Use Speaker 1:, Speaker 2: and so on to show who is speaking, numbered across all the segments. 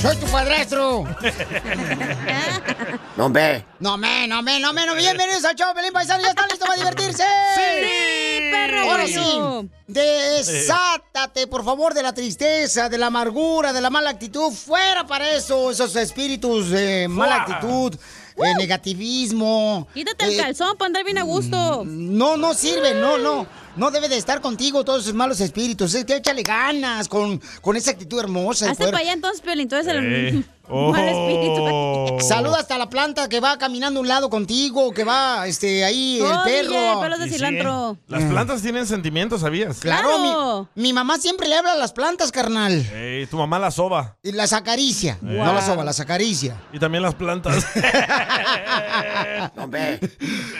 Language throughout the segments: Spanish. Speaker 1: Soy tu padrastro.
Speaker 2: No ve.
Speaker 1: No me, no me, no me, no me. Bienvenidos al show, Pelín Paisano. ¿Ya están listos para divertirse?
Speaker 3: Sí. Sí, perro
Speaker 1: Ahora
Speaker 3: bueno.
Speaker 1: sí, desátate, por favor, de la tristeza, de la amargura, de la mala actitud. Fuera para eso, esos espíritus de mala
Speaker 3: Fuera.
Speaker 1: actitud, eh, negativismo.
Speaker 4: Quítate el
Speaker 1: eh, mm,
Speaker 4: calzón para andar bien a gusto.
Speaker 1: no, no sirve, no, no. No debe de estar contigo todos esos malos espíritus. Es que échale ganas con, con esa actitud hermosa.
Speaker 4: Hazte para allá entonces, Piolín. Tú eres
Speaker 5: Eh.
Speaker 4: el mal espíritu.
Speaker 1: Saluda hasta la planta que va caminando a un lado contigo, que va este ahí el
Speaker 4: Oh, DJ,
Speaker 1: perro.
Speaker 4: pelos de
Speaker 5: Y sí,
Speaker 4: cilantro.
Speaker 5: Las plantas tienen sentimientos, ¿sabías?
Speaker 1: Mm. Claro, mi, mi mamá siempre le habla a las plantas, carnal.
Speaker 5: Ey, tu mamá las soba.
Speaker 1: Y las acaricia. No
Speaker 5: Wow.
Speaker 1: las soba, las acaricia.
Speaker 5: Y también las plantas.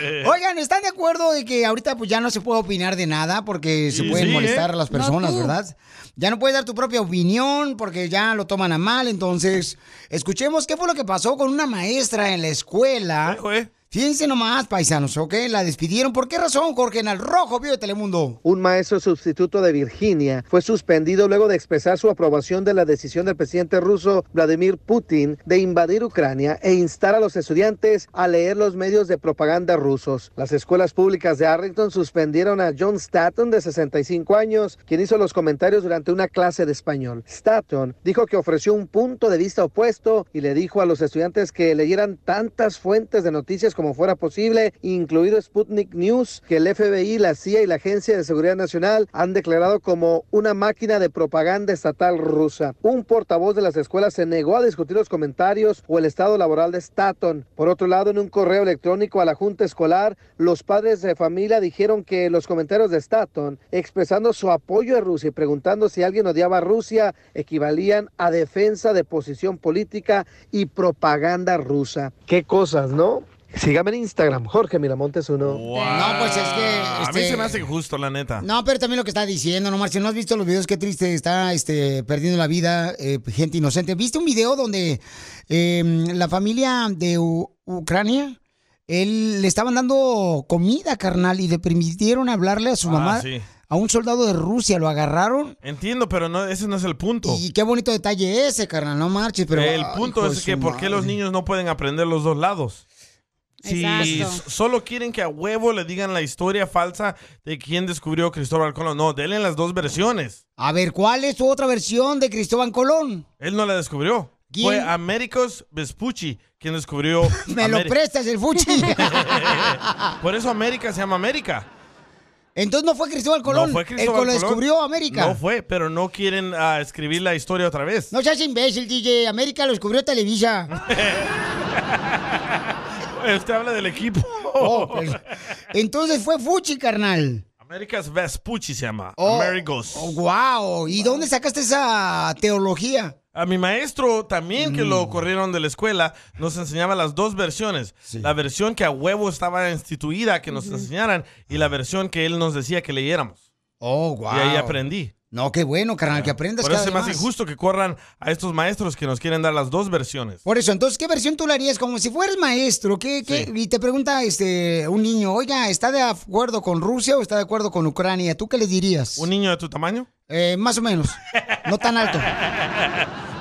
Speaker 5: Eh,
Speaker 1: Oigan, ¿están de acuerdo de que ahorita pues ya no se puede opinar de nada porque se
Speaker 3: Y
Speaker 1: pueden
Speaker 3: sí,
Speaker 1: molestar
Speaker 3: ¿eh?
Speaker 1: a las
Speaker 3: No
Speaker 1: personas,
Speaker 3: tú.
Speaker 1: ¿verdad? Ya no puedes dar tu propia opinión porque ya lo toman a mal. Entonces, escuchemos qué fue lo que pasó con una maestra en la escuela.
Speaker 3: eh.
Speaker 1: Fíjense nomás, paisanos, ¿ok? La despidieron. ¿Por qué razón, Jorge? En el rojo, vivo de Telemundo.
Speaker 6: Un maestro sustituto de Virginia fue suspendido luego de expresar su aprobación de la decisión del presidente ruso Vladimir Putin de invadir Ucrania e instar a los estudiantes a leer los medios de propaganda rusos. Las escuelas públicas de Arlington suspendieron a John Statton de 65 años, quien hizo los comentarios durante una clase de español. Statton dijo que ofreció un punto de vista opuesto y le dijo a los estudiantes que leyeran tantas fuentes de noticias como fuera posible, incluido Sputnik News, que el FBI, la CIA y la Agencia de Seguridad Nacional han declarado como una máquina de propaganda estatal rusa. Un portavoz de las escuelas se negó a discutir los comentarios o el estado laboral de Staton. Por otro lado, en un correo electrónico a la Junta Escolar, los padres de familia dijeron que los comentarios de Staton, expresando su apoyo a Rusia y preguntando si alguien odiaba a Rusia, equivalían a defensa de posición política y propaganda rusa. Qué cosas, ¿no? Sígame en Instagram, Jorge Miramontes uno.
Speaker 1: No, pues es que,
Speaker 5: A mí
Speaker 1: este-
Speaker 5: se me hace injusto, la neta.
Speaker 1: No, pero también lo que está diciendo, no, Marcio, no has visto los videos, qué triste está este, perdiendo la vida eh, gente inocente. ¿Viste un video donde eh, la familia de U- Ucrania, él, le estaban dando comida, carnal, y le permitieron hablarle a su
Speaker 5: Ah,
Speaker 1: mamá,
Speaker 5: sí.
Speaker 1: a un soldado de Rusia, lo agarraron.
Speaker 5: Entiendo, pero no, ese no es el punto.
Speaker 1: Y qué bonito detalle ese, carnal, no marches, pero...
Speaker 5: el
Speaker 1: ay,
Speaker 5: punto
Speaker 1: hijo de
Speaker 5: es
Speaker 1: su
Speaker 5: que por qué los
Speaker 1: madre.
Speaker 5: niños no pueden aprender los dos lados. Si
Speaker 1: Exacto.
Speaker 5: s- solo quieren que a huevo le digan la historia falsa de quién descubrió a Cristóbal Colón, no, denle las dos versiones.
Speaker 1: A ver, ¿cuál es tu otra versión de Cristóbal Colón?
Speaker 5: Él no la descubrió.
Speaker 1: ¿Quién?
Speaker 5: Fue Américos Vespucci quien descubrió.
Speaker 1: Me lo
Speaker 5: Ameri-
Speaker 1: prestas el fuchi.
Speaker 5: Por eso América se llama América.
Speaker 1: Entonces no fue Cristóbal Ah, Colón.
Speaker 5: no fue
Speaker 1: el
Speaker 5: Cristóbal
Speaker 1: que lo
Speaker 5: Colón.
Speaker 1: descubrió América.
Speaker 5: No fue, pero no quieren ah, escribir la historia otra vez.
Speaker 1: No seas imbécil, DJ. América lo descubrió Televisa.
Speaker 5: Usted habla del equipo.
Speaker 1: Oh, pues. Entonces fue Fuchi, carnal.
Speaker 5: Américas Vespucci se llama.
Speaker 1: Oh,
Speaker 5: Amerigos.
Speaker 1: oh, wow. ¿Y dónde sacaste esa teología?
Speaker 5: A mi maestro también que
Speaker 1: Mm.
Speaker 5: lo corrieron de la escuela nos enseñaba las dos versiones. La versión que a huevo estaba instituida que nos enseñaran y la versión que él nos decía que leyéramos.
Speaker 1: Oh, wow.
Speaker 5: Y ahí aprendí.
Speaker 1: No, qué bueno, carnal, que aprendas
Speaker 5: Por eso
Speaker 1: cada
Speaker 5: se
Speaker 1: vez
Speaker 5: me hace
Speaker 1: más.
Speaker 5: injusto que corran a estos maestros que nos quieren dar las dos versiones.
Speaker 1: Por eso, entonces, ¿qué versión tú le harías? Como si fueras maestro, ¿qué, qué? Y te pregunta este un niño, oiga, ¿está de acuerdo con Rusia o está de acuerdo con Ucrania? ¿Tú qué le dirías? ¿Un
Speaker 5: niño de tu tamaño?
Speaker 1: más o menos. No tan alto.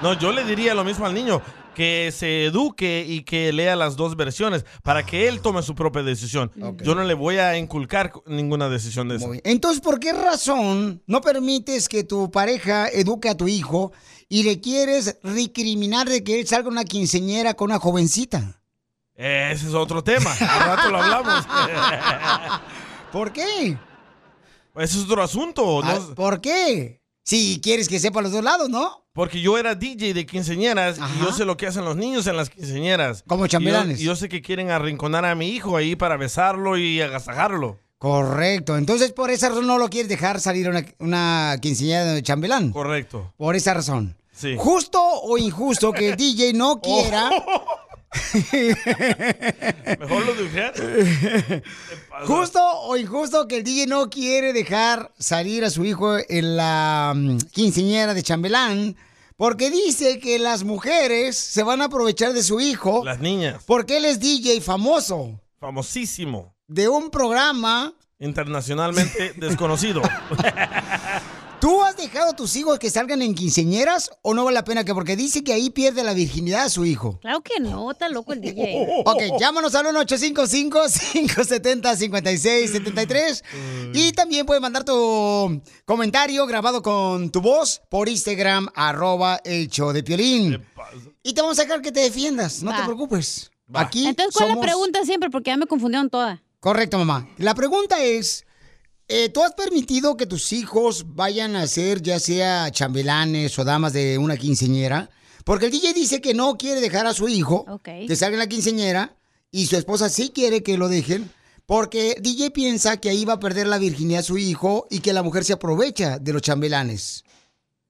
Speaker 5: No, yo le diría lo mismo al niño, que se eduque y que lea las dos versiones para que él tome su propia decisión. Yo no le voy a inculcar ninguna decisión de eso.
Speaker 1: Entonces, ¿por qué razón no permites que tu pareja eduque a tu hijo y le quieres recriminar de que él salga a una quinceñera con una jovencita?
Speaker 5: Ese es otro tema. Al rato lo hablamos.
Speaker 1: ¿Por qué?
Speaker 5: Ese es otro asunto. ¿no?
Speaker 1: Ah, ¿Por qué? Si quieres que sepa los dos lados, ¿no?
Speaker 5: Porque yo era DJ de quinceñeras y yo sé lo que hacen los niños en las quinceñeras.
Speaker 1: Como chambelanes.
Speaker 5: Y yo, y yo sé que quieren arrinconar a mi hijo ahí para besarlo y agasajarlo.
Speaker 1: Correcto. Entonces, por esa razón no lo quieres dejar salir a una, una quinceñera de chambelán.
Speaker 5: Correcto.
Speaker 1: Por esa razón.
Speaker 5: Sí. Oh.
Speaker 1: ¿Justo o injusto que el DJ no quiera?
Speaker 5: Mejor lo dije.
Speaker 1: Justo o injusto que el DJ no quiere dejar salir a su hijo en la mm, quinceañera de chambelán porque dice que las mujeres se van a aprovechar de su hijo
Speaker 5: Las niñas.
Speaker 1: porque él es DJ famoso
Speaker 5: Famosísimo.
Speaker 1: de un programa
Speaker 5: Internacionalmente desconocido.
Speaker 1: ¿Tú has dejado a tus hijos que salgan en quinceñeras o no vale la pena que porque dice que ahí pierde la virginidad a su hijo?
Speaker 4: Claro que no, está loco el DJ.
Speaker 1: Ok, llámanos al 1-855-570-5673. Y también puedes mandar tu comentario grabado con tu voz por Instagram, arroba el show de Piolín. Y te vamos a dejar que te defiendas, no
Speaker 4: Va.
Speaker 1: te preocupes. Aquí
Speaker 4: Entonces, ¿cuál es la
Speaker 1: somos-
Speaker 4: pregunta siempre? Porque ya me confundieron toda.
Speaker 1: Correcto, mamá. La pregunta es, eh, ¿tú has permitido que tus hijos vayan a ser ya sea chambelanes o damas de una quinceñera? Porque el DJ dice que no quiere dejar a su hijo
Speaker 4: Ok.
Speaker 1: que salga en la quinceñera y su esposa sí quiere que lo dejen. Porque DJ piensa que ahí va a perder la virginidad a su hijo y que la mujer se aprovecha de los chambelanes,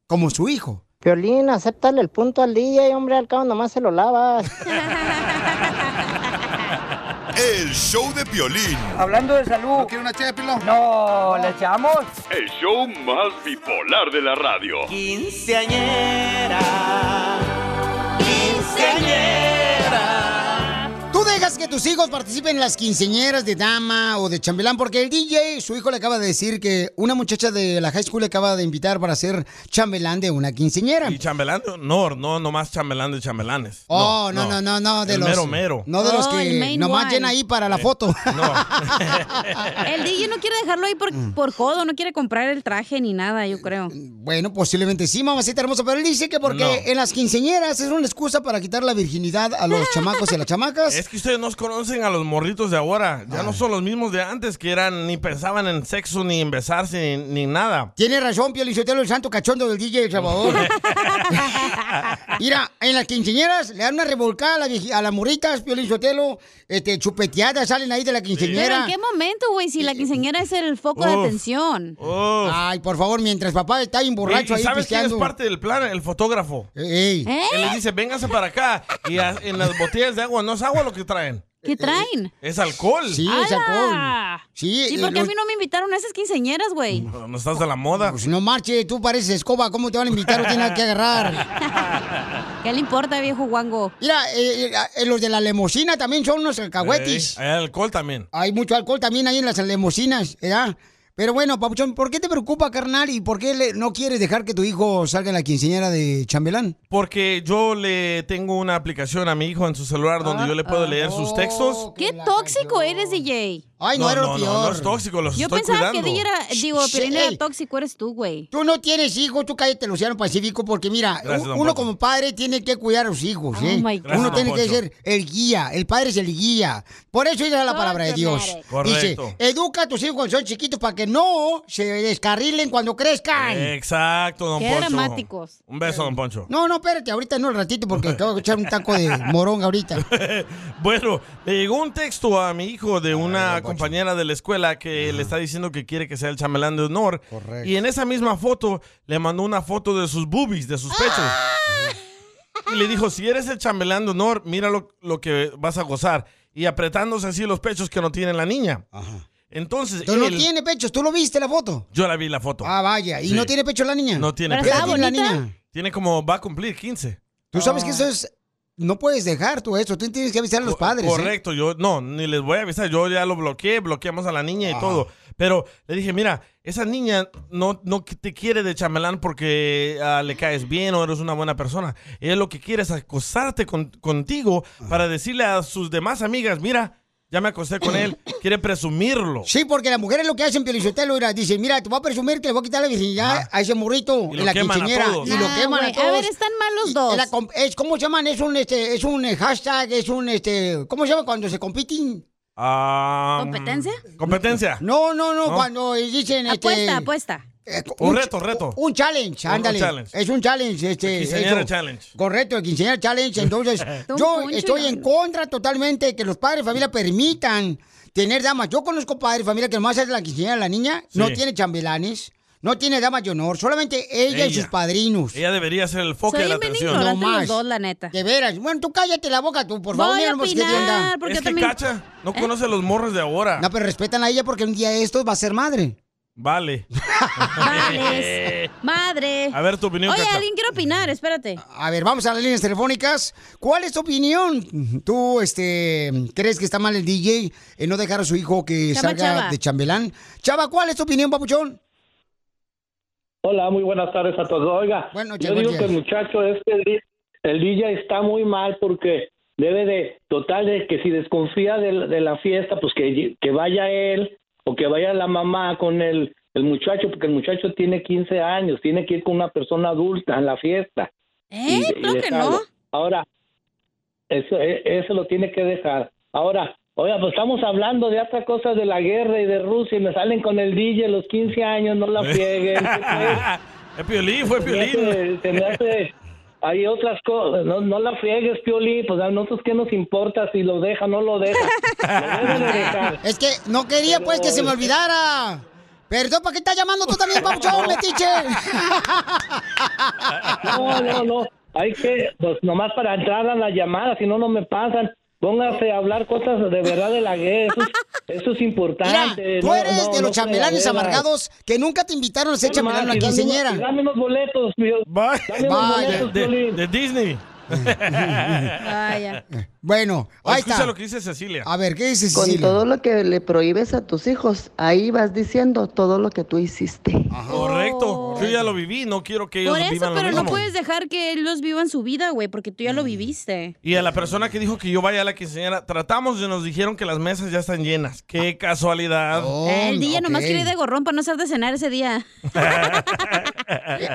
Speaker 1: como su hijo.
Speaker 2: Piolín, acéptale el punto al DJ, hombre, al cabo nomás se lo lavas.
Speaker 7: El show de Piolín.
Speaker 2: Hablando de salud. ¿No quiere una ché No, ¿le echamos?
Speaker 8: El show más bipolar de la radio.
Speaker 1: Tú dejas que tus hijos participen en las quinceñeras de dama o de chambelán, porque el DJ, su hijo le acaba de decir que una muchacha de la high school le acaba de invitar para ser chambelán de una quinceñera.
Speaker 5: Y chambelán de honor, no nomás chambelán de chambelanes.
Speaker 1: Oh, no, no, no, no, de
Speaker 5: El
Speaker 1: los.
Speaker 5: mero mero.
Speaker 1: No de los
Speaker 4: Oh, el
Speaker 1: que
Speaker 4: main
Speaker 1: nomás
Speaker 4: one.
Speaker 1: llena ahí para la foto.
Speaker 4: El DJ no quiere dejarlo ahí por,
Speaker 1: Mm.
Speaker 4: por codo, no quiere comprar el traje ni nada, yo creo.
Speaker 1: Eh, Bueno, posiblemente sí, mamacita hermosa, pero él dice que porque
Speaker 5: No.
Speaker 1: en las quinceñeras es una excusa para quitar la virginidad a los chamacos y a las chamacas.
Speaker 5: Es que ustedes no conocen a los morritos de ahora. Ya
Speaker 1: Ah.
Speaker 5: no son los mismos de antes que eran ni pensaban en sexo, ni en besarse, ni, ni nada.
Speaker 1: Tiene razón, Pio Lizotelo, el santo cachondo del DJ El Salvador. Mira, en las quinceñeras le dan una revolcada a, la vieji- a las muritas, Pio Lizotelo, este, chupeteadas, salen ahí de la
Speaker 4: Pero
Speaker 1: quinceñera.
Speaker 4: ¿en qué momento, güey? Si la quinceañera es el foco de
Speaker 1: Eh, Uf.
Speaker 4: atención.
Speaker 1: Ay, por favor, mientras papá está bien borracho
Speaker 5: ¿Y- y
Speaker 1: ahí
Speaker 5: ¿Sabes quién es
Speaker 1: pisteando.
Speaker 5: parte del plan? El fotógrafo.
Speaker 4: ¿Eh?
Speaker 5: Él les dice, vénganse para acá. Y a- en las botellas de agua, no es agua lo que traen.
Speaker 4: ¿Qué traen?
Speaker 5: Es alcohol.
Speaker 1: Eh, Sí, es
Speaker 4: ¡Hala!
Speaker 1: alcohol. Sí,
Speaker 4: ¿Y
Speaker 1: eh,
Speaker 4: por qué a
Speaker 1: los- Mm.
Speaker 4: mí no me invitaron a esas quinceañeras, güey?
Speaker 5: No, no estás de la moda.
Speaker 1: Pues no marche, tú pareces escoba, ¿cómo te van a invitar? No tiene nada que agarrar.
Speaker 4: ¿Qué le importa, viejo guango?
Speaker 1: Mira, eh, eh, eh, los de la lemosina también son unos alcahuetis.
Speaker 5: Ey, Hay alcohol también.
Speaker 1: Hay mucho alcohol también ahí en las lemosinas, ¿verdad? Pero bueno, Papuchón, ¿por qué te preocupa, carnal? ¿Y por qué le- no quieres dejar que tu hijo salga en la quinceañera de chambelán?
Speaker 5: Porque yo le tengo una aplicación a mi hijo en su celular
Speaker 1: Ah,
Speaker 5: donde yo le puedo leer sus textos.
Speaker 4: ¡Qué tóxico eres, DJ!
Speaker 1: oh. Ay, no, era lo
Speaker 5: no,
Speaker 1: peor.
Speaker 5: no es tóxico, los
Speaker 4: Yo
Speaker 5: estoy
Speaker 4: pensaba
Speaker 5: cuidando.
Speaker 4: que DJ era, Ah, digo,
Speaker 1: Shh,
Speaker 4: Piolín
Speaker 1: ey.
Speaker 4: era tóxico, eres tú, güey.
Speaker 1: Tú no tienes hijos, tú cállate el Océano Pacífico, porque mira,
Speaker 5: Gracias,
Speaker 1: u-
Speaker 5: don
Speaker 1: uno
Speaker 5: Poncho.
Speaker 1: como padre tiene que cuidar a sus hijos,
Speaker 4: Oh
Speaker 1: ¿eh?
Speaker 4: my God.
Speaker 1: Uno
Speaker 5: Gracias,
Speaker 1: tiene
Speaker 5: don
Speaker 1: que
Speaker 5: Poncho.
Speaker 1: ser el guía, el padre es el guía. Por eso esa es la palabra de Dios.
Speaker 5: Correcto.
Speaker 1: Dice, educa a tus hijos cuando son chiquitos para que no se descarrilen cuando crezcan.
Speaker 5: Exacto, don
Speaker 4: Qué
Speaker 5: Poncho.
Speaker 4: dramáticos.
Speaker 5: Un beso, don Poncho.
Speaker 1: No, no, espérate, ahorita no, al ratito, porque acabo de echar un taco de morón ahorita.
Speaker 5: Bueno, le llegó un texto a mi hijo de una compañera de la escuela que le está diciendo que quiere que sea el chamelán de honor.
Speaker 1: Correcto.
Speaker 5: Y en esa misma foto le mandó una foto de sus boobies, de sus pechos.
Speaker 4: Ah.
Speaker 5: Y le dijo, si eres el chamelán de honor, mira lo, lo que vas a gozar. Y apretándose así los pechos que no tiene la niña. Entonces,
Speaker 1: Tú no
Speaker 5: él-
Speaker 1: tiene pechos, tú lo viste la foto.
Speaker 5: yo la vi la foto.
Speaker 1: Ah, vaya, y
Speaker 5: Sí.
Speaker 1: no tiene pecho la niña.
Speaker 5: No tiene
Speaker 4: Pero
Speaker 1: ¿Qué edad
Speaker 5: pechos.
Speaker 4: estaba
Speaker 1: tiene la
Speaker 4: bonita.
Speaker 1: niña?
Speaker 5: Tiene como, va a cumplir 15.
Speaker 1: Tú sabes que eso es. No puedes dejar tú eso, tú tienes que avisar a los padres. ¿eh?
Speaker 5: Correcto, yo no, ni les voy a avisar, yo ya lo bloqueé, bloqueamos a la niña y todo. Pero le dije, mira, esa niña no, no te quiere de chamelán porque ah, le caes bien o eres una buena persona. Ella lo que quiere es acosarte con- contigo para decirle a sus demás amigas, mira, ya me acosté con él, quiere presumirlo.
Speaker 1: Sí, porque las mujeres lo que hacen, Piolichotelo, era, dicen, mira, te voy a presumir que le voy a quitar la virginidad a ese morrito
Speaker 5: Y lo
Speaker 1: en la
Speaker 5: queman a
Speaker 1: quinceañera.
Speaker 5: todos.
Speaker 1: Y lo
Speaker 4: Nah,
Speaker 1: queman a
Speaker 4: Ah, güey.
Speaker 1: todos.
Speaker 4: A ver, están mal los
Speaker 1: Y-
Speaker 4: dos.
Speaker 1: en la com- es- ¿Cómo se llaman? Es un, este, es un eh, hashtag, es un, este, ¿cómo se llama cuando se compiten?
Speaker 5: Ah,
Speaker 4: ¿Competencia?
Speaker 5: Competencia.
Speaker 1: No, no, no,
Speaker 5: No.
Speaker 1: cuando eh, dicen, este...
Speaker 4: Apuesta, apuesta.
Speaker 1: eh,
Speaker 5: Un
Speaker 1: ch-
Speaker 5: reto, reto.
Speaker 1: Un challenge,
Speaker 5: Un
Speaker 1: ándale.
Speaker 5: challenge.
Speaker 1: Es un challenge, este.
Speaker 5: Quinceañera
Speaker 1: eso.
Speaker 5: challenge.
Speaker 1: Correcto, el quinceañera challenge. Entonces,
Speaker 4: Don
Speaker 1: yo
Speaker 4: Poncho,
Speaker 1: estoy
Speaker 4: ya.
Speaker 1: en contra totalmente de que los padres de familia permitan tener damas. Yo conozco padres de familia que nomás es la quinceañera de la niña,
Speaker 5: Sí.
Speaker 1: no tiene chambelanes, no tiene damas de honor, solamente ella, y
Speaker 5: Ella.
Speaker 1: sus padrinos.
Speaker 5: Ella debería ser el foco
Speaker 4: Soy
Speaker 5: de la
Speaker 4: bien
Speaker 5: atención.
Speaker 1: No
Speaker 4: ignorante
Speaker 1: más.
Speaker 4: los dos, la neta.
Speaker 1: De veras. Bueno, tú cállate la boca tú, por favor,
Speaker 4: Voy
Speaker 1: mira
Speaker 4: a
Speaker 1: nomás qué te
Speaker 4: opinar,
Speaker 1: anda.
Speaker 4: porque
Speaker 5: es
Speaker 4: yo
Speaker 5: que
Speaker 4: también...
Speaker 5: cacha, no conoce los morros de ahora.
Speaker 1: No, pero respetan a ella porque un día esto va a ser madre.
Speaker 5: Vale.
Speaker 4: Vales. Madre.
Speaker 5: A ver tu opinión,
Speaker 4: Oye,
Speaker 5: Cacha. Ah,
Speaker 4: alguien quiere opinar, espérate.
Speaker 1: A ver, vamos a las líneas telefónicas. ¿Cuál es tu opinión? ¿Tú este, crees que está mal el DJ en no dejar a su hijo que
Speaker 4: Chava,
Speaker 1: salga
Speaker 4: Chava.
Speaker 1: de chambelán? Chava, ¿cuál es tu opinión, papuchón?
Speaker 9: Hola, muy buenas tardes a todos. Oiga,
Speaker 1: Bueno, ya,
Speaker 9: yo digo
Speaker 1: buenos
Speaker 9: que el
Speaker 1: días.
Speaker 9: muchacho este, el di- el DJ está muy mal porque debe de, total, de que si desconfía de, de la fiesta, pues que, que vaya él o que vaya la mamá con el, el muchacho, porque el muchacho tiene 15 años, tiene que ir con una persona adulta a la fiesta.
Speaker 4: ¿Eh?
Speaker 9: y
Speaker 4: Creo que
Speaker 9: dejarlo.
Speaker 4: no.
Speaker 9: Ahora, eso, e- eso lo tiene que dejar. Ahora, oiga, pues estamos hablando de otra cosa de la guerra y de Rusia y me salen con el DJ los 15 años, no la frieguen. ¿qué traes?
Speaker 5: Es Piolín, fue
Speaker 9: Se me hace-
Speaker 5: Piolín.
Speaker 9: Se me hace... Hay otras cosas, no, no la friegues, Piolín, pues a nosotros qué nos importa si lo deja o no lo deja. Lo debe de dejar.
Speaker 1: Es que no quería, pues, que se me olvidara. Perdón, ¿para qué estás llamando tú también, papuchón, metiche?
Speaker 9: No, no, no. Hay que, pues nomás para entrar a la llamada, si no, no me pasan. Póngase a hablar cosas de verdad de la guerra. Eso, es- eso es
Speaker 1: Mira,
Speaker 9: importante.
Speaker 1: tú
Speaker 9: No,
Speaker 1: eres
Speaker 9: no, eh,
Speaker 1: de
Speaker 9: no
Speaker 1: los chambelanes
Speaker 9: fregaderas.
Speaker 1: amargados que nunca te invitaron a ser
Speaker 9: No
Speaker 1: chambelán a
Speaker 9: más,
Speaker 1: la
Speaker 9: y dame- y
Speaker 1: quinceañera.
Speaker 9: Dame unos boletos, mi- Dame unos
Speaker 1: Vaya.
Speaker 9: boletos,
Speaker 5: De,
Speaker 9: Piolín.
Speaker 5: de Disney.
Speaker 4: Vaya.
Speaker 1: Bueno,
Speaker 5: O
Speaker 1: ahí
Speaker 5: escucha
Speaker 1: está.
Speaker 5: lo que dice Cecilia.
Speaker 1: A ver, ¿qué dices,
Speaker 10: Con
Speaker 1: Cecilia?
Speaker 10: todo lo que le prohíbes a tus hijos, ahí vas diciendo todo lo que tú hiciste.
Speaker 5: Correcto. Yo ya lo viví, no quiero que ellos
Speaker 4: Oh. Por eso,
Speaker 5: vivan lo
Speaker 4: pero no
Speaker 5: mismo. Mm.
Speaker 4: puedes dejar que ellos vivan su vida, güey, porque tú ya lo viviste.
Speaker 5: Y a la persona que dijo que yo vaya a la quinceañera, tratamos y nos dijeron que las mesas ya están llenas. ¡Qué casualidad!
Speaker 1: Oh,
Speaker 4: el DJ nomás
Speaker 1: ok.
Speaker 4: quiere ir de gorrón para no hacer de cenar ese día.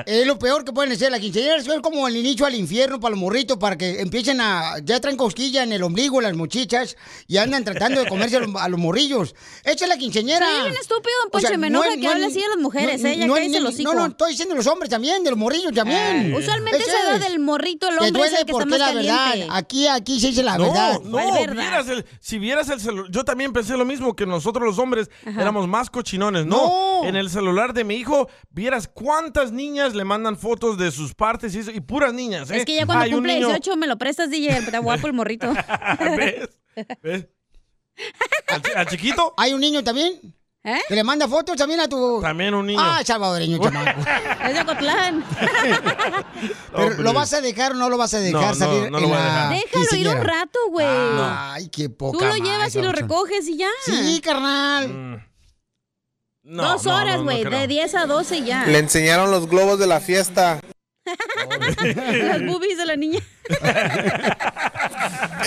Speaker 1: Es lo peor que pueden hacer. La quinceañera es como el inicio al infierno para los morritos, para que empiecen a... Ya traen cosquilla en el ombligo, las mochichas, y andan tratando de comerse a los, a los morrillos. Esa es la quinceañera.
Speaker 4: Sí, bien estúpido, don
Speaker 1: O sea,
Speaker 4: Poncho, me enoja
Speaker 1: es-
Speaker 4: que hable
Speaker 1: es-
Speaker 4: así de las mujeres,
Speaker 1: no-
Speaker 4: eh, ya
Speaker 1: no es
Speaker 4: cállese
Speaker 1: ni-
Speaker 4: el hocico.
Speaker 1: No, no, estoy diciendo de los hombres también, de los morrillos también.
Speaker 4: Ah. Usualmente
Speaker 1: Ese
Speaker 4: se da
Speaker 1: es.
Speaker 4: del morrito el
Speaker 1: Te
Speaker 4: hombre, es
Speaker 1: duele
Speaker 4: el que está
Speaker 1: porque
Speaker 4: más
Speaker 1: la
Speaker 4: caliente.
Speaker 1: verdad, aquí, aquí se dice la verdad.
Speaker 5: No,
Speaker 4: ¿Cuál
Speaker 5: no,
Speaker 4: verdad?
Speaker 5: vieras el- si vieras el celular, yo también pensé lo mismo, que nosotros los hombres
Speaker 4: Ajá.
Speaker 5: éramos más cochinones, no. En el celular de mi hijo, vieras cuántas niñas le mandan fotos de sus partes y, eso, y puras niñas, ¿eh?
Speaker 4: Es que ya cuando
Speaker 5: Hay un
Speaker 4: cumple
Speaker 5: niño- Ah,
Speaker 4: 18 me lo prestas, DJ, está guapo el morrito.
Speaker 5: ¿Ves? ¿Ves? ¿Al, chi- al chiquito?
Speaker 1: ¿Hay un niño también?
Speaker 4: ¿Eh?
Speaker 1: ¿Que le manda fotos también a tu...?
Speaker 5: También un niño.
Speaker 1: Ah, salvadoreño, chamaco.
Speaker 4: Es de Ocotlán.
Speaker 1: Pero,
Speaker 5: Hombre.
Speaker 1: ¿lo vas a dejar o no lo vas a dejar
Speaker 5: pues No, no,
Speaker 1: salir
Speaker 5: no lo
Speaker 1: en
Speaker 5: voy a
Speaker 1: la
Speaker 5: dejar.
Speaker 4: Déjalo ir un
Speaker 1: quinceañera?
Speaker 4: rato, güey.
Speaker 1: Ah, Ay, qué poca
Speaker 4: Tú lo
Speaker 1: madre,
Speaker 4: llevas y lo
Speaker 1: babuchón.
Speaker 4: recoges y ya.
Speaker 1: Sí, carnal.
Speaker 5: Mm. No,
Speaker 4: Dos
Speaker 5: no, no,
Speaker 4: horas,
Speaker 5: no
Speaker 4: güey,
Speaker 5: creo.
Speaker 4: de 10 a 12 ya.
Speaker 6: Le enseñaron los globos de la fiesta.
Speaker 4: Las boobies de la niña.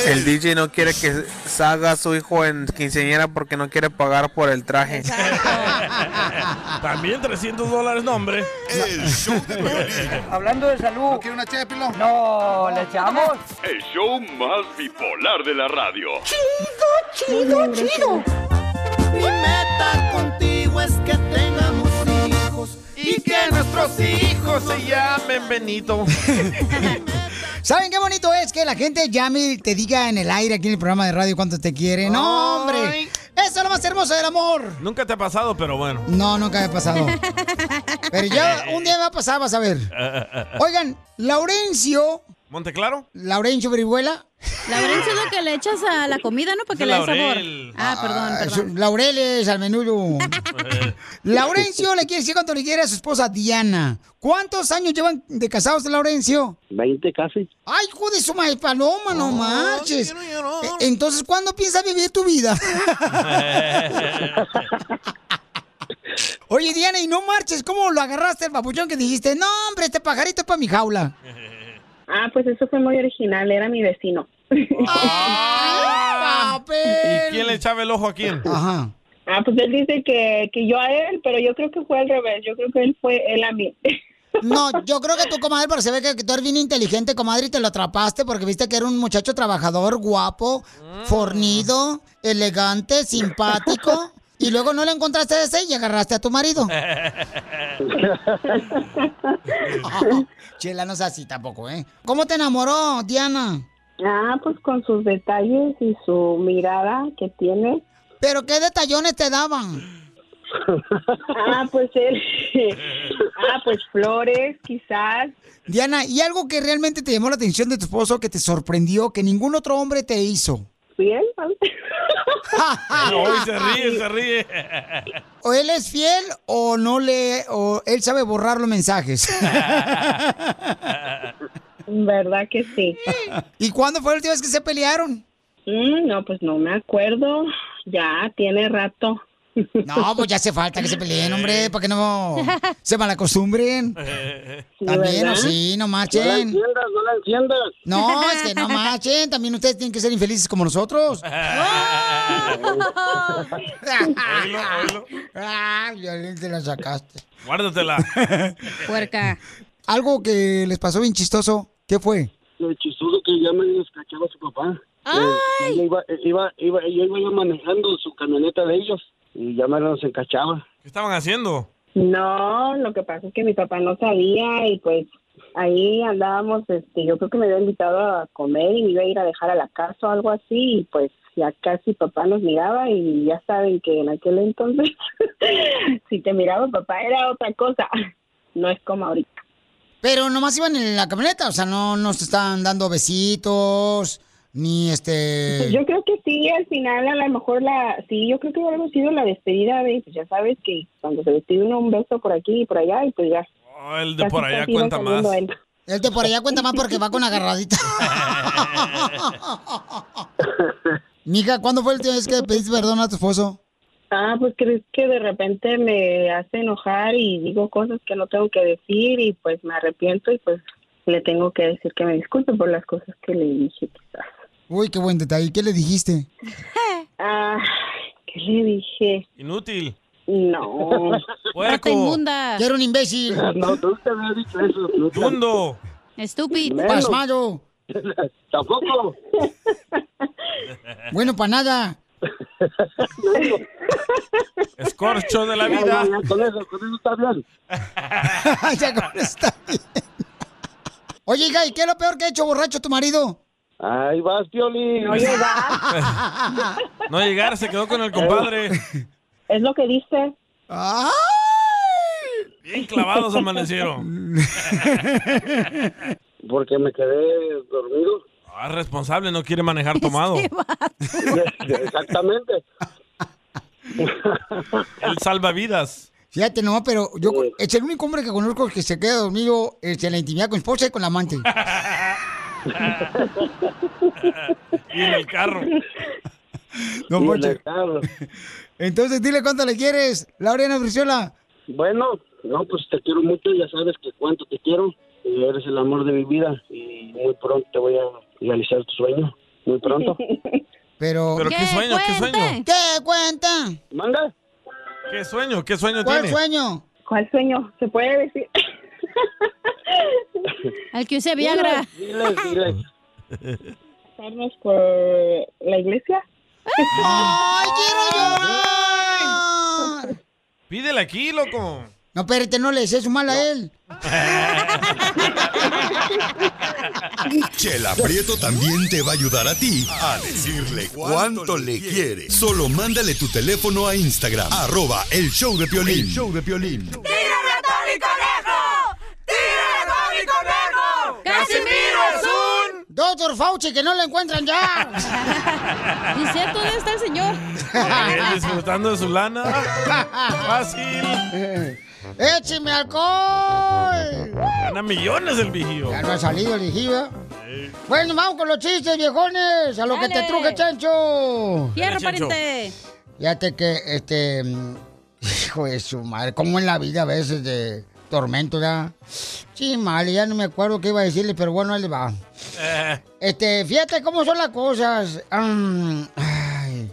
Speaker 6: El DJ no quiere que salga su hijo en quinceañera porque no quiere pagar por el traje.
Speaker 5: También 300 dólares, no, hombre.
Speaker 7: El show de violín.
Speaker 11: Hablando de salud. ¿No quiere una ché No, ¿le echamos?
Speaker 8: El show más bipolar de la radio.
Speaker 11: Chido, chido. Mi meta contigo es que tengamos hijos y que nuestros hijos se
Speaker 5: llamen Benito.
Speaker 1: ¿Saben qué bonito es que la gente llame y te diga en el aire aquí en el programa de radio cuánto te quiere? No, hombre. Eso es lo más hermoso del amor.
Speaker 5: Nunca te ha pasado, pero bueno.
Speaker 1: No, nunca me ha pasado. Pero ya
Speaker 5: Eh.
Speaker 1: un día me va a pasar, vas a ver. Oigan, Laurencio,
Speaker 5: ¿Monteclaro?
Speaker 1: Laurencio Brihuela,
Speaker 4: Laurencio es lo que le echas a la comida, ¿no? Para que
Speaker 5: Es
Speaker 4: le dé sabor.
Speaker 5: laurel.
Speaker 4: Ah, perdón,
Speaker 1: ah,
Speaker 4: perdón.
Speaker 1: su- Laureles al menudo. Laurencio le quiere decir cuánto le quiere a su esposa Diana. ¿Cuántos años llevan de casados, Laurencio?
Speaker 2: 20 casi.
Speaker 1: Ay, hijo de su madre paloma, no marches. E- Entonces, ¿cuándo piensas vivir tu vida? Oye, Diana, y no marches, ¿cómo lo agarraste el papuchón que dijiste? No, hombre, este pajarito es para mi jaula.
Speaker 12: Ah, pues eso fue muy original, era mi vecino.
Speaker 1: papel!
Speaker 5: ¿Y quién le echaba el ojo a quién?
Speaker 1: Ajá.
Speaker 12: Ah, pues él dice que, que yo a él, pero yo creo que fue al revés, yo creo que él fue él a mí.
Speaker 1: No, yo creo que tú, comadre, porque se ve que, que tú eres bien inteligente, comadre, y te lo atrapaste porque viste que era un muchacho trabajador, guapo, fornido, elegante, simpático. Y luego no le encontraste ese y agarraste a tu marido. Chela, no es así tampoco, ¿eh? ¿Cómo te enamoró, Diana?
Speaker 12: Ah, pues con sus detalles y su mirada que tiene.
Speaker 1: ¿Pero qué detallones te daban?
Speaker 12: Ah, pues él. Ah, pues flores, quizás.
Speaker 1: Diana, ¿y algo que realmente te llamó la atención de tu esposo que te sorprendió, que ningún otro hombre te hizo?
Speaker 12: Bien.
Speaker 5: No, hoy se ríe, se ríe.
Speaker 1: o él es fiel o no le o él sabe borrar los mensajes.
Speaker 12: ¿Verdad que sí?
Speaker 1: ¿Y cuándo fue la última vez que se pelearon?
Speaker 12: Mm, no, pues no me acuerdo. Ya tiene rato.
Speaker 1: No, pues ya hace falta que se peleen, hombre, para que no se malacostumbren. También,
Speaker 13: ¿Verdad?
Speaker 1: o sí, no
Speaker 13: No la
Speaker 1: marchen.
Speaker 13: enciendas, no la enciendas.
Speaker 1: No, es que no marchen. También ustedes tienen que ser infelices como nosotros.
Speaker 5: Oílo, oílo.
Speaker 1: Ah, Violín, te la sacaste.
Speaker 5: Guárdatela.
Speaker 1: Puerca. Algo que les pasó bien chistoso, ¿qué fue?
Speaker 12: Lo chistoso que ya me descachaba su papá. Eh, ella iba, iba, iba, yo iba yo manejando su camioneta de ellos y ya me los encachaba.
Speaker 5: ¿Qué estaban haciendo?
Speaker 14: No, lo que pasa es que mi papá no sabía y pues ahí andábamos, este, yo creo que me había invitado a comer y me iba a ir a dejar a la casa o algo así y pues ya casi papá nos miraba y ya saben que en aquel entonces si te miraba papá era otra cosa, no es como ahorita.
Speaker 1: Pero nomás iban en la camioneta, o sea, no nos estaban dando besitos, ni este...
Speaker 14: Yo creo que sí, al final a lo mejor la, sí, yo creo que hubiera sido la despedida de, pues, ya sabes que cuando se despide uno un beso por aquí y por allá y pues ya.
Speaker 5: Oh, el de
Speaker 14: casi,
Speaker 5: por allá
Speaker 14: casi iba
Speaker 5: cuenta más.
Speaker 14: saliendo él.
Speaker 1: El de por allá cuenta más porque va con agarradita. Mija, ¿cuándo fue la última vez que pediste perdón a tu esposo?
Speaker 14: Ah, pues crees que de repente me hace enojar y digo cosas que no tengo que decir y pues me arrepiento y pues le tengo que decir que me disculpe por las cosas que le dije.
Speaker 1: Uy, qué buen detalle. ¿Qué le dijiste?
Speaker 14: Ah, ¿qué le dije?
Speaker 5: Inútil.
Speaker 14: No.
Speaker 5: Puerco.
Speaker 14: inmunda.
Speaker 1: Que era un imbécil.
Speaker 12: No, tú te habías dicho eso.
Speaker 5: Dundo.
Speaker 4: Estúpido.
Speaker 12: Menos.
Speaker 1: Pasmado.
Speaker 12: Tampoco.
Speaker 1: Bueno, para nada.
Speaker 5: Escorcho de la
Speaker 12: Ya,
Speaker 5: vida.
Speaker 12: ya, ya, con eso, con eso está bien.
Speaker 1: ya con esta. Oye, hija, ¿y qué es lo peor que ha hecho borracho tu marido?
Speaker 12: Ahí vas, Pioli.
Speaker 14: No llega.
Speaker 5: No llegar, se quedó con el compadre.
Speaker 14: Es lo que dice.
Speaker 1: Ah.
Speaker 5: Bien clavados amanecieron.
Speaker 12: Porque me quedé dormido.
Speaker 5: Ah, responsable, no quiere manejar tomado.
Speaker 12: Exactamente.
Speaker 5: El salvavidas.
Speaker 1: Fíjate, no, pero yo es el único hombre que conozco que se queda dormido este, en la intimidad con esposa y con la amante.
Speaker 5: Y en el carro.
Speaker 1: No,
Speaker 12: Y
Speaker 1: Poncho.
Speaker 12: en el carro.
Speaker 1: Entonces, dile cuánto le quieres, Laureana Brizuela.
Speaker 12: Bueno, no, pues te quiero mucho, ya sabes que cuánto te quiero. Y eres el amor de mi vida y muy pronto te voy a realizar tu sueño. Muy pronto.
Speaker 1: Pero.
Speaker 5: ¿Pero qué sueño? ¿Qué sueño?
Speaker 1: ¿Qué cuenta?
Speaker 12: ¿Manda?
Speaker 5: ¿Qué sueño? ¿Qué sueño tiene?
Speaker 1: sueño?
Speaker 14: ¿Cuál sueño? ¿Se puede decir?
Speaker 4: Al que use Viagra.
Speaker 12: Diles, diles.
Speaker 14: Pasarnos por la iglesia.
Speaker 1: ¡Ay, quiero llorar!
Speaker 5: Pídele aquí, loco.
Speaker 1: No, espérate, no le desees mal a él.
Speaker 7: Chela Prieto también te va a ayudar a ti a decirle cuánto le quiere. Solo mándale tu teléfono a Instagram, arroba el show de Piolín. show de Piolín.
Speaker 13: ¡Tírame a Tony Conejo! ¡Tírame a Tony Conejo!
Speaker 1: ¡Casimiro es un- Doctor Fauci, que no lo encuentran ya.
Speaker 4: Dice, ¿dónde está el señor?
Speaker 5: Eh, disfrutando de su lana. Fácil.
Speaker 1: ¡Écheme alcohol!
Speaker 5: Gana millones el vigío.
Speaker 1: Ya no ha salido el vigío. Bueno, vamos con los chistes, viejones. A lo que te truje, chancho.
Speaker 4: Fierro,
Speaker 1: Este,
Speaker 4: pariente.
Speaker 1: Fíjate que, este. mm, Hijo de su madre, como en la vida a veces de tormento, ya. Sí, mal, ya no me acuerdo qué iba a decirle, pero bueno, él va. Este, fíjate cómo son las cosas. Am, ay.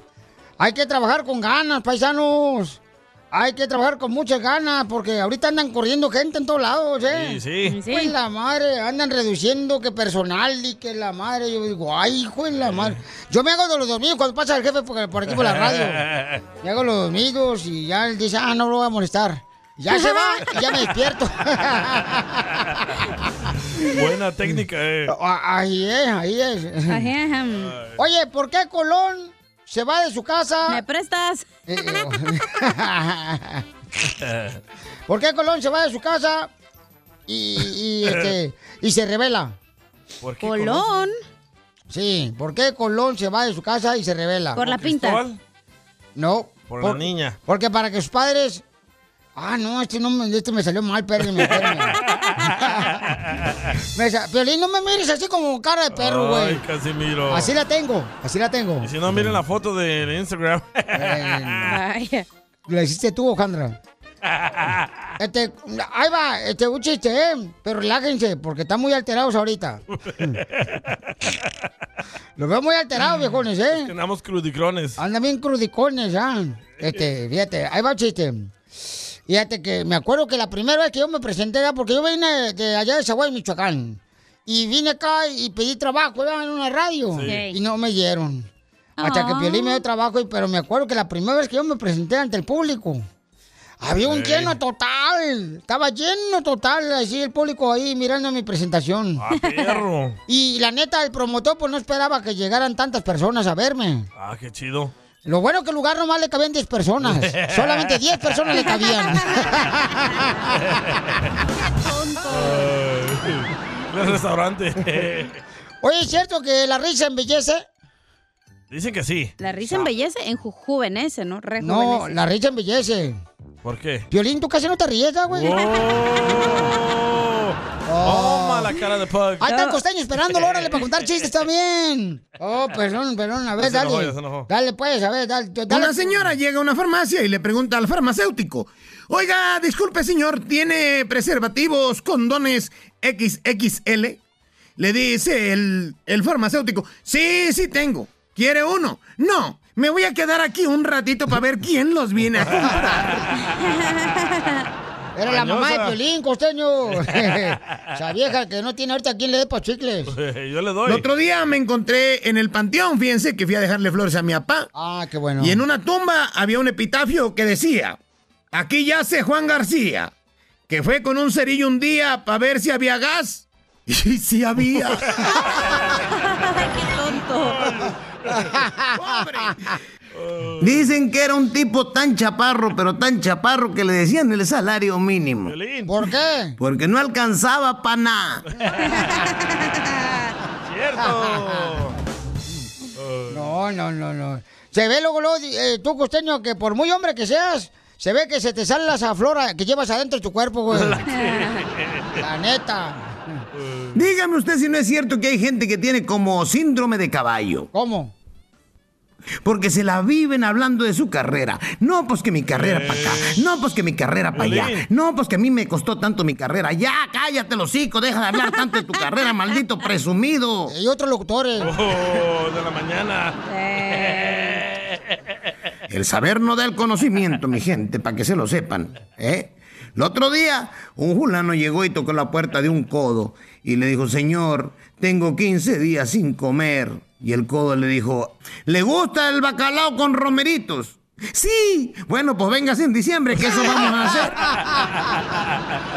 Speaker 1: hay que trabajar con ganas, paisanos. Hay que trabajar con muchas ganas, porque ahorita andan corriendo gente en todos lados, ¿eh?
Speaker 5: Sí, sí. Sí.
Speaker 1: Pues la madre, andan reduciendo que personal y que la madre. Yo digo, ay, hijo de la madre. Yo me hago de los dormidos cuando pasa el jefe por, por aquí por la radio. Me hago los dormidos y ya él dice, ah, no lo voy a molestar. Ya se va y ya me despierto.
Speaker 5: Buena técnica, eh.
Speaker 1: Ah, Ahí es, ahí es.
Speaker 5: Ajá,
Speaker 1: Oye, ¿por qué Colón se va de su casa? Eh, ¿Me
Speaker 4: prestas?
Speaker 1: ¿Por qué Colón se va de su casa y, y, este, y se revela?
Speaker 5: ¿Por
Speaker 4: qué Colón? Colón?
Speaker 1: Sí, ¿por qué Colón se va de su casa y se revela?
Speaker 4: Por la pinta.
Speaker 1: No.
Speaker 5: Por la niña.
Speaker 1: Porque para que sus padres... Ah, no, este, no me, este me salió mal, espérenme, espérenme. Me sa- Piolín, no me mires así como cara de perro, güey.
Speaker 5: Ay, Casimiro.
Speaker 1: Así la tengo, así la tengo.
Speaker 5: Y si no, miren la foto de de Instagram.
Speaker 1: Vaya. ¿La hiciste tú, Ojandra? Este, ahí va, este, un chiste, ¿eh? Pero relájense, porque están muy alterados ahorita. Los veo muy alterados, viejones, ¿eh?
Speaker 5: Tenemos crudicrones.
Speaker 1: Andan bien crudicones, ¿ah? Este, fíjate, ahí va el chiste. Fíjate que me acuerdo que la primera vez que yo me presenté, ¿verdad? porque yo vine de allá de Zaguay, Michoacán. Y vine acá y pedí trabajo, ¿verdad? en una radio.
Speaker 11: Sí.
Speaker 1: Y no me dieron. Hasta que Piolín me dio trabajo, y- pero me acuerdo que la primera vez que yo me presenté ante el público, había un
Speaker 11: Ok.
Speaker 1: lleno total. Estaba lleno total, así el público ahí mirando mi presentación.
Speaker 5: Ah, perro.
Speaker 1: y la neta, el promotor pues no esperaba que llegaran tantas personas a verme.
Speaker 5: Ah, qué chido.
Speaker 1: Lo bueno que el lugar nomás le cabían 10 personas. Solamente 10 personas le cabían.
Speaker 5: Ay, El restaurante.
Speaker 1: Oye, ¿es cierto que la risa embellece?
Speaker 5: Dicen que sí.
Speaker 4: La risa embellece, en ju- juvenece, ¿no?
Speaker 1: No,
Speaker 4: Rejuvenece.
Speaker 1: la risa embellece.
Speaker 5: ¿Por qué?
Speaker 1: Violín, tú casi no te ríes, ya,
Speaker 11: Oh.
Speaker 1: güey. Oh.
Speaker 5: Toma Ah, la cara de Pug.
Speaker 1: Ahí está el costeño esperándolo, órale, para contar chistes también. Oh, perdón, perdón, a ver,
Speaker 11: Se
Speaker 1: dale.
Speaker 11: enojó, ya se enojó.
Speaker 1: Dale, pues, a ver, dale. dale.
Speaker 11: Una señora llega a una farmacia y le pregunta al farmacéutico, oiga, disculpe señor, ¿tiene preservativos, condones XXL? Le dice el, el farmacéutico, sí, sí tengo, ¿quiere uno? No, me voy a quedar aquí un ratito para ver quién los viene a comprar.
Speaker 1: Era la mamá de Violín, costeño. Esa vieja que no tiene ahorita quien le dé pa' chicles.
Speaker 5: Yo le doy.
Speaker 11: El otro día me encontré en el panteón, fíjense que fui a dejarle flores a mi papá.
Speaker 1: Ah, qué bueno.
Speaker 11: Y en una tumba había un epitafio que decía, aquí yace Juan García, que fue con un cerillo un día para ver si había gas. Y sí había.
Speaker 4: ¡Qué tonto!
Speaker 11: Dicen que era un tipo tan chaparro, pero tan chaparro que le decían el salario mínimo.
Speaker 1: ¿Por qué?
Speaker 11: Porque no alcanzaba para nada.
Speaker 5: Cierto.
Speaker 1: No, no, no, no. Se ve luego, luego, eh, tú, costeño, que por muy hombre que seas, se ve que se te sale la flora que llevas adentro de tu cuerpo, güey. La neta.
Speaker 11: Dígame usted si no es cierto que hay gente que tiene como síndrome de caballo.
Speaker 1: ¿Cómo?
Speaker 11: Porque se la viven hablando de su carrera. No, pues que mi carrera para acá. No, pues que mi carrera para allá. No, pues que a mí me costó tanto mi carrera. Ya, cállate los hocico, deja de hablar tanto de tu carrera, maldito presumido.
Speaker 1: Y otros locutores.
Speaker 5: Oh, de la mañana.
Speaker 11: El saber no da el conocimiento, mi gente, para que se lo sepan. ¿eh? El otro día, un fulano llegó y tocó la puerta de un codo y le dijo, señor, tengo 15 días sin comer. Y el codo le dijo, ¿le gusta el bacalao con romeritos? Sí, bueno, pues véngase en diciembre, que eso vamos a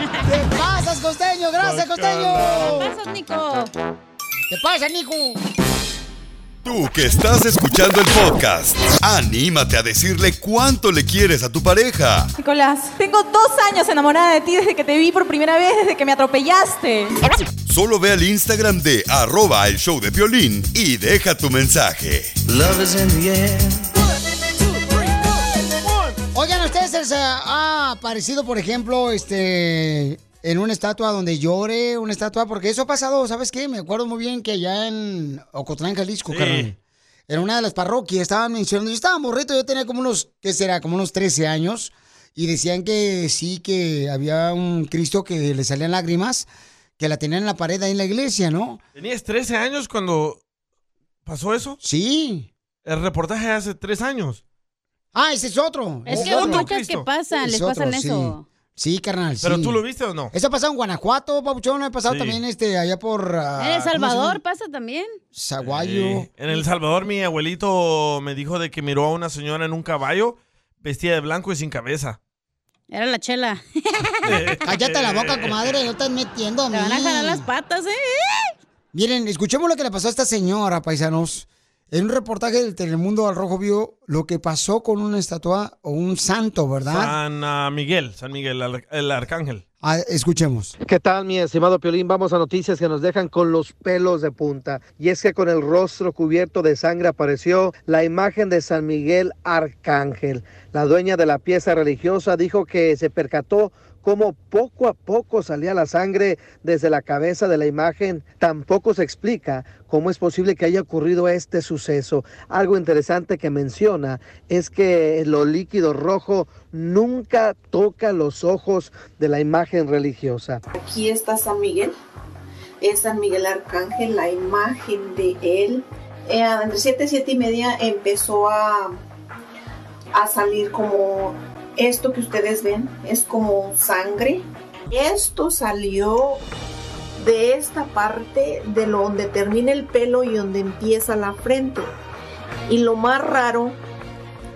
Speaker 11: hacer.
Speaker 1: ¿Qué pasas, costeño? Gracias, costeño.
Speaker 4: ¿Qué pasa, Nico?
Speaker 1: ¿Qué pasa, Nico?
Speaker 7: Tú que estás escuchando el podcast, anímate a decirle cuánto le quieres a tu pareja.
Speaker 15: Nicolás, tengo dos años enamorada de ti desde que te vi por primera vez, desde que me atropellaste.
Speaker 7: Solo ve al Instagram de arroba el show de violín y deja tu mensaje.
Speaker 1: Oigan, ¿ustedes les eh, ha aparecido, por ejemplo, este, en una estatua donde llore, una estatua? Porque eso ha pasado, ¿sabes qué? Me acuerdo muy bien que allá en Ocotlán, Jalisco,
Speaker 5: Sí.
Speaker 1: carnal, en una de las parroquias estaban mencionando, yo estaba morrito, yo tenía como unos, ¿qué será? Como unos 13 años, y decían que sí, que había un Cristo que le salían lágrimas, que la tenían en la pared ahí en la iglesia, ¿no?
Speaker 5: ¿Tenías 13 años cuando pasó eso?
Speaker 1: Sí.
Speaker 5: El reportaje de hace 3 años.
Speaker 1: Ah, ese es otro.
Speaker 4: Es
Speaker 1: ese
Speaker 4: que hay
Speaker 1: otro.
Speaker 4: muchas que pasan,
Speaker 1: Es
Speaker 4: les
Speaker 1: otro,
Speaker 4: pasan
Speaker 1: sí.
Speaker 4: eso.
Speaker 1: Sí, carnal.
Speaker 5: ¿Pero
Speaker 1: sí.
Speaker 5: tú lo viste o no?
Speaker 1: Eso ha pasado en Guanajuato, Pabuchón, ha pasado
Speaker 5: Sí.
Speaker 1: también este, allá por... ah,
Speaker 4: ¿En El
Speaker 1: ¿cómo se llama?
Speaker 4: Salvador pasa también?
Speaker 1: Saguayo.
Speaker 5: Sí. En El Salvador, mi abuelito me dijo de que miró a una señora en un caballo vestida de blanco y sin cabeza.
Speaker 4: Era la chela.
Speaker 1: Cállate la boca, comadre, no estás metiendo a mí.
Speaker 4: Te van a jalar las patas, ¿eh?
Speaker 1: Miren, escuchemos lo que le pasó a esta señora, paisanos. En un reportaje del Telemundo al Rojo vio lo que pasó con una estatua o un santo, ¿verdad?
Speaker 5: San ah, Miguel, San Miguel, al- el arcángel.
Speaker 1: Ah, escuchemos.
Speaker 6: ¿Qué tal, mi estimado Piolín? Vamos a noticias que nos dejan con los pelos de punta. Y es que con el rostro cubierto de sangre apareció la imagen de San Miguel Arcángel. La dueña de la pieza religiosa dijo que se percató cómo poco a poco salía la sangre desde la cabeza de la imagen. Tampoco se explica cómo es posible que haya ocurrido este suceso. Algo interesante que menciona es que lo líquido rojo nunca toca los ojos de la imagen religiosa.
Speaker 16: Aquí está San Miguel, es San Miguel Arcángel, la imagen de él. Eh, entre 7 y 7 y media empezó a, a salir como esto que ustedes ven, es como sangre. Esto salió de esta parte, de lo donde termina el pelo y donde empieza la frente. Y lo más raro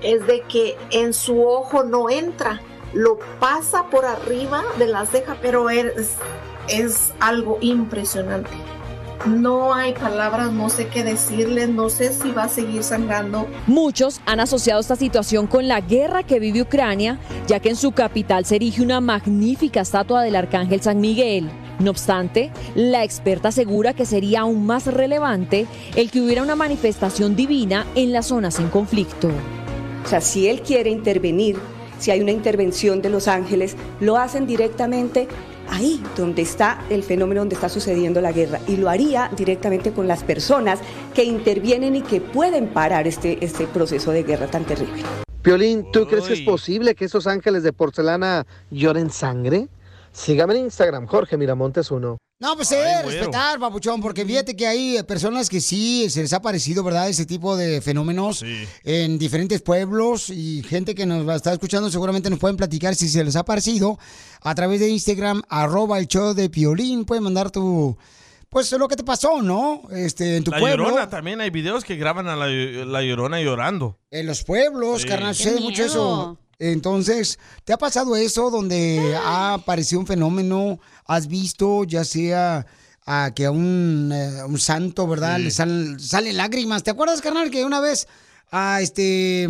Speaker 16: es de que en su ojo no entra, lo pasa por arriba de las cejas, pero es, es algo impresionante. No hay palabras, no sé qué decirles, no sé si va a seguir sangrando.
Speaker 17: Muchos han asociado esta situación con la guerra que vive Ucrania, ya que en su capital se erige una magnífica estatua del Arcángel San Miguel. No obstante, la experta asegura que sería aún más relevante el que hubiera una manifestación divina en las zonas en conflicto.
Speaker 18: O sea, si él quiere intervenir, si hay una intervención de los ángeles, lo hacen directamente ahí donde está el fenómeno, donde está sucediendo la guerra. Y lo haría directamente con las personas que intervienen y que pueden parar este, este proceso de guerra tan terrible.
Speaker 6: Piolín, ¿tú crees que es posible que esos ángeles de porcelana lloren sangre? Sígame en Instagram, Jorge Miramontes 1.
Speaker 1: No, pues se debe respetar, papuchón, porque fíjate que hay eh, personas que sí se les ha parecido, ¿verdad?, ese tipo de fenómenos en diferentes pueblos y gente que nos va- está escuchando seguramente nos pueden platicar si se les ha parecido a través de Instagram, arroba el show de Piolín, pueden mandar tu, pues lo que te pasó, ¿no?, este, en tu
Speaker 5: La
Speaker 1: pueblo.
Speaker 5: llorona también hay videos que graban a la, la llorona llorando.
Speaker 1: En los pueblos,
Speaker 5: Sí.
Speaker 1: carnal,
Speaker 5: Qué
Speaker 1: sucede mucho
Speaker 5: miedo.
Speaker 1: eso. Entonces, ¿te ha pasado eso donde ha aparecido un fenómeno? ¿Has visto, ya sea a que a un, eh, un santo, ¿verdad?
Speaker 19: Sí.
Speaker 1: Le sal- salen lágrimas. ¿Te acuerdas, carnal, que una vez a este.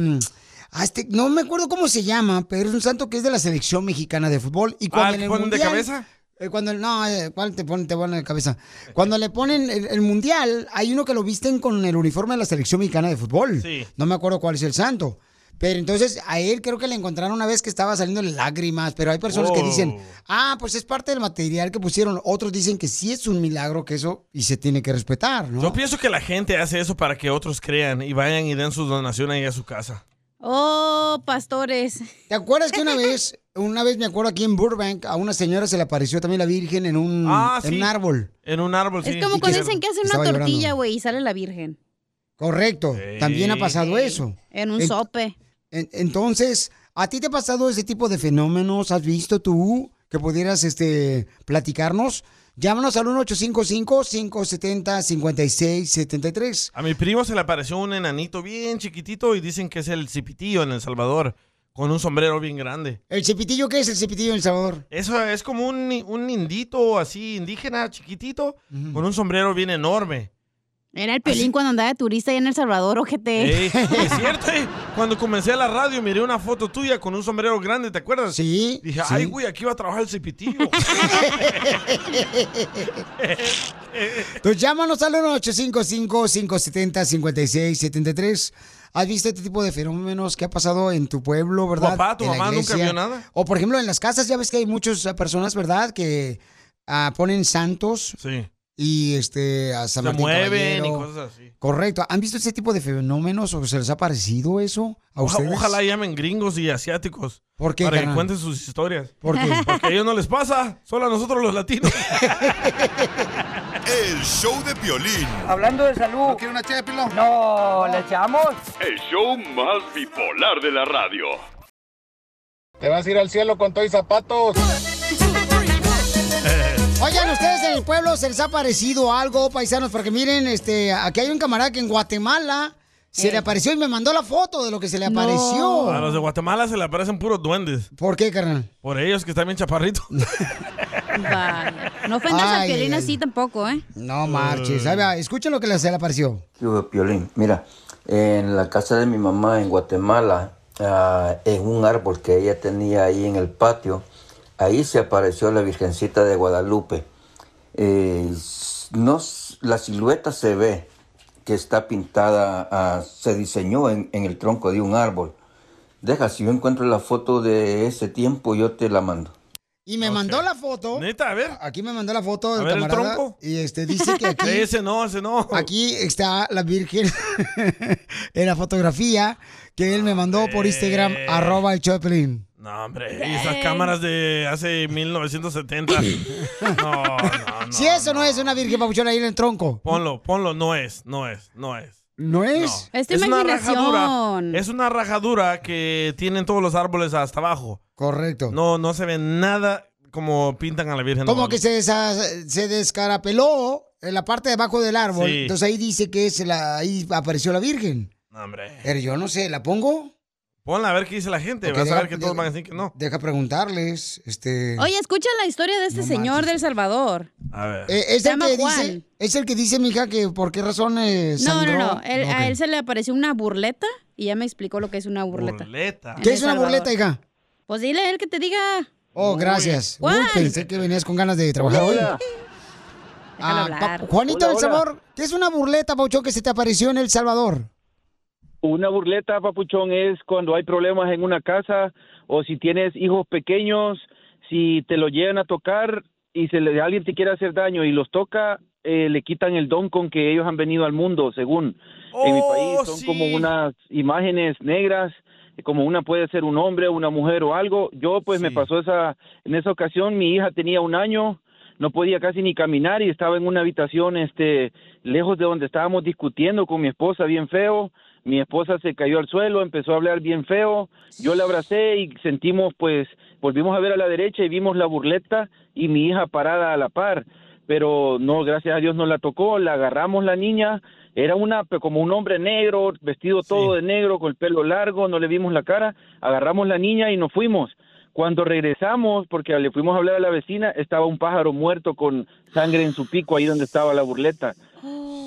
Speaker 1: A este, no me acuerdo cómo se llama, pero es un santo que es de la selección mexicana de fútbol. Y cuando
Speaker 5: Ah, ¿el
Speaker 1: en
Speaker 5: que
Speaker 1: el
Speaker 5: ponen de
Speaker 1: mundial-
Speaker 5: cabeza?
Speaker 1: eh, Cuando el- no, eh, ¿cuál te ponen, te ponen de cabeza? Cuando le ponen el, el mundial, hay uno que lo visten con el uniforme de la selección mexicana de fútbol.
Speaker 5: Sí.
Speaker 1: No me acuerdo cuál es el santo. Pero entonces a él creo que le encontraron una vez que estaba saliendo lágrimas, pero hay personas que
Speaker 19: Wow.
Speaker 1: dicen,
Speaker 5: Oh.
Speaker 1: ah, pues es parte del material que pusieron. Otros dicen que sí es un milagro, que eso y se tiene que respetar, ¿no?
Speaker 5: Yo pienso que la gente hace eso para que otros crean y vayan y den sus donaciones ahí a su casa.
Speaker 1: Oh, pastores. ¿Te acuerdas que una vez, una vez me acuerdo aquí en Burbank, a una señora se le apareció también la Virgen en un,
Speaker 5: Ah,
Speaker 1: Mm, en
Speaker 5: sí.
Speaker 1: un árbol?
Speaker 5: En un árbol, sí.
Speaker 4: Es como cuando dicen que hacen
Speaker 1: Estaba
Speaker 4: una
Speaker 1: llorando.
Speaker 4: tortilla, güey, y sale la virgen.
Speaker 1: Correcto, también ha pasado eso.
Speaker 4: En un
Speaker 1: Ent-
Speaker 4: sope.
Speaker 1: en- entonces, ¿a ti te ha pasado ese tipo de fenómenos? ¿Has visto tú que pudieras este, platicarnos? Llámanos al 1855-570-5673.
Speaker 5: A mi primo se le apareció un enanito bien chiquitito y dicen que es el cipitillo en El Salvador, con un sombrero bien grande.
Speaker 1: ¿El cepitillo qué es el cepitillo en El Salvador?
Speaker 5: Eso es como un, ni- un indito así, indígena, chiquitito, con un sombrero bien enorme.
Speaker 1: ¿Ah,
Speaker 4: Era el piolín cuando andaba de turista ahí en El Salvador, ojete.
Speaker 5: Ey, es cierto, eh. cuando comencé a la radio miré una foto tuya con un sombrero grande, ¿te acuerdas?
Speaker 1: Sí.
Speaker 5: Dije,
Speaker 1: sí.
Speaker 5: ay, güey, aquí va a trabajar el cipitillo.
Speaker 1: Entonces llámanos al 1855-570-5673. ¿Has visto este tipo de fenómenos que ha pasado en tu pueblo, verdad?
Speaker 5: papá, tu
Speaker 1: En la
Speaker 5: mamá nunca
Speaker 1: iglesia.
Speaker 5: vio nada?
Speaker 1: O por ejemplo en las casas, ya ves que hay muchas eh, personas, ¿verdad? Que ah, ponen santos.
Speaker 5: Sí.
Speaker 1: Y este, a San
Speaker 5: Se
Speaker 1: Martín
Speaker 5: mueven y
Speaker 1: Caballero.
Speaker 5: cosas así.
Speaker 1: Correcto. ¿Han visto ese tipo de fenómenos o se les ha parecido eso a
Speaker 5: Oja-
Speaker 1: ustedes?
Speaker 5: ojalá llamen gringos y asiáticos.
Speaker 1: ¿Por qué,
Speaker 5: Para que
Speaker 1: carnal?
Speaker 5: cuenten sus historias.
Speaker 1: ¿Por qué?
Speaker 5: Porque a ellos no les pasa, solo a nosotros los latinos.
Speaker 7: El show de Piolín.
Speaker 20: Hablando de salud. ¿No quiere una ché No, ¿le echamos?
Speaker 8: El show más bipolar de la radio.
Speaker 20: Te vas a ir al cielo con todo y zapatos.
Speaker 1: Oigan, ustedes en el pueblo se les ha parecido algo, paisanos, porque miren, este, aquí hay un camarada que en Guatemala se le apareció y me mandó la foto de lo que se le apareció.
Speaker 5: Eh. A los de Guatemala se le aparecen puros duendes.
Speaker 1: ¿Por qué, carnal?
Speaker 5: Por ellos que están bien chaparritos.
Speaker 4: Vaya. No ofendas al
Speaker 1: Ay,
Speaker 4: piolín
Speaker 1: ay,
Speaker 4: así tampoco, ¿eh?
Speaker 1: No marches. Ahí va, Escuchen lo que le- se le apareció.
Speaker 21: ¿Qué hubo, Piolín? Mira, en la casa de mi mamá en Guatemala, ah, en un árbol que ella tenía ahí en el patio, ahí se apareció la Virgencita de Guadalupe. Eh, s- no, s- la silueta se ve que está pintada, ah, se diseñó en, en el tronco de un árbol. Deja, si yo encuentro la foto de ese tiempo, yo te la mando.
Speaker 1: Y me mandó la foto.
Speaker 5: Neta, a ver.
Speaker 1: Aquí me mandó la foto del
Speaker 5: ver el
Speaker 1: camarada.
Speaker 5: tronco.
Speaker 1: Y este dice que aquí.
Speaker 5: Ese no, ese no.
Speaker 1: Aquí está la Virgen en la fotografía que él
Speaker 5: Ah,
Speaker 1: me mandó por Instagram, arroba el Choplin.
Speaker 5: No, hombre, y esas cámaras de hace 1970. No, Ah, no, no.
Speaker 1: si eso no, es una Virgen Papuchona ahí en el tronco.
Speaker 5: Ponlo, ponlo, no es, no es, no es.
Speaker 1: ¿No es?
Speaker 4: Es
Speaker 5: Una
Speaker 4: imaginación.
Speaker 5: rajadura, es una rajadura que tienen todos los árboles hasta abajo.
Speaker 1: Correcto.
Speaker 5: No, no se ve nada como pintan a la Virgen. de
Speaker 1: Como
Speaker 5: Guadalupe.
Speaker 1: que se, desa- se descarapeló en la parte de abajo del árbol.
Speaker 5: Sí.
Speaker 1: Entonces ahí dice que es la, ahí apareció la Virgen.
Speaker 5: No, hombre.
Speaker 1: Pero yo no sé, ¿la pongo?
Speaker 5: Ponla a ver qué dice la gente.
Speaker 1: Ok,
Speaker 5: Vas a
Speaker 1: deja-
Speaker 5: ver que todos van a decir que no.
Speaker 1: Deja preguntarles, este...
Speaker 4: Oye, escucha la historia de este señor del Salvador.
Speaker 5: A ver.
Speaker 1: Eh, es,
Speaker 4: Se
Speaker 1: el
Speaker 4: llama
Speaker 1: que dice,
Speaker 4: Juan.
Speaker 1: es el que dice, mija, que por qué razón eh,
Speaker 4: No, no,
Speaker 1: sangró.
Speaker 4: no. él-
Speaker 1: Ok.
Speaker 4: A él se le apareció una burleta y ya me explicó lo que es una burleta.
Speaker 5: Burleta.
Speaker 1: ¿Qué es una burleta, hija?
Speaker 4: Pues dile a él que te diga.
Speaker 1: Oh, gracias. Uy,
Speaker 4: Juan.
Speaker 1: pensé que venías con ganas de trabajar hoy.
Speaker 4: Hola. Déjalo
Speaker 1: Ah,
Speaker 4: hablar.
Speaker 1: pa- Juanito
Speaker 4: Hola,
Speaker 1: del
Speaker 4: hola.
Speaker 1: Salvador, ¿qué es una burleta, Pauchón, que se te apareció en El Salvador?
Speaker 19: Una burleta, papuchón, es cuando hay problemas en una casa o si tienes hijos pequeños, si te lo llegan a tocar y se le- alguien te quiere hacer daño y los toca, eh, le quitan el don con que ellos han venido al mundo, según en mi país. Son como unas imágenes negras, como una puede ser un hombre, una mujer o algo. Yo pues me pasó esa, en esa ocasión mi hija tenía un año, no podía casi ni caminar y estaba en una habitación este lejos de donde estábamos discutiendo con mi esposa bien feo. Mi esposa se cayó al suelo, empezó a hablar bien feo. Yo la abracé y sentimos pues volvimos a ver a la derecha y vimos la burleta y mi hija parada a la par. Pero no, gracias a Dios no la tocó, la agarramos la niña. Era una pe- como un hombre negro, vestido todo de negro, con el pelo largo, no le vimos la cara. Agarramos la niña y nos fuimos. Cuando regresamos, porque le fuimos a hablar a la vecina, estaba un pájaro muerto con sangre en su pico, ahí donde estaba la burleta.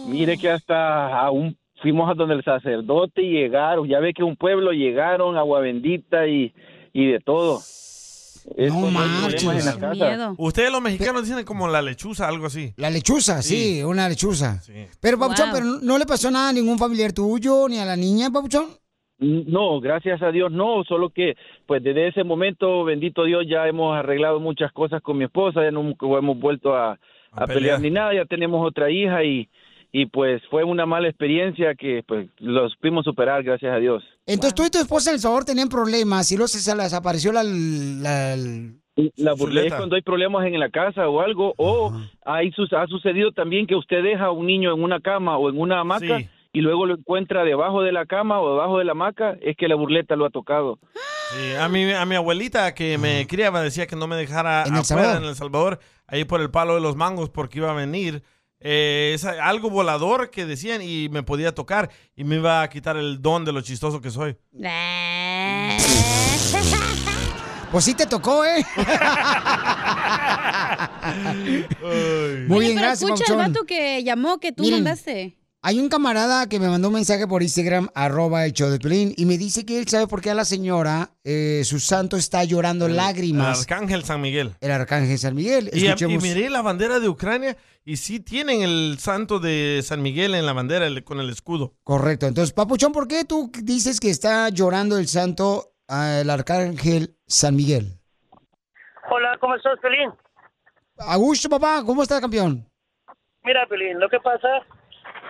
Speaker 19: Mire que hasta aún fuimos a donde el sacerdote y llegaron, ya ve que un pueblo llegaron, agua bendita y, y de todo. Esto no
Speaker 1: Ah,
Speaker 5: Ustedes- Ustedes los mexicanos dicen como la lechuza, algo así.
Speaker 1: La lechuza, sí,
Speaker 5: Sí.
Speaker 1: una lechuza.
Speaker 5: Sí.
Speaker 1: Pero, Pauchón,
Speaker 5: Wow.
Speaker 1: pero ¿no le pasó nada a ningún familiar tuyo ni a la niña, Pauchón?
Speaker 19: No, gracias a Dios no, solo que pues desde ese momento, bendito Dios, ya hemos arreglado muchas cosas con mi esposa, ya nunca hemos vuelto a, a pelear
Speaker 5: pelear.
Speaker 19: ni nada, ya tenemos otra hija y, y pues fue una mala experiencia que pues lo supimos superar, gracias a Dios.
Speaker 1: Entonces tú y tu esposa en El Salvador tenían problemas y luego se se les apareció la... la- la-
Speaker 19: La burla es cuando hay problemas en la casa o algo, o hay sus- ha sucedido también que usted deja a un niño en una cama o en una hamaca
Speaker 5: Sí.
Speaker 19: y luego lo encuentra debajo de la cama o debajo de la hamaca, es que la burleta lo ha tocado.
Speaker 5: Sí, a, mi, a mi abuelita que me criaba decía que no me dejara
Speaker 19: En El
Speaker 5: afuera
Speaker 19: Salvador.
Speaker 5: en El Salvador, ahí por el palo de los mangos, porque iba a venir eh, esa- algo volador que decían y me podía tocar y me iba a quitar el don de lo chistoso que soy.
Speaker 1: Pues sí te tocó, ¿eh? Muy
Speaker 4: Oye,
Speaker 1: bien,
Speaker 4: pero
Speaker 1: gracias,
Speaker 4: escucha el
Speaker 1: Pauchón.
Speaker 4: vato que llamó que tú
Speaker 1: Miren.
Speaker 4: mandaste.
Speaker 1: Hay un camarada que me mandó un mensaje por Instagram, arroba el show de Piolín, y me dice que él sabe por qué a la señora, eh, su santo está
Speaker 5: Eh,
Speaker 1: llorando lágrimas.
Speaker 5: El arcángel San Miguel.
Speaker 1: El arcángel San Miguel.
Speaker 5: Y,
Speaker 1: Escuchemos.
Speaker 5: y miré la bandera de Ucrania y sí tienen el santo de San Miguel en la bandera el- con el escudo.
Speaker 1: Correcto. Entonces, Papuchón, ¿por qué tú dices que está llorando el santo, ah, el arcángel San Miguel?
Speaker 22: Hola, ¿cómo estás, Pelín?
Speaker 1: A gusto, papá. ¿Cómo está, campeón?
Speaker 22: Mira, Pelín, lo que pasa,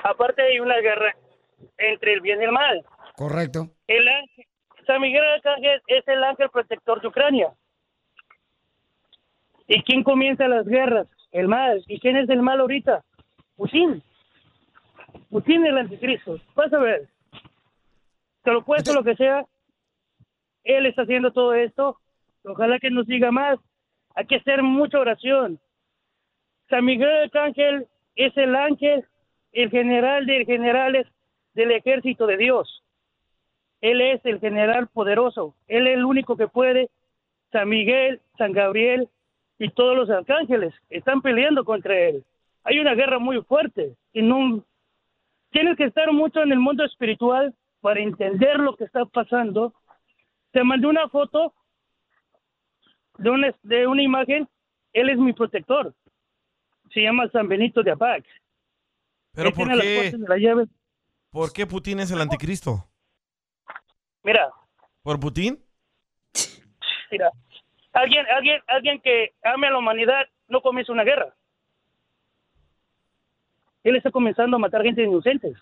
Speaker 22: aparte hay una guerra entre el bien y el mal.
Speaker 1: Correcto.
Speaker 22: El ángel, San Miguel Arcángel es el ángel protector de Ucrania. ¿Y quién comienza las guerras? El mal. ¿Y quién es el mal ahorita? Putin. Putin el anticristo. Vas a ver. Te lo puesto lo que sea. Él está haciendo todo esto. Ojalá que nos siga más. Hay que hacer mucha oración. San Miguel Arcángel es el ángel, el general de generales del ejército de Dios. Él es el general poderoso. Él es el único que puede. San Miguel, San Gabriel y todos los arcángeles están peleando contra él. Hay una guerra muy fuerte y no tienes que estar mucho en el mundo espiritual para entender lo que está pasando. Te mandé una foto de una, de una imagen. Él es mi protector. Se llama San Benito de Apac.
Speaker 5: Pero
Speaker 22: Él
Speaker 5: ¿por
Speaker 22: tiene las
Speaker 5: qué?
Speaker 22: puertas de la llave.
Speaker 5: ¿Por qué Putin es el anticristo?
Speaker 22: Mira,
Speaker 5: ¿Por Putin?
Speaker 22: Mira, Alguien, alguien, alguien que ame a la humanidad no comienza una guerra. Él está comenzando a matar gente inocentes.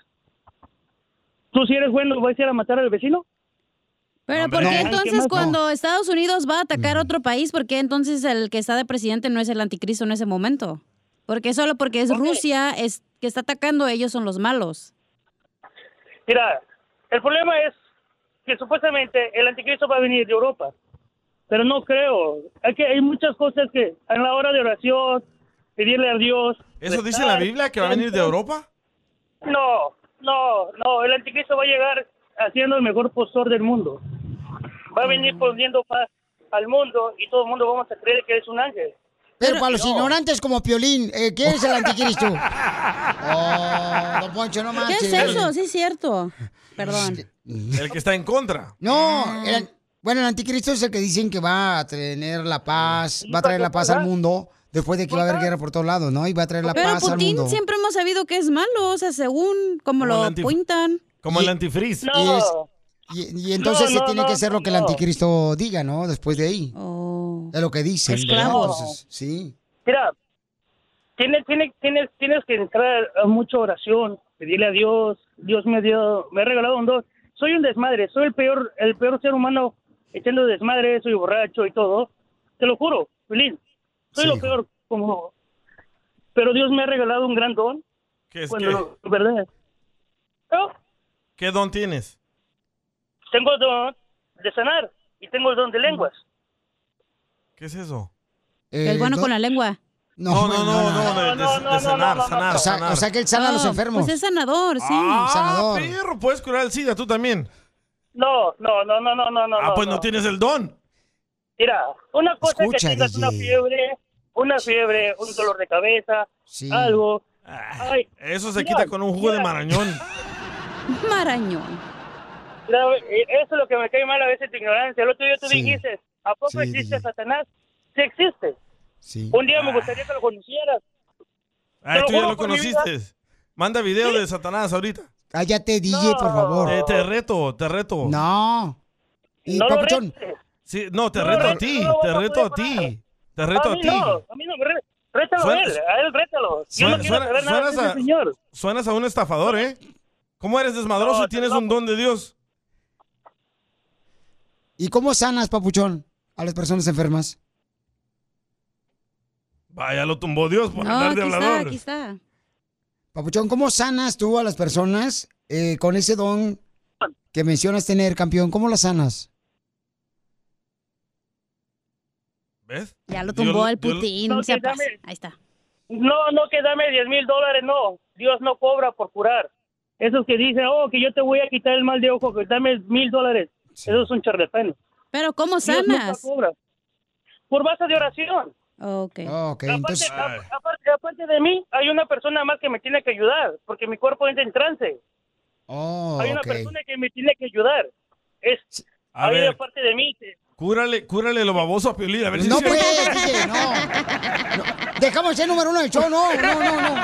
Speaker 22: ¿Tú si eres bueno vas a ir a matar al vecino?
Speaker 4: Pero ¿por
Speaker 22: No,
Speaker 4: qué
Speaker 22: ¿qué
Speaker 4: entonces
Speaker 22: más?
Speaker 4: cuando Estados Unidos va a
Speaker 1: Mm.
Speaker 4: atacar a otro país, por qué entonces el que está de presidente no es el anticristo en ese momento? Porque solo porque es Rusia es que está atacando, ellos son los malos.
Speaker 22: Mira, el problema es que supuestamente el anticristo va a venir de Europa, pero no creo. Hay, que, hay muchas cosas que en la hora de oración, pedirle a Dios.
Speaker 5: ¿Eso dice
Speaker 22: rezar,
Speaker 5: la Biblia que va a venir de Europa?
Speaker 22: No, no, no. El anticristo va a llegar haciendo el mejor postor del mundo. Va a
Speaker 5: Mm.
Speaker 22: venir poniendo paz al mundo y todo el mundo vamos a creer que es un ángel.
Speaker 1: Pero para los ignorantes como Piolín, eh, ¿qué es el anticristo? oh, don Poncho, no
Speaker 4: ¿Qué
Speaker 1: manches.
Speaker 4: es eso? Sí es cierto. Perdón. Ah.
Speaker 5: El que está en contra.
Speaker 1: No, el an- bueno, el anticristo es el que dicen que va a tener la paz, va a traer la paz al mundo después de que va a haber guerra por todos lados, ¿no? Y va a traer la
Speaker 4: Pero
Speaker 1: paz al
Speaker 4: Putin
Speaker 1: mundo.
Speaker 4: siempre hemos sabido que es malo, o sea, según como
Speaker 1: el
Speaker 4: lo
Speaker 1: anti-
Speaker 4: pintan.
Speaker 5: Como el antifriz.
Speaker 1: Y, es- y- y entonces
Speaker 4: No,
Speaker 1: se
Speaker 4: no,
Speaker 1: tiene
Speaker 4: no,
Speaker 1: que hacer lo que el
Speaker 4: no. Oh.
Speaker 1: anticristo diga, ¿no? Después de ahí. Es lo que dicen.
Speaker 4: Pues
Speaker 1: ¿verdad?
Speaker 22: Esclavos.
Speaker 1: Entonces, sí.
Speaker 22: Mira, tiene, tiene, tienes, tienes que entrar a mucha oración, pedirle a Dios, Dios me dio, me ha regalado un don. Soy un desmadre, soy el peor, el peor ser humano echando desmadre, soy borracho y todo. Te lo juro, Pelín, soy lo peor como pero Dios me ha regalado un gran don.
Speaker 5: ¿Qué es
Speaker 22: cuando
Speaker 5: qué?
Speaker 22: lo- ¿verdad? Yo
Speaker 5: ¿Qué don tienes?
Speaker 22: tengo el don de sanar y tengo el don de lenguas.
Speaker 5: ¿Qué es eso?
Speaker 1: Eh,
Speaker 4: el bueno con la lengua.
Speaker 5: No, no, no, no, de, de- de sanar, sanar,
Speaker 1: O sea,
Speaker 5: sanar.
Speaker 1: o sea que él sana a los
Speaker 4: Oh,
Speaker 1: enfermos.
Speaker 4: Pues es sanador, sí.
Speaker 5: Ah, perro, puedes curar el SIDA tú también.
Speaker 22: No, no, no, no, no, no, no.
Speaker 5: Ah, pues no tienes el don.
Speaker 22: Mira, una cosa es
Speaker 5: Escucha,
Speaker 22: que tengas
Speaker 5: DJ.
Speaker 22: una fiebre, una fiebre, un dolor de cabeza,
Speaker 1: Sí.
Speaker 22: algo. Ay,
Speaker 5: Ah, Eso se
Speaker 22: mira,
Speaker 5: quita con un jugo de
Speaker 22: mira,
Speaker 5: marañón.
Speaker 4: Marañón.
Speaker 22: mira, eh, eso es lo que me cae mal a veces, tu ignorancia. El otro día tú
Speaker 1: Sí.
Speaker 22: dijiste, ¿a poco
Speaker 1: Sí,
Speaker 22: existe
Speaker 1: DJ.
Speaker 22: Satanás? Sí existe.
Speaker 1: Sí.
Speaker 22: Un día me gustaría que lo conocieras.
Speaker 5: Ay,
Speaker 22: lo
Speaker 5: Ah. tú ya
Speaker 22: juro
Speaker 5: lo
Speaker 22: por mi vida.
Speaker 5: conociste. Manda video de Satanás ahorita.
Speaker 1: Cállate, DJ, por favor.
Speaker 5: Eh, te reto, te reto.
Speaker 1: No. Y
Speaker 5: No lo
Speaker 1: Papuchón,
Speaker 5: Sí, no, te
Speaker 1: No,
Speaker 5: reto a
Speaker 1: no,
Speaker 5: ti,
Speaker 1: no lo
Speaker 5: te
Speaker 1: vas a
Speaker 5: reto a ti. Te reto
Speaker 22: a
Speaker 5: a
Speaker 22: mí
Speaker 5: ti.
Speaker 22: no, a mí no, me re- rétalo
Speaker 5: Suena-
Speaker 22: a él, a él rétalo. Yo no
Speaker 5: Suena-
Speaker 22: quiero
Speaker 5: suena-
Speaker 22: saber nada de
Speaker 5: suenas,
Speaker 22: ese
Speaker 5: a,
Speaker 22: señor.
Speaker 5: suenas a un estafador, ¿eh? ¿Cómo eres desmadroso y tienes un don de Dios?
Speaker 1: ¿y cómo sanas, Papuchón, a las personas enfermas?
Speaker 5: Vaya, lo tumbó Dios por
Speaker 4: No,
Speaker 5: andar
Speaker 4: aquí
Speaker 5: de
Speaker 4: está,
Speaker 5: hablador.
Speaker 4: aquí está.
Speaker 1: Papuchón, ¿cómo sanas tú a las personas eh, con ese don que mencionas tener, campeón? ¿Cómo las sanas?
Speaker 5: ¿Ves?
Speaker 4: Ya lo
Speaker 22: Dios-
Speaker 4: tumbó el
Speaker 22: Dios-
Speaker 4: Putin.
Speaker 22: No,
Speaker 4: sea
Speaker 22: que
Speaker 4: paz.
Speaker 22: dame-
Speaker 4: Ahí está.
Speaker 22: No, no que dame 10 mil dólares, no. Dios no cobra por curar. Esos que dicen, oh, que yo te voy a quitar el mal de ojo, que dame mil dólares. Esos son charlatanes.
Speaker 4: Pero ¿cómo
Speaker 22: Dios nunca
Speaker 4: sanas?
Speaker 22: cobra. Por base de oración.
Speaker 4: Ok.
Speaker 1: Ok,
Speaker 22: Aparte, ap- aparte- aparte de mí, hay una persona más que me tiene que ayudar, porque mi cuerpo entra en trance.
Speaker 1: Oh,
Speaker 22: hay una
Speaker 5: ok.
Speaker 22: persona que me tiene que ayudar. Es,
Speaker 5: A
Speaker 22: hay
Speaker 5: ver.
Speaker 22: una parte de mí. que-
Speaker 5: Cúrale, cúrale lo baboso a Piolín, a ver si
Speaker 1: No
Speaker 5: se-
Speaker 1: puedes, DJ, no. No. Dejamos el número uno del show, no, no, no, no.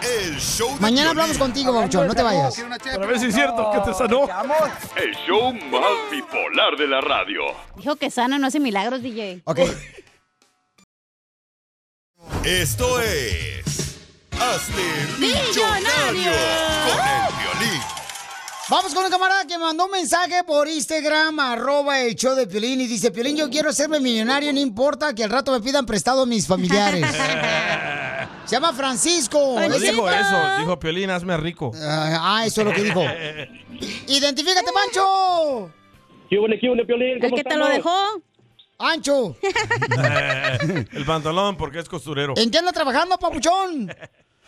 Speaker 7: El show de
Speaker 1: Mañana
Speaker 7: Piolín.
Speaker 1: hablamos contigo, Papuchón, no te vayas.
Speaker 7: Para ver si es cierto que te sanó.
Speaker 8: El show más bipolar de la radio.
Speaker 4: Dijo que sana, no hace milagros, DJ.
Speaker 1: Ok.
Speaker 7: Esto es. Hazte millonario con el violín.
Speaker 1: Vamos con un camarada que mandó un mensaje por Instagram, arroba el show de Piolín, y dice, Piolín, yo quiero hacerme millonario, no importa que al rato me pidan prestado mis familiares. Se llama Francisco.
Speaker 5: No
Speaker 1: Ese-
Speaker 5: dijo eso, dijo Piolín, hazme rico.
Speaker 1: Ah, eso es lo que dijo. ¡Identifícate, Pancho!
Speaker 5: ¿Qué huele, qué huele, Piolín?
Speaker 1: ¿Cómo
Speaker 4: ¿Qué te lo
Speaker 1: estamos?
Speaker 4: dejó?
Speaker 1: ¡Ancho!
Speaker 5: El pantalón, porque es costurero.
Speaker 1: ¿En qué anda trabajando, papuchón?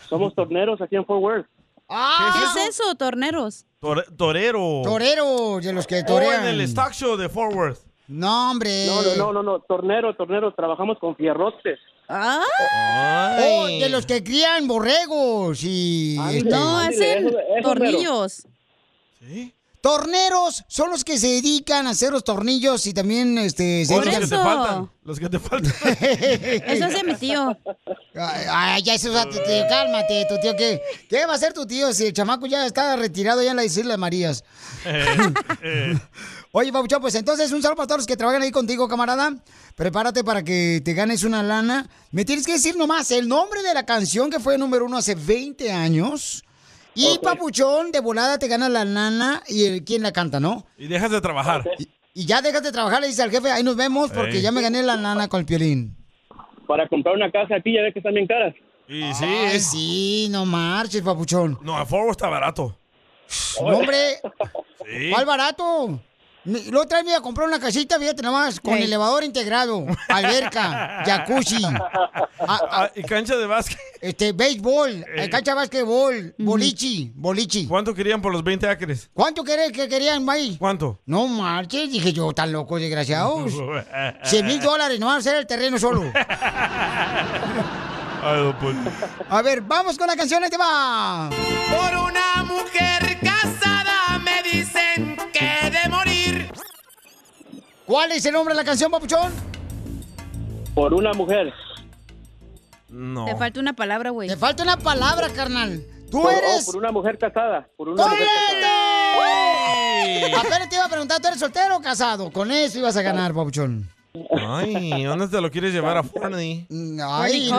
Speaker 5: Somos torneros aquí en Fort Worth.
Speaker 1: Ah.
Speaker 4: ¿Qué es eso, torneros?
Speaker 5: torero.
Speaker 1: Torero, de los que
Speaker 5: O
Speaker 1: torean.
Speaker 5: Oh, en el stock show de Fort Worth.
Speaker 1: No, hombre.
Speaker 3: No, no, no, no, no, tornero, tornero, trabajamos con fierrotes.
Speaker 4: Ah.
Speaker 1: O Oh, de los que crían borregos y... este-
Speaker 4: No, hacen tornillos.
Speaker 1: Torneros son los que se dedican a hacer los tornillos y también este se
Speaker 5: O los que
Speaker 1: dedican-
Speaker 5: te faltan. Los que te faltan.
Speaker 1: Eso
Speaker 4: hace mi tío.
Speaker 1: Ay, ay, ya eso es tu tío. Cálmate, tu tío. ¿qué, ¿Qué va a hacer tu tío si el chamaco ya está retirado ya en la isla de Marías? Oye, Papuchón, pues entonces un saludo para todos los que trabajan ahí contigo, camarada. Prepárate para que te ganes una lana. Me tienes que decir nomás el nombre de la canción que fue número uno hace 20 años. Y Papuchón, de volada te gana la lana y el, quién la canta, ¿no?
Speaker 5: Y dejas de trabajar.
Speaker 1: Y ya déjate trabajar, le dice al jefe, ahí nos vemos porque
Speaker 5: Ey.
Speaker 1: ya me gané la lana con el piolín.
Speaker 3: Para comprar una casa aquí, ya ves que están bien caras.
Speaker 5: Y
Speaker 1: sí. sí, no marches, papuchón.
Speaker 5: No, a Forward está barato.
Speaker 1: No, hombre, ¿cuál barato? Mi- Lo trae, mira, compró una casita, fíjate nomás, con
Speaker 5: Ey.
Speaker 1: elevador integrado, alberca, jacuzzi,
Speaker 5: Ah, y cancha de básquet.
Speaker 1: este, béisbol,
Speaker 5: Ey.
Speaker 1: cancha de básquetbol, bolichi, bolichi.
Speaker 5: Eh. ¿Cuánto querían por los 20 acres?
Speaker 1: ¿Cuánto querés que querían, May?
Speaker 5: ¿Cuánto?
Speaker 1: No marches, dije yo, tan loco, desgraciados. 100 mil dólares, no van a hacer el terreno solo.
Speaker 5: Ay, don Poncho.
Speaker 1: A ver, vamos con la canción, ahí te va.
Speaker 9: Por una mujer casada me dicen que he de morir.
Speaker 1: ¿Cuál es el nombre de la canción, papuchón?
Speaker 3: Por una mujer.
Speaker 5: No.
Speaker 4: Te falta una palabra, güey. Te
Speaker 1: falta una palabra, carnal. Tú
Speaker 3: Por- oh,
Speaker 1: eres...
Speaker 3: por una mujer casada. Por una mujer
Speaker 1: ¡Correcto! Apenas te iba a preguntar, ¿tú eres soltero o casado? Con eso ibas a ganar, Papuchón.
Speaker 5: Ay, ¿dónde te lo quieres llevar a Forney?
Speaker 1: Ay,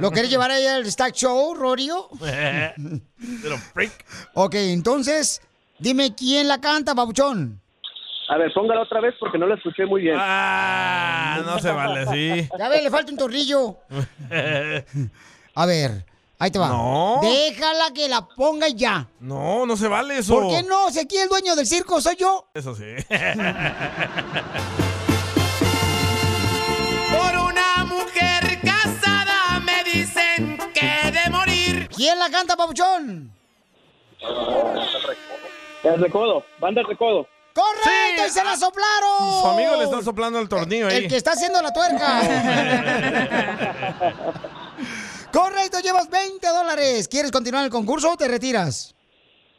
Speaker 1: ¿Lo querés llevar ahí al Stack Show, Rorio?
Speaker 5: Little freak.
Speaker 1: Ok, entonces, dime quién la canta, Papuchón.
Speaker 3: A ver, póngala otra vez porque no la escuché muy bien.
Speaker 5: Ah, no se vale así.
Speaker 1: Ya ves, le falta un tornillo. A ver, ahí te va.
Speaker 5: No.
Speaker 1: Déjala que la ponga ya.
Speaker 5: No, no se vale eso.
Speaker 1: ¿Por qué no? Si aquí el dueño del circo soy yo.
Speaker 5: Eso sí.
Speaker 9: Por una mujer casada me dicen que he de morir.
Speaker 1: ¿Quién la canta, Papuchón?
Speaker 3: El recodo, banda el recodo.
Speaker 1: ¡Correcto! ¡Y se la soplaron!
Speaker 5: Ah, Su amigo le está soplando el tornillo ahí.
Speaker 1: El que está haciendo la tuerca. Correcto, llevas 20 dólares. ¿Quieres continuar el concurso o te retiras?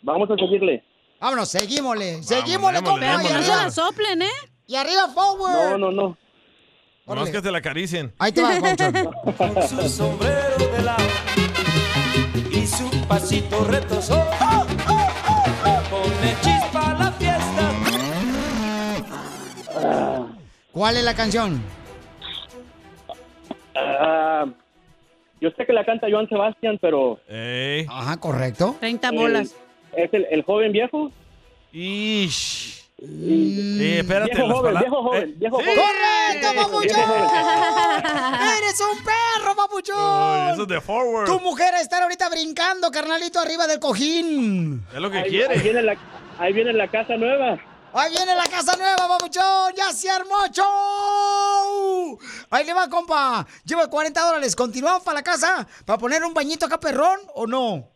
Speaker 3: Vamos a seguirle.
Speaker 1: Vámonos, seguímosle. Seguímosle,
Speaker 5: vámonos,
Speaker 1: compa.
Speaker 5: vámonos.
Speaker 1: Y
Speaker 5: No se
Speaker 1: arriba,
Speaker 5: la
Speaker 4: soplen, ¿eh?
Speaker 1: Y arriba, forward.
Speaker 3: No, no.
Speaker 5: Nomás que te la acaricien.
Speaker 1: Ahí te va, Pauchón.
Speaker 9: Con su sombrero de lado y su pasito retozó. Pone chispa a la fiesta.
Speaker 1: ¿Cuál es la canción?
Speaker 3: Ah, yo sé que la canta Joan Sebastián, pero...
Speaker 1: Ajá, correcto.
Speaker 4: 30
Speaker 3: El- ¿Es el, el joven viejo?
Speaker 5: Ish. Sí, espérate.
Speaker 3: Viejo
Speaker 5: las
Speaker 3: joven,
Speaker 5: pala-
Speaker 3: viejo joven,
Speaker 5: Eh,
Speaker 3: viejo
Speaker 5: sí.
Speaker 3: joven.
Speaker 1: ¡Correcto, papuchón! ¡Eres un perro,
Speaker 5: Ay,
Speaker 1: papuchón!
Speaker 5: Eso es de forward.
Speaker 1: Tu mujer está ahorita brincando, carnalito, arriba del cojín.
Speaker 5: Es lo que
Speaker 3: Ahí,
Speaker 5: quiere.
Speaker 3: ahí viene la, ahí viene la casa nueva.
Speaker 1: Ahí viene la casa nueva, papuchón. Ya se armó show. Ahí le va, compa. Lleva 40 dólares. ¿Continuamos para la casa? ¿Para poner un bañito acá, perrón, o no?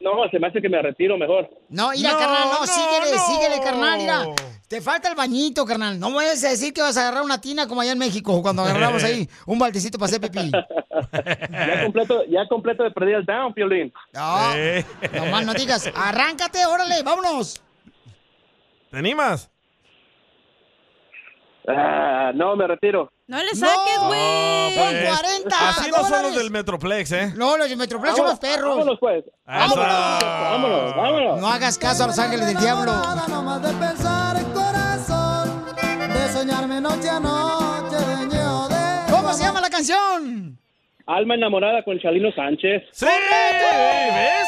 Speaker 3: No, se me hace que me retiro mejor.
Speaker 1: No, mira, carnal, no, síguele, síguele, carnal, mira. Te falta el bañito, carnal. No me vayas a decir que vas a agarrar una tina como allá en México, cuando agarramos ahí un baldecito para hacer pipí.
Speaker 3: Ya completo, ya completo de perder el down, Piolín.
Speaker 1: No, nomás no digas, arráncate, órale, vámonos.
Speaker 5: ¿Te animas?
Speaker 3: Ah, no, me retiro.
Speaker 4: No le
Speaker 1: saques, güey.
Speaker 5: Son
Speaker 1: pues, Son 40
Speaker 5: pues. Así no son los
Speaker 1: dólares.
Speaker 5: del Metroplex, ¿eh?
Speaker 1: No, los de Metroplex son los perros.
Speaker 5: Vámonos,
Speaker 3: pues.
Speaker 5: Vámonos,
Speaker 3: vámonos, vámonos.
Speaker 1: No hagas caso a los ángeles del diablo.
Speaker 23: Nomás de pensar en corazón, de soñarme noche a noche, dueño de.
Speaker 1: ¿Cómo se llama la canción?
Speaker 3: Alma enamorada con Chalino Sánchez.
Speaker 5: ¡Sí!
Speaker 1: ¿Ves?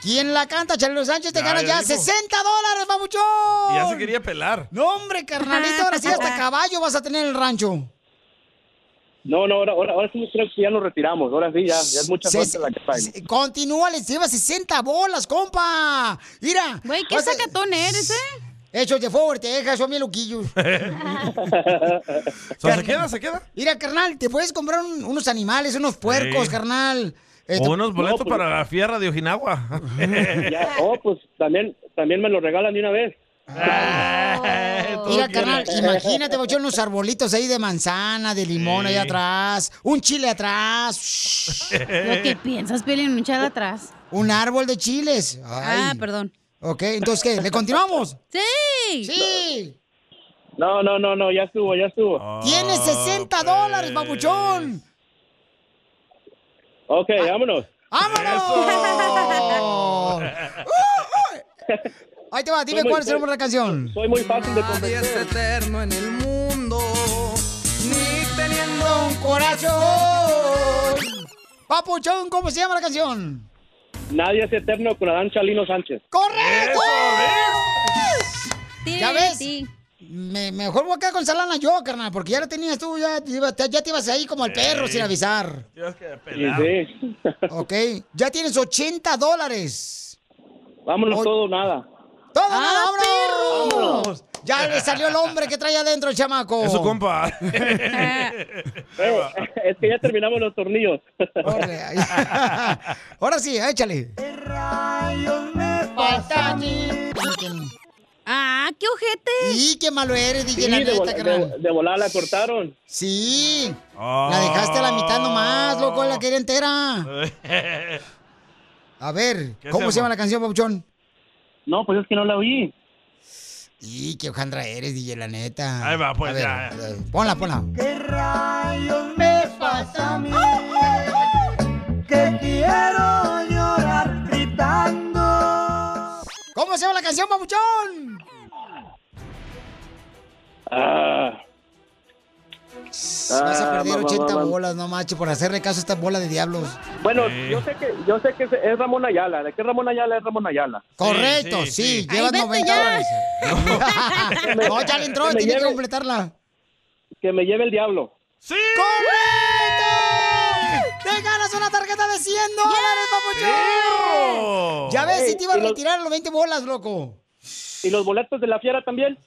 Speaker 1: ¿Quién la canta? Charlo Sánchez te
Speaker 5: Ya,
Speaker 1: gana
Speaker 5: ya
Speaker 1: ya
Speaker 5: dijo.
Speaker 1: 60 dólares,
Speaker 5: Y ya
Speaker 1: babuchón.
Speaker 5: se quería pelar.
Speaker 1: No, hombre, carnalito, ahora sí hasta caballo vas a tener en el rancho.
Speaker 3: No, no, ahora, ahora, ahora sí creo que ya nos retiramos. Ahora sí, ya, ya es mucha
Speaker 1: Se-
Speaker 3: suerte la que traen.
Speaker 1: Continúa, les lleva 60 bolas, compa. Mira. Güey,
Speaker 4: ¿qué sacatón eres, eh?
Speaker 1: Hechos de forward, te deja, son bien loquillos.
Speaker 5: O sea, ¿Se queda? ¿Se queda?
Speaker 1: Mira, carnal, te puedes comprar un- unos animales, unos puercos,
Speaker 5: Sí.
Speaker 1: carnal. Eh,
Speaker 5: O
Speaker 1: te-
Speaker 5: unos boletos para la fierra de Ojinagua.
Speaker 3: pues. Ya, oh, pues también, también me lo regalan de una vez.
Speaker 5: Ah,
Speaker 1: Mira, carnal, imagínate, bochón, unos arbolitos ahí de manzana, de limón ahí
Speaker 4: Sí.
Speaker 1: atrás, un chile atrás. shh.
Speaker 4: Lo que piensas, Pelín, echar atrás.
Speaker 1: Un árbol de chiles.
Speaker 4: Ah,
Speaker 1: Ay.
Speaker 4: perdón.
Speaker 1: Ok, entonces, ¿qué? ¿Le continuamos?
Speaker 4: ¡Sí!
Speaker 1: ¡Sí!
Speaker 3: No, no, no, no, ya estuvo, ya estuvo.
Speaker 5: Ah,
Speaker 1: Tienes 60
Speaker 5: pues.
Speaker 1: dólares, babuchón. Ah.
Speaker 3: Ok, vámonos.
Speaker 1: ¡Vámonos! Ahí te va, Ah, dime
Speaker 23: Soy muy-
Speaker 1: cuál es el nombre de la canción.
Speaker 23: soy muy fácil de Nadie es eterno en el mundo, ni teniendo un corazón.
Speaker 1: Papuchón, ¿cómo se llama la canción?
Speaker 3: Nadie es eterno con Adán Chalino Sánchez.
Speaker 1: ¡Correcto! ¿Ya ves? Me- mejor voy a quedar con Salana yo, carnal, porque ya la tenías tú, ya, te iba- ya te ibas ahí como el perro
Speaker 5: Ey.
Speaker 1: sin avisar.
Speaker 5: Dios, que pelado.
Speaker 3: Sí, sí.
Speaker 1: Ok, ya tienes 80 dólares.
Speaker 3: Vámonos
Speaker 1: Oy.
Speaker 3: todo, nada.
Speaker 1: ¡Todo,
Speaker 3: Ah,
Speaker 1: nada, vámonos!
Speaker 3: perro.
Speaker 1: Vámonos. Ya le salió el hombre que trae adentro el chamaco.
Speaker 5: Es su compa.
Speaker 3: Pero, Eh, es que ya terminamos los tornillos.
Speaker 1: Ahora sí, échale.
Speaker 4: Ah, qué ojete.
Speaker 1: Y qué malo eres,
Speaker 3: Sí, de, vol- de- de volada la cortaron.
Speaker 1: Sí.
Speaker 5: Ah.
Speaker 1: La dejaste a la mitad nomás, loco, la quería entera. A ver,
Speaker 3: ¿Qué
Speaker 1: ¿cómo
Speaker 3: hacemos?
Speaker 1: se llama la canción, Papuchón?
Speaker 3: No, pues es que no la oí.
Speaker 1: Y qué hojandra eres, DJ, la neta.
Speaker 5: Ahí va, pues,
Speaker 1: A ver,
Speaker 5: ya.
Speaker 1: a ver, Ponla, ponla.
Speaker 23: ¿Qué rayos me pasa a mí?
Speaker 4: Oh,
Speaker 23: Que quiero
Speaker 4: oh.
Speaker 23: llorar gritando.
Speaker 1: ¿Cómo se llama la canción, Papuchón?
Speaker 3: Ah.
Speaker 1: Vas a
Speaker 3: Ah,
Speaker 1: perder
Speaker 3: va, va,
Speaker 1: 80
Speaker 3: va, va.
Speaker 1: bolas, no macho, por hacerle caso a esta bola de diablos.
Speaker 3: Bueno, yo sé que yo sé que es- es Ramón Ayala. ¿De qué Ramón Ayala es Ramón Ayala?
Speaker 1: Correcto, sí, llevas 90 dólares. No, ya le entró,
Speaker 3: Que me
Speaker 1: tiene que
Speaker 3: lleve-
Speaker 1: completarla.
Speaker 3: Que me lleve el diablo.
Speaker 5: ¡Sí!
Speaker 1: ¡Correcto! ¡Te ganas una tarjeta de 100 dólares, papuchón!
Speaker 3: ¡Perro!
Speaker 1: Ya ves, si te iba a
Speaker 3: Y los-
Speaker 1: retirar los 20 bolas, loco. Ah,
Speaker 3: ¿Y los boletos de la fiera también?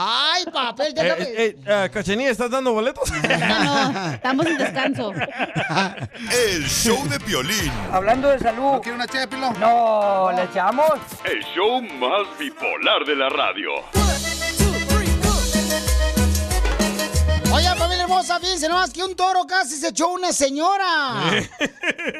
Speaker 1: ¡Ay, papel! Déjame.
Speaker 5: Eh, eh, eh, Cachanilla, ¿estás dando boletos?
Speaker 4: No, no, estamos en descanso.
Speaker 7: El show de Piolín.
Speaker 2: Hablando de salud. ¿No quiere una ché No, ¿le echamos?
Speaker 8: El show más bipolar de la radio.
Speaker 1: Oye, familia hermosa, fíjense nomás que un toro casi se echó una señora.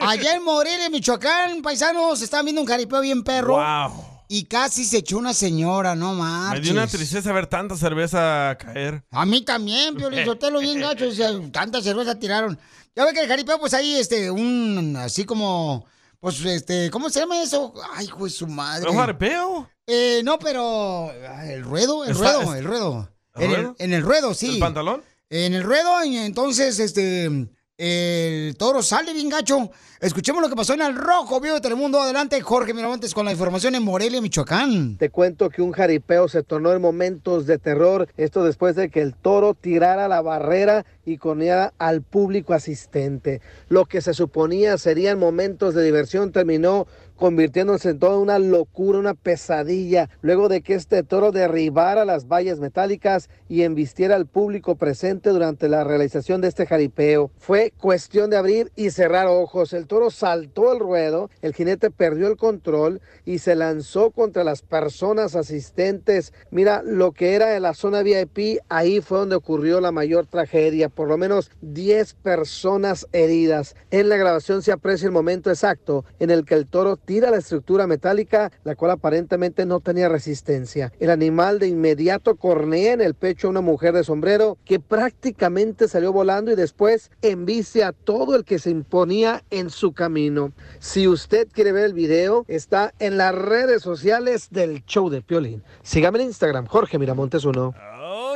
Speaker 1: Allá en Morelia, Michoacán, paisanos, están viendo un jaripeo bien perro.
Speaker 5: Wow.
Speaker 1: Y casi se echó una señora, no
Speaker 5: Me
Speaker 1: marches.
Speaker 5: dio una tristeza ver tanta cerveza caer.
Speaker 1: A mí también, Piolín Sotelo, bien gacho, o sea, tanta cerveza tiraron. Ya ve que el jaripeo, pues ahí, este, un, así como, pues, este, ¿cómo se llama eso? Ay, hijo de su madre.
Speaker 5: ¿Un jaripeo?
Speaker 1: Eh, no, pero, ah, el ruedo, el
Speaker 5: Está-
Speaker 1: ruedo,
Speaker 5: es-
Speaker 1: el ruedo.
Speaker 5: ¿El
Speaker 1: En el,
Speaker 5: ruedo?
Speaker 1: en el ruedo, sí.
Speaker 5: ¿El pantalón?
Speaker 1: En el ruedo, y entonces, este, el toro sale bien gacho. Escuchemos lo que pasó en el rojo, vivo de Telemundo. Adelante, Jorge Miramontes, con la información en Morelia, Michoacán.
Speaker 6: Te cuento que un jaripeo se tornó en momentos de terror, esto después de que el toro tirara la barrera y corneara al público asistente. Lo que se suponía serían momentos de diversión terminó convirtiéndose en toda una locura, una pesadilla, luego de que este toro derribara las vallas metálicas y embistiera al público presente durante la realización de este jaripeo. Fue cuestión de abrir y cerrar ojos. El toro saltó el ruedo, el jinete perdió el control y se lanzó contra las personas asistentes. Mira, lo que era en la zona VIP, ahí fue donde ocurrió la mayor tragedia, por lo menos 10 personas heridas. En la grabación se aprecia el momento exacto en el que el toro tira la estructura metálica, la cual aparentemente no tenía resistencia. El animal de inmediato cornea en el pecho a una mujer de sombrero que prácticamente salió volando y después envicia a todo el que se imponía en su camino. Si usted quiere ver el video, está en las redes sociales del show de Piolín. Sígame en Instagram, Jorge Miramontes 1.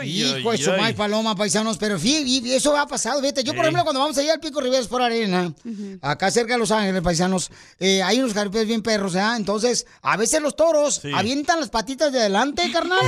Speaker 1: Hijo de su
Speaker 6: ay.
Speaker 1: madre, paloma, paisanos, pero fí- y- y eso ha pasado, fíjate. Yo, por
Speaker 6: Ey.
Speaker 1: ejemplo, cuando vamos allá al Pico Rivera por Arena, acá cerca de Los Ángeles, paisanos, eh, hay unos jaripeos bien perros, ¿ah? Entonces, a veces los toros avientan las patitas de adelante, carnal,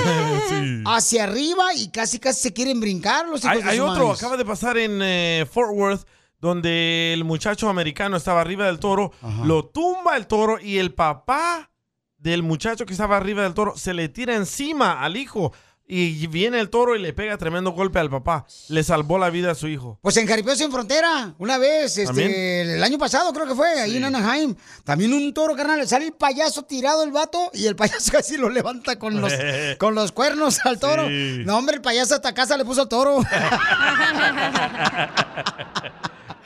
Speaker 1: hacia arriba y casi casi se quieren brincar los hijos
Speaker 5: Hay,
Speaker 1: de
Speaker 5: hay
Speaker 1: su
Speaker 5: otro,
Speaker 1: madre.
Speaker 5: acaba de pasar en eh, Fort Worth, donde el muchacho americano estaba arriba del toro, lo tumba el toro y el papá del muchacho que estaba arriba del toro se le tira encima al hijo. Y viene el toro y le pega tremendo golpe al papá. Le salvó la vida a su hijo.
Speaker 1: Pues en Jaripeo Sin Frontera, una vez,
Speaker 5: ¿También?
Speaker 1: este, el año pasado creo que fue, ahí en Anaheim, también un toro, carnal, le sale el payaso tirado el vato y el payaso casi lo levanta con los, con los cuernos al toro.
Speaker 5: Sí.
Speaker 1: No, hombre, el payaso hasta casa le puso al toro.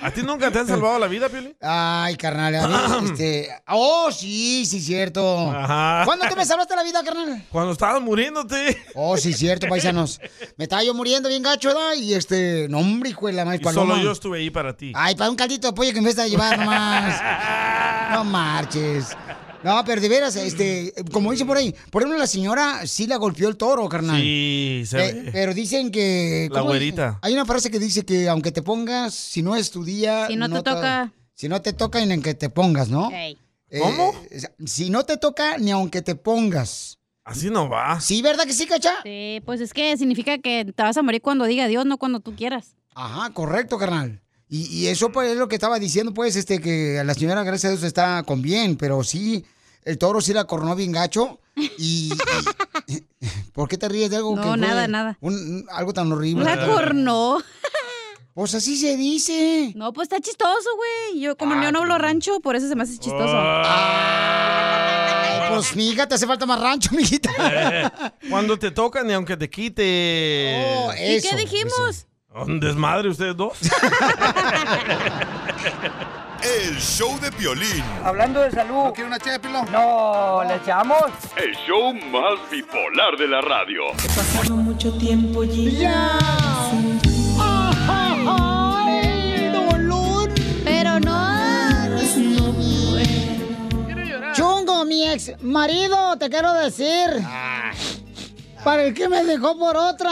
Speaker 5: ¿A ti nunca te han salvado la vida, Pili?
Speaker 1: Ay, carnal, a ver, este... Oh, sí, sí, cierto.
Speaker 5: Ajá.
Speaker 1: ¿Cuándo tú me salvaste la vida, carnal?
Speaker 5: Cuando estabas muriéndote.
Speaker 1: Oh, sí, cierto, paisanos. Me estaba yo muriendo bien gacho, ¿verdad? Y este, no, hombre, hijo de la madre,
Speaker 5: Y
Speaker 1: paloma.
Speaker 5: solo yo estuve ahí para ti.
Speaker 1: Ay, para un caldito de pollo que me vas a llevar nomás. No marches. No, pero de veras, este, como dice por ahí, por ejemplo, la señora sí la golpeó el toro, carnal.
Speaker 5: Sí, se
Speaker 1: Pe-
Speaker 5: ve.
Speaker 1: pero dicen que.
Speaker 5: La
Speaker 1: ¿cómo dice?
Speaker 5: güerita.
Speaker 1: Hay una frase que dice que aunque te pongas, si no es tu día.
Speaker 4: Si no te toca.
Speaker 1: Si no te toca, ni aunque te pongas, ¿no?
Speaker 4: Ey.
Speaker 1: Eh,
Speaker 4: ¿Cómo?
Speaker 1: si no te toca, ni aunque te pongas.
Speaker 5: Así no va.
Speaker 1: Sí, ¿verdad que sí, cacha?
Speaker 4: Sí, pues es que significa que te vas a morir cuando diga Dios, no cuando tú quieras.
Speaker 1: Ajá, correcto, carnal. Y, y eso pues, es lo que estaba diciendo, pues, este, que la señora, gracias a Dios, está con bien, pero sí, el toro sí la coronó bien gacho. Y, y- ¿Por qué te ríes de algo
Speaker 4: No,
Speaker 1: que fue
Speaker 4: nada, nada.
Speaker 1: un- un- algo tan horrible?
Speaker 4: La cornó.
Speaker 1: Pues así se dice. Ah,
Speaker 4: No, pues está chistoso, güey. Yo, como yo no hablo rancho, por eso se me hace chistoso.
Speaker 1: Ay, pues, mija, te hace falta más rancho, mijita.
Speaker 5: Eh, Cuando te tocan ni aunque te quite.
Speaker 1: Oh,
Speaker 4: ¿Y qué dijimos?
Speaker 5: Un desmadre ustedes dos.
Speaker 7: El show de Piolín.
Speaker 2: Hablando de salud. ¿No quiere una ché No, ¿le echamos?
Speaker 8: El show más bipolar de la radio.
Speaker 2: Pasado mucho tiempo,
Speaker 1: ¡Ya! ¡Ay, dolor!
Speaker 4: Pero no.
Speaker 2: Pues
Speaker 1: Chungo, mi ex marido, te quiero decir. Para el que me dejó por otra.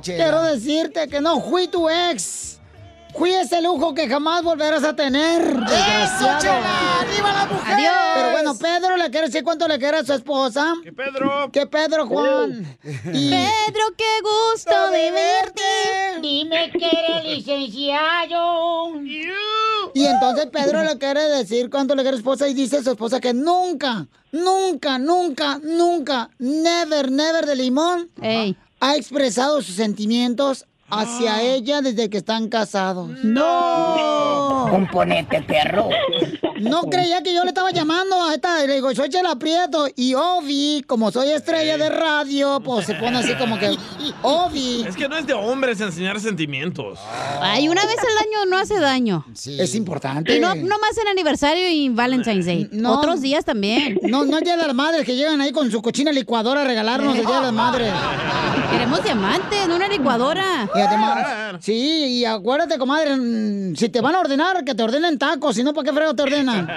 Speaker 2: chela.
Speaker 1: quiero decirte que no fui tu ex. Fui ese lujo que jamás volverás a tener. desgraciado.
Speaker 2: chela! ¡Arriba las mujeres!
Speaker 1: Adiós. Pero bueno, Pedro le quiere decir cuánto le quiere a su esposa. ¿Qué Pedro? Uh. ¿Qué Pedro, Juan?
Speaker 4: Pedro, qué gusto de verte.
Speaker 1: Dime que eres licenciado. Y entonces Pedro le quiere decir cuánto le quiere a su esposa y dice a su esposa que nunca, nunca, nunca, nunca, never, never de limón ha expresado sus sentimientos hacia ella desde que están casados. ¡No!
Speaker 2: Componete, perro.
Speaker 1: No creía que yo le estaba llamando a esta. y Le digo, soy Chela Prieto. Y Ovi, como soy estrella de radio, pues se pone así como que. Ovi.
Speaker 5: Es que no es de hombres enseñar sentimientos.
Speaker 1: Ah.
Speaker 4: Ay, una vez al año no hace daño.
Speaker 1: Es importante.
Speaker 4: Y no, no más en aniversario y Valentine's Day.
Speaker 1: No.
Speaker 4: Otros días también.
Speaker 1: No, no el día de las madres que llegan ahí con su cochina licuadora a regalarnos el día de las madres.
Speaker 4: Queremos diamantes, no una licuadora.
Speaker 1: Y además, sí, y acuérdate, comadre, mm, si te van a ordenar, que te ordenen tacos, si no, ¿para qué frego te ordenan?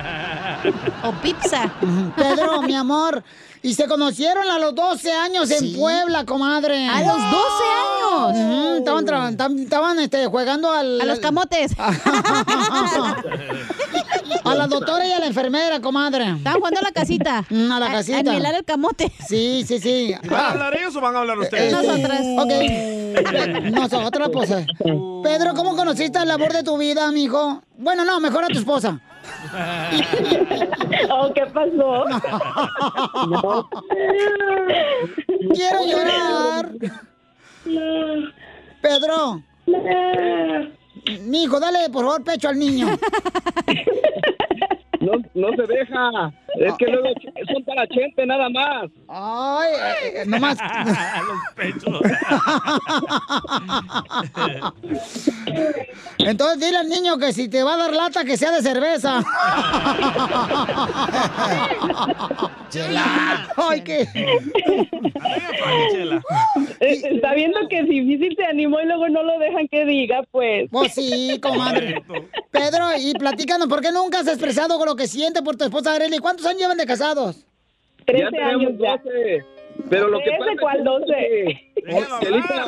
Speaker 4: O pizza.
Speaker 1: Pedro, mi amor, y se conocieron a los 12 años en Puebla, comadre.
Speaker 4: ¿A los 12 años?
Speaker 1: Ujú, estaban tra- tam- estaban este, jugando al...
Speaker 4: A los
Speaker 1: camotes. a la doctora y a la enfermera, comadre. Estaban jugando a la casita. A la
Speaker 4: A-
Speaker 1: casita.
Speaker 4: a nivelar
Speaker 1: el camote. Sí, sí, sí.
Speaker 5: ¿Van a hablar ellos o van a hablar ustedes?
Speaker 1: Ok. Nosotras, pues. eh. Pedro, ¿cómo conociste el amor de tu vida, mijo? Bueno, no, mejor a tu esposa. Oh, ¿Qué pasó? Quiero llorar. Pedro. Mijo, dale, por favor, pecho al niño.
Speaker 10: No, no se deja. Es que luego ch- son para gente nada más.
Speaker 1: Ay, eh, eh, nomás. Entonces dile al niño que si te va a dar lata, que sea de cerveza. Ay, qué.
Speaker 14: Eh, Está viendo que es difícil se animó y luego no lo dejan que diga, pues.
Speaker 1: Pues sí, comadre. Pedro, y platícanos, ¿por qué nunca has expresado con lo que siente por tu esposa Arely? ¿Cuántos años llevan de casados?
Speaker 10: Ya tenemos 12. Pero lo que
Speaker 14: ¿Ese
Speaker 10: pasa
Speaker 14: cuál
Speaker 10: es
Speaker 14: 12?
Speaker 10: que- Chelita,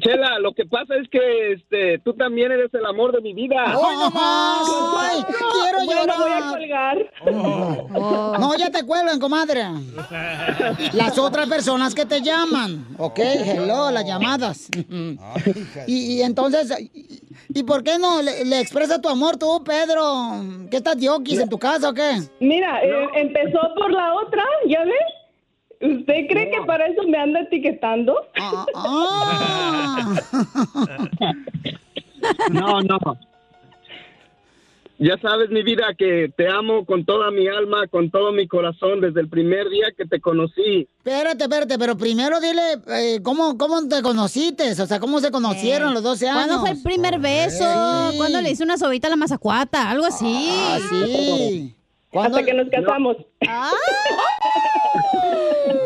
Speaker 10: Chela, lo que pasa es que este, tú también eres el amor de mi vida.
Speaker 1: ¡Ay, no más! ¡Ay, quiero
Speaker 10: Bueno,
Speaker 1: llorar!
Speaker 10: voy a
Speaker 1: colgar.
Speaker 10: Oh.
Speaker 1: No, ya te cuelgan, comadre. Las otras personas que te llaman. Ok, hello, las llamadas. Y, y entonces, y, y por qué no le, le expresa tu amor tú, Pedro? ¿Qué estás diokis en tu casa o qué?
Speaker 14: Mira, eh, empezó por la otra, ¿ya ves? ¿Usted cree que para eso me anda etiquetando?
Speaker 10: No, no. Ya sabes, mi vida, que te amo con toda mi alma, con todo mi corazón, desde el primer día que te conocí.
Speaker 1: Espérate, espérate, pero primero dile eh, ¿cómo, cómo te conociste, o sea, cómo se conocieron los 12 años.
Speaker 4: Eh, ¿Cuándo fue el primer beso?
Speaker 1: Sí. Ah,
Speaker 4: ¿Cuándo le hice una sobita a la mazacuata? Algo así.
Speaker 1: sí. Hasta
Speaker 14: que nos casamos.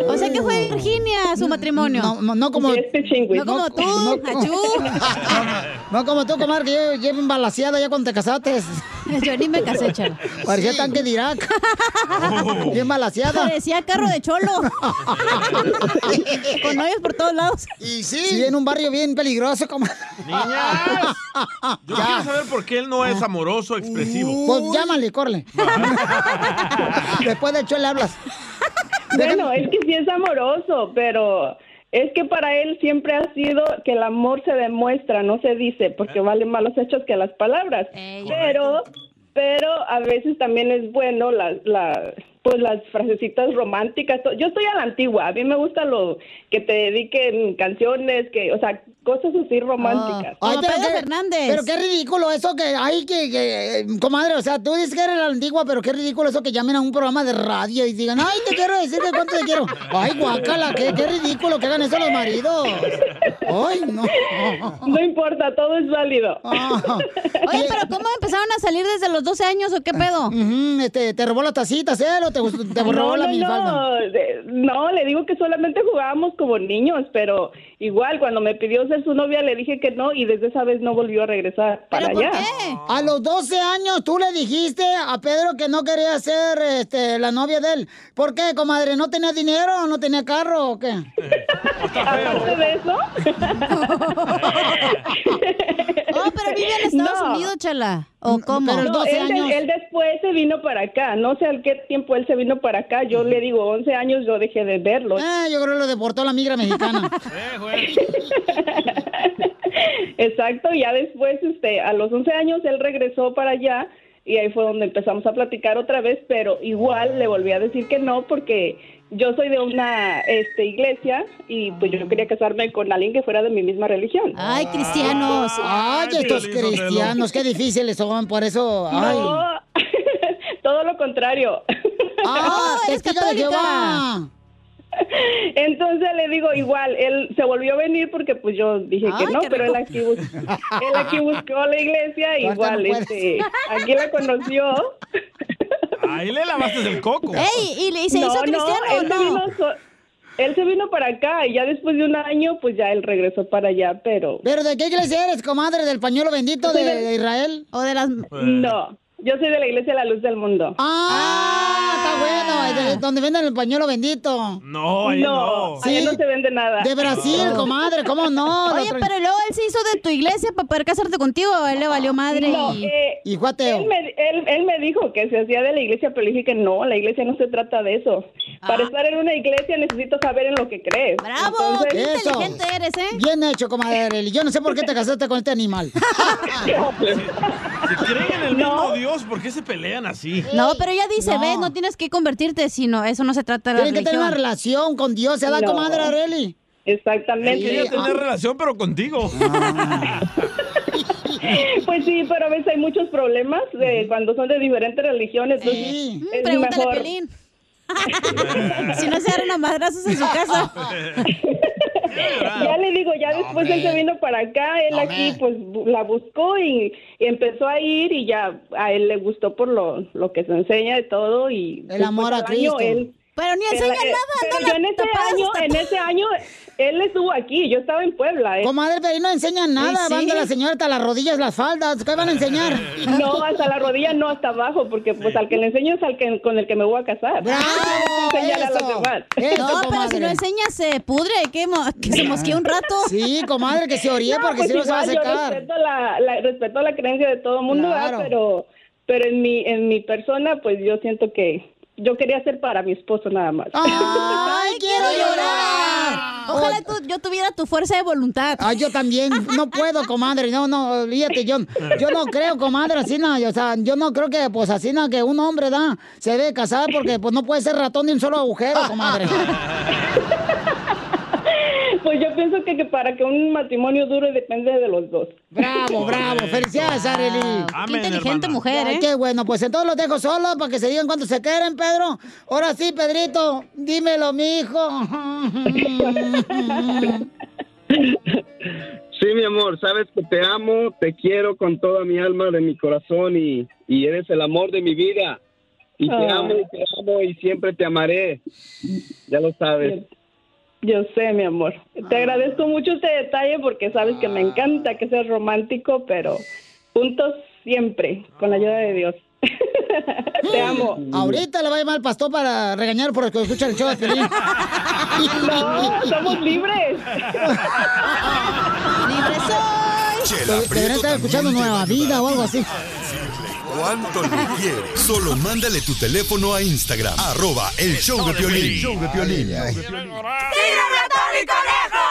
Speaker 4: O sea que fue Virginia su matrimonio. No,
Speaker 1: como-
Speaker 4: este
Speaker 14: este
Speaker 4: no como tú,
Speaker 1: no como-
Speaker 4: achú.
Speaker 1: No como tú, comadre, que yo llevo embalaseada ya cuando te casaste.
Speaker 4: Yo ni me casé, chavo.
Speaker 1: Parecía tanque de Irak. Bien malaseada.
Speaker 4: Parecía carro de cholo. Con hoyos por todos lados.
Speaker 1: Y sí. Sí, en un barrio bien peligroso como...
Speaker 5: Niñas. Yo quiero saber por qué él no es amoroso, expresivo.
Speaker 1: Pues llámale, corre. Después de hecho le hablas.
Speaker 14: Bueno, es que sí es amoroso, pero es que para él siempre ha sido que el amor se demuestra, no se dice, porque valen más los hechos que las palabras. Pero, pero a veces también es bueno la, la- pues las frasecitas románticas. To- Yo estoy a la antigua, a mí me gusta lo que te dediquen canciones, que, o sea, cosas así románticas.
Speaker 1: Ah, Fernández. Pero qué ridículo eso que hay que, que, eh, comadre, o sea, tú dices que eres la antigua, pero qué ridículo eso que llamen a un programa de radio y digan, ay, te quiero decir de cuánto te quiero. Ay, guácala, qué, qué ridículo que hagan eso los maridos. Ay, no.
Speaker 14: No importa, todo es válido.
Speaker 4: Oye, pero ¿cómo empezaron a salir desde los 12 años o qué pedo?
Speaker 1: este, te robó las tacitas, ¿eh? ¿O te, te
Speaker 14: no, no, no, de- no, le digo que solamente jugábamos como niños, pero igual cuando me pidió ser su novia le dije que no y desde esa vez no volvió a regresar para allá.
Speaker 1: A los 12 años tú le dijiste a Pedro que no quería ser este, la novia de él. ¿Por qué, comadre? ¿No tenía dinero? ¿No tenía carro o qué?
Speaker 14: Aparte de eso,
Speaker 4: Oh, pero vive en Estados
Speaker 14: No.
Speaker 4: Unidos, chala. ¿O cómo?
Speaker 14: No, él, de- él después se vino para acá, no sé al qué tiempo él se vino para acá, yo le digo 11 años yo dejé de verlo.
Speaker 1: Ah, yo creo que lo deportó la migra mexicana.
Speaker 14: Exacto, ya después, este, a los 11 años él regresó para allá y ahí fue donde empezamos a platicar otra vez, pero igual le volví a decir que no porque yo soy de una este, iglesia y pues yo quería casarme con alguien que fuera de mi misma religión.
Speaker 4: Ay, cristianos.
Speaker 14: Ah,
Speaker 1: Ay, estos cristianos, qué difíciles son, por eso. Ay.
Speaker 14: No, todo lo contrario.
Speaker 1: Ah,
Speaker 14: es
Speaker 1: testigo de Jehová.
Speaker 14: Entonces le digo igual, él se volvió a venir porque pues yo dije
Speaker 11: Ay,
Speaker 14: que no,
Speaker 11: qué
Speaker 14: pero él
Speaker 11: rico.
Speaker 14: aquí, bus- él aquí buscó la iglesia,
Speaker 11: Ahorita
Speaker 14: igual,
Speaker 11: no puedes.
Speaker 14: este, aquí la conoció.
Speaker 5: Ahí le lavaste el coco.
Speaker 14: No, no, él se vino so- él se vino para acá y ya después de un año, pues ya él regresó para allá, pero...
Speaker 1: ¿Pero de qué iglesia eres, comadre? ¿Del pañuelo bendito de, de Israel?
Speaker 4: ¿O de las...?
Speaker 14: No, yo soy de la iglesia de la luz del mundo.
Speaker 1: Ah, está bueno, de- donde venden el pañuelo bendito.
Speaker 5: No, ahí no.
Speaker 14: ahí no se vende nada.
Speaker 1: De Brasil, comadre, ¿cómo no?
Speaker 4: Oye, pero luego él se hizo de tu iglesia para poder casarte contigo. A él le valió madre
Speaker 14: No,
Speaker 4: y...
Speaker 14: eh, Él me, él- él me dijo que se hacía de la iglesia, pero le dije que no, la iglesia no se trata de eso.
Speaker 4: Ah.
Speaker 14: Para estar en una iglesia necesito saber en lo que crees. ¡Bravo!
Speaker 1: Eso.
Speaker 4: eres, ¿eh?
Speaker 1: Bien hecho, comadre. Yo no sé por qué te casaste con este animal.
Speaker 5: Si creen en el mismo Dios, ¿por qué se pelean así?
Speaker 4: No, pero ella dice, ves, no tienes que convertirte, sino eso no se trata de la
Speaker 1: Tienen que tener
Speaker 4: religión.
Speaker 1: una relación con Dios, ¿se da,
Speaker 4: No.
Speaker 1: comadre Areli?
Speaker 5: Él
Speaker 14: Exactamente.
Speaker 5: quería tener
Speaker 1: Ah.
Speaker 5: relación, pero contigo.
Speaker 14: Pues sí, pero a veces hay muchos problemas de cuando son de diferentes religiones. Entonces es
Speaker 4: Mm, Pregúntale a
Speaker 14: mejor.
Speaker 4: Pelín. si no se agarran a madrazos en su casa.
Speaker 14: Ya le digo, ya después él se vino para acá, él aquí pues bu- la buscó y, y empezó a ir y ya a él le gustó por lo, lo que se enseña de todo y
Speaker 1: El amor a
Speaker 14: después del año,
Speaker 1: Cristo.
Speaker 14: él-
Speaker 4: pero ni enseña
Speaker 14: eh,
Speaker 4: nada,
Speaker 14: pero
Speaker 4: anda
Speaker 14: yo en ese
Speaker 4: tapada,
Speaker 14: año,
Speaker 4: está-
Speaker 14: en ese año él estuvo aquí, yo estaba en Puebla. eh.
Speaker 1: Comadre, pero ahí no enseñan nada.
Speaker 14: Sí, sí.
Speaker 1: Van de la señora hasta las rodillas, las faldas. ¿Qué van a enseñar?
Speaker 14: No, hasta la rodilla no, hasta abajo, porque pues al que le enseño es al que con el que me voy a casar.
Speaker 1: Ah,
Speaker 14: Enseñar a los demás.
Speaker 4: no, pero si no enseñas, se pudre, que, mo- que se mosquea un rato.
Speaker 1: Sí, comadre, que se oría
Speaker 14: No,
Speaker 1: porque
Speaker 14: pues
Speaker 1: si no se va a
Speaker 14: igual yo
Speaker 1: secar.
Speaker 14: Respeto la, la- respeto la creencia de todo el mundo, ¿verdad?
Speaker 1: Claro.
Speaker 14: pero, pero en, mi, en mi persona, pues yo siento que yo quería ser para mi esposo nada más.
Speaker 1: ¡Ay, quiero
Speaker 4: llorar! Ojalá tú- yo tuviera tu fuerza de voluntad.
Speaker 1: Ay, Ah, yo también. No puedo, comadre. No, no, olvídate. Yo, yo no creo, comadre, así no. O sea, yo no creo que, pues, así no, que un hombre da, se debe casar porque, pues, no puede ser ratón de un solo agujero, comadre.
Speaker 14: Pues yo pienso que, que para que un matrimonio dure depende de los dos.
Speaker 1: Bravo, bravo. Felicidades, Arely.
Speaker 4: inteligente mujer,
Speaker 1: Ay,
Speaker 4: ¿eh?
Speaker 1: qué bueno. Pues entonces los dejo solos para que se digan cuánto se quieren, Pedro. Ahora sí, Pedrito, dímelo, mijo.
Speaker 10: Sí, mi amor, sabes que te amo, te quiero con toda mi alma, de mi corazón y, y eres el amor de mi vida. Y te
Speaker 14: Ah.
Speaker 10: amo, y te amo y siempre te amaré. Ya lo sabes.
Speaker 14: Yo sé, mi amor. Te agradezco mucho este detalle porque sabes que me encanta que seas romántico, pero Juntos siempre, con la ayuda de Dios. Te amo.
Speaker 1: Ahorita le va a llamar al pastor para regañar por los que escuchan el show de Piolín.
Speaker 14: No, somos libres.
Speaker 1: ¡Libre soy!
Speaker 7: Chela
Speaker 1: Deberían
Speaker 7: Prieto
Speaker 1: estar escuchando Nueva Vida o algo así.
Speaker 7: ¿Cuánto le quieres? Solo mándale tu teléfono a Instagram. Arroba el show de Piolín.
Speaker 12: El show de Piolín.
Speaker 7: Ay, ay, ay.
Speaker 12: ¡Tírame a Tony Conejo!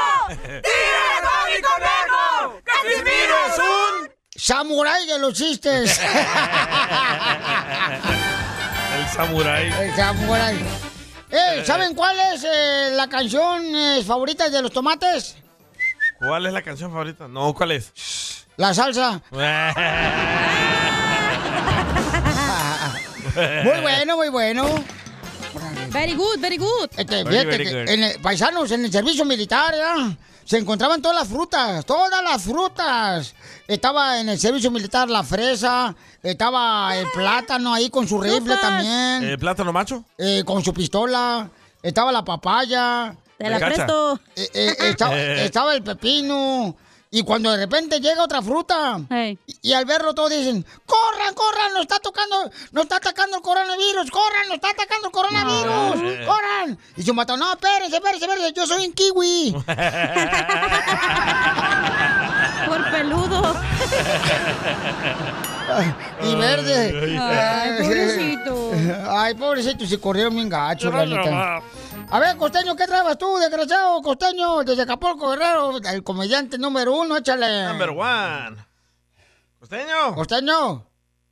Speaker 12: ¡Tírame a Tony Conejo! ¡Casimiro es un...
Speaker 1: ¡Samurai de los chistes!
Speaker 5: El samurái.
Speaker 1: El samurái. Eh, ¿Saben cuál es eh, la canción eh, favorita de los tomates?
Speaker 5: ¿Cuál es la canción favorita? No, ¿cuál es?
Speaker 1: La salsa.
Speaker 4: Eh.
Speaker 1: Muy bueno, muy bueno.
Speaker 4: Very good, very good.
Speaker 1: Este, fíjate que en el- paisanos, en el servicio militar, ¿ya? se encontraban todas las frutas, todas las frutas. Estaba en el servicio militar la fresa, estaba el plátano ahí con su rifle también,
Speaker 5: ¿El plátano macho?
Speaker 1: eh, con su pistola, estaba la papaya.
Speaker 5: Te la Me cacha. presto.
Speaker 1: Eh, eh, esta- estaba el pepino. Y cuando de repente llega otra fruta, y, y al verlo todos dicen, ¡corran, corran! ¡Nos está tocando, nos está atacando el coronavirus! ¡Corran, nos está atacando el coronavirus!
Speaker 12: No.
Speaker 1: ¡Corran! Y yo mato, no, espérense, espérense, espérense, yo soy un kiwi.
Speaker 4: Por peludo.
Speaker 1: y verde.
Speaker 4: Ay,
Speaker 1: pobrecito. Ay, pobrecito, se corrieron bien gacho, la
Speaker 12: Ay,
Speaker 1: neta.
Speaker 12: mamá.
Speaker 1: A ver, Costeño, ¿qué trabas tú, desgraciado? Costeño, desde Acapulco, Guerrero, el comediante número uno, échale.
Speaker 5: Number one. Costeño.
Speaker 1: Costeño.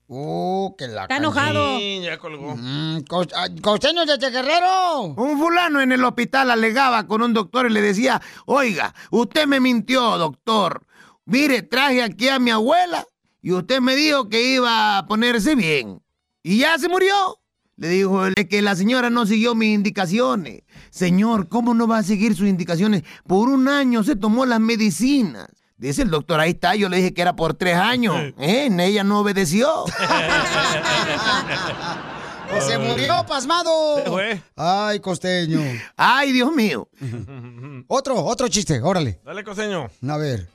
Speaker 1: Uh, que la
Speaker 5: Está
Speaker 1: can-
Speaker 5: enojado. Sí, ya colgó.
Speaker 1: Mm, Cos- ah, Costeño desde Guerrero.
Speaker 24: Un fulano en el hospital alegaba con un doctor y le decía, oiga, usted me mintió, doctor. Mire, traje aquí a mi abuela y usted me dijo que iba a ponerse bien. Y ya se murió. Le dijo, es que la señora no siguió mis indicaciones. Señor, ¿cómo no va a seguir sus indicaciones? Por un año se tomó las medicinas. Dice el doctor, ahí está, yo le dije que era por tres años. ¿Eh? Ella no obedeció.
Speaker 1: O se murió pasmado. Ay, costeño.
Speaker 24: Ay, Dios mío.
Speaker 1: otro, otro chiste, órale.
Speaker 5: Dale, costeño.
Speaker 1: A ver.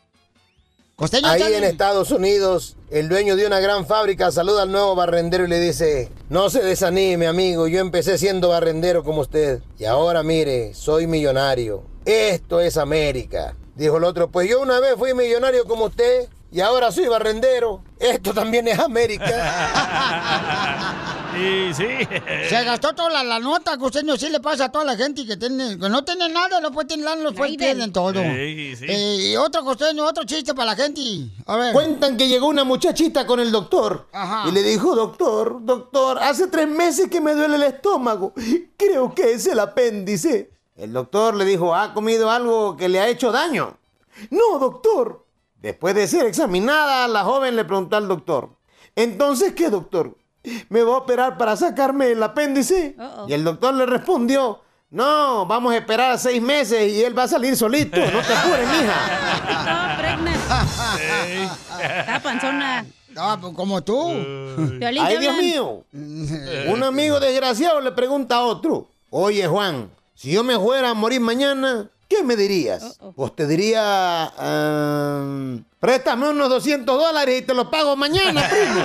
Speaker 11: Ahí
Speaker 1: dale.
Speaker 11: en Estados Unidos, el dueño de una gran fábrica saluda al nuevo barrendero y le dice, no se desanime amigo, yo empecé siendo barrendero como usted y ahora mire, soy millonario. Esto es América. Dijo el otro, pues yo una vez fui millonario como usted y ahora soy barrendero. Esto también es América.
Speaker 5: Sí, sí.
Speaker 1: Se gastó toda la, la nota, costeño. Sí le pasa a toda la gente que tiene, que no tiene nada, no puede tener nada, los pues pierden todo.
Speaker 11: Sí, sí.
Speaker 1: Eh, y otro costeño, otro chiste para la gente. A ver.
Speaker 11: Cuentan que llegó una muchachita con el doctor
Speaker 1: Ajá.
Speaker 11: y le dijo, doctor, doctor, hace tres meses que me duele el estómago. Creo que es el apéndice. El doctor le dijo, ¿ha comido algo que le ha hecho daño? No, doctor. Después de ser examinada, la joven le preguntó al doctor, ¿entonces qué, doctor? ¿Me va a operar para sacarme el apéndice?
Speaker 12: Uh-oh.
Speaker 11: Y el doctor le respondió, no, vamos a esperar seis meses y él va a salir solito, no te apures, mija.
Speaker 4: Está panzona.
Speaker 1: No, Ah, pues, como tú.
Speaker 4: Piolín,
Speaker 11: Ay,
Speaker 4: ¿qué
Speaker 11: Dios
Speaker 4: hablan?
Speaker 11: mío.
Speaker 12: Eh,
Speaker 11: Un amigo desgraciado le pregunta a otro, oye Juan, si yo me fuera a morir mañana, ¿qué me dirías? Pues te diría, ah, préstame unos 200 dólares y te los pago mañana, primo.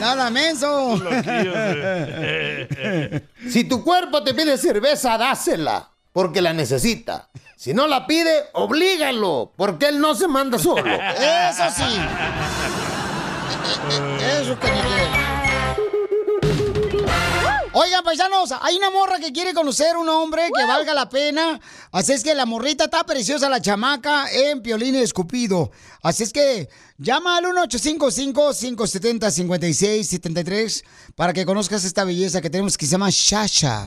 Speaker 1: Nada, menso.
Speaker 7: eh,
Speaker 11: Si tu cuerpo te pide cerveza, dásela, porque la necesita. Si no la pide, oblígalo, porque él no se manda solo.
Speaker 12: Eh.
Speaker 1: Eso sí. Eso que ni qué. Oigan, paisanos, hay una morra que quiere conocer un hombre que valga la pena. Así es que la morrita está preciosa, la chamaca, en Piolín Escupido. Así es que llama al 1-855-570-5673 para que conozcas esta belleza que tenemos que se llama Shasha.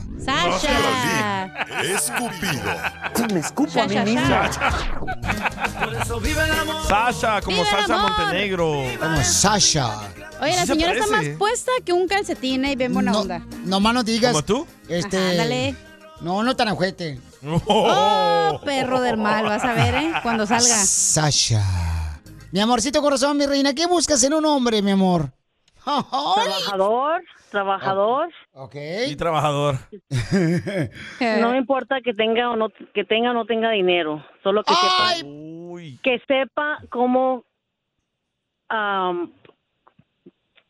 Speaker 7: Escupido.
Speaker 1: Me escupo a mí mismo.
Speaker 5: Sasha, como
Speaker 4: ¡Viva el
Speaker 5: Sasha
Speaker 4: amor!
Speaker 5: Montenegro.
Speaker 1: Como Sasha.
Speaker 4: Oye, la
Speaker 5: Sí se
Speaker 4: señora está más
Speaker 5: parece.
Speaker 4: puesta que un calcetín y bien buena onda.
Speaker 1: Nomás no digas.
Speaker 5: ¿Como tú?
Speaker 1: Este.
Speaker 4: Ajá, ándale.
Speaker 1: No, no tan ojete.
Speaker 4: Oh, perro del mal, vas a ver, ¿eh? Cuando salga.
Speaker 1: Sasha. Mi amorcito corazón, mi reina, ¿qué buscas en un hombre, mi amor?
Speaker 25: Trabajador, trabajador.
Speaker 1: Ok.
Speaker 5: Y trabajador.
Speaker 1: Eh.
Speaker 25: No me importa que tenga o no que tenga o no tenga dinero, solo que sepa que sepa cómo am,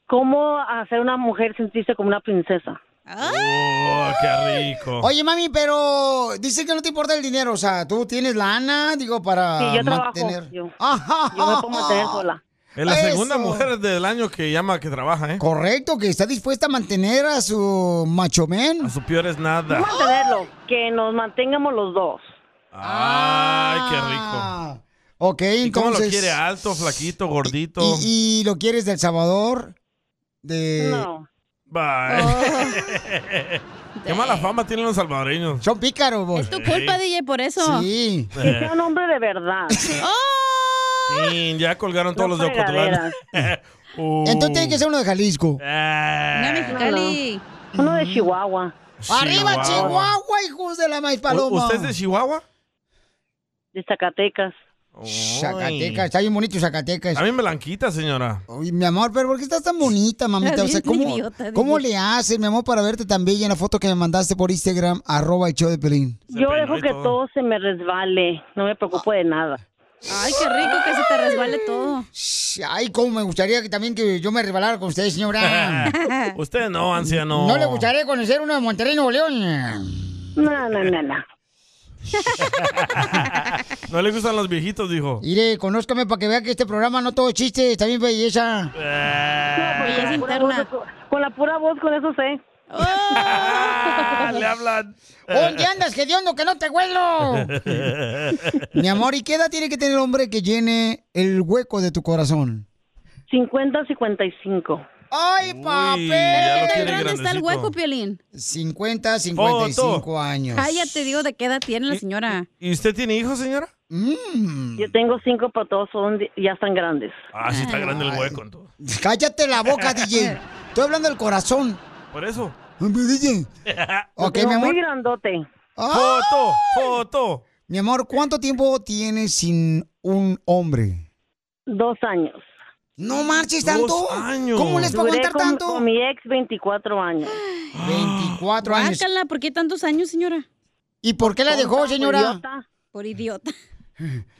Speaker 25: cómo hacer una mujer sentirse como una princesa.
Speaker 5: Oh, qué rico.
Speaker 1: Oye, mami, pero dice que no te importa el dinero. O sea, tú tienes lana, digo, para
Speaker 25: Sí, yo trabajo,
Speaker 1: mantener.
Speaker 25: yo.
Speaker 1: Ajá.
Speaker 25: Yo me puedo mantener sola.
Speaker 5: Es la
Speaker 1: Eso.
Speaker 5: segunda mujer del año que llama que trabaja, ¿eh?
Speaker 1: Correcto, que está dispuesta a mantener a su macho men.
Speaker 5: Su peor es nada.
Speaker 25: No mantenerlo, que nos mantengamos los dos.
Speaker 5: Ay, qué rico.
Speaker 1: Ok,
Speaker 5: ¿Y cómo lo
Speaker 1: entonces.
Speaker 5: quiere? ¿Alto, flaquito, gordito?
Speaker 1: ¿Y, eh, y lo quieres del Salvador? De...
Speaker 5: No. Bye. qué mala fama tienen los salvadoreños.
Speaker 1: Oh. Son pícaros, vos.
Speaker 4: Es tu culpa, DJ, por eso.
Speaker 1: Sí.
Speaker 25: Que
Speaker 5: Eh.
Speaker 25: sea un hombre de verdad.
Speaker 5: Sí, ya colgaron todos
Speaker 25: No
Speaker 5: los de Ocotlán. Uh.
Speaker 1: Entonces tiene que ser uno de Jalisco.
Speaker 5: Ah.
Speaker 25: Mexicali. Uno de Chihuahua.
Speaker 1: ¡Arriba,
Speaker 5: Chihuahua.
Speaker 1: Chihuahua, hijos de la maíz paloma!
Speaker 5: Ah. ¿Usted es de Chihuahua?
Speaker 25: De Zacatecas.
Speaker 1: Zacatecas, está bien bonito Zacatecas.
Speaker 5: A mí me blanquita, señora.
Speaker 1: Uy, mi amor, pero ¿por qué estás tan bonita, mamita? O sea,
Speaker 5: Bien
Speaker 1: ¿cómo,
Speaker 5: idiota,
Speaker 1: ¿cómo
Speaker 5: dije.
Speaker 1: le haces, mi amor, para verte tan bella en la foto que me mandaste por Instagram, arroba el show de Pelín?
Speaker 25: Yo dejo que todo. se me resbale. No me preocupo de nada.
Speaker 4: Ay, qué rico que se te resbale todo.
Speaker 1: Ay, cómo me gustaría que también que yo me rebalara con usted, señora.
Speaker 5: Usted no, anciano.
Speaker 1: No le gustaría conocer uno de Monterrey, Nuevo León. No,
Speaker 25: no, no, no.
Speaker 5: No le gustan los viejitos, dijo.
Speaker 1: Mire, conózcame para que vea que este programa no todo es chiste, está bien belleza.
Speaker 5: ¡Ah!
Speaker 25: Belleza interna. pues, Con la pura voz, con eso sé.
Speaker 4: Oh.
Speaker 5: le hablan.
Speaker 1: ¿Dónde andas, hediondo, que no te huelo? Mi amor, ¿y qué edad tiene que tener el hombre que llene el hueco de tu corazón?
Speaker 25: 50-55.
Speaker 1: ¡Ay, papel!
Speaker 4: Pero ¿qué tan grande está el hueco, Piolín?
Speaker 1: 50, 55 años.
Speaker 4: te digo de qué edad tiene la señora.
Speaker 5: ¿Y usted tiene hijos, señora?
Speaker 1: Mm.
Speaker 25: Yo tengo cinco, pero todos son, ya están grandes.
Speaker 5: Ah, sí, está grande el hueco. entonces.
Speaker 1: Cállate la boca, DJ. Estoy hablando del corazón.
Speaker 5: Por eso.
Speaker 1: DJ.
Speaker 25: Lo
Speaker 1: Ok,
Speaker 25: tengo
Speaker 1: mi amor.
Speaker 25: Muy grandote.
Speaker 1: ¡Foto!
Speaker 5: ¡Foto!
Speaker 1: Mi amor, ¿cuánto tiempo tienes sin un hombre?
Speaker 25: Dos años.
Speaker 1: ¡No marches tanto!
Speaker 25: Dos
Speaker 1: años. ¿Cómo les va a
Speaker 25: Duré
Speaker 1: aguantar
Speaker 25: con-
Speaker 1: tanto?
Speaker 25: Con mi ex, 24 años.
Speaker 1: 24
Speaker 25: años.
Speaker 4: Guácala, ¿por qué tantos años, señora?
Speaker 1: ¿Y por qué la dejó, señora?
Speaker 4: Por idiota.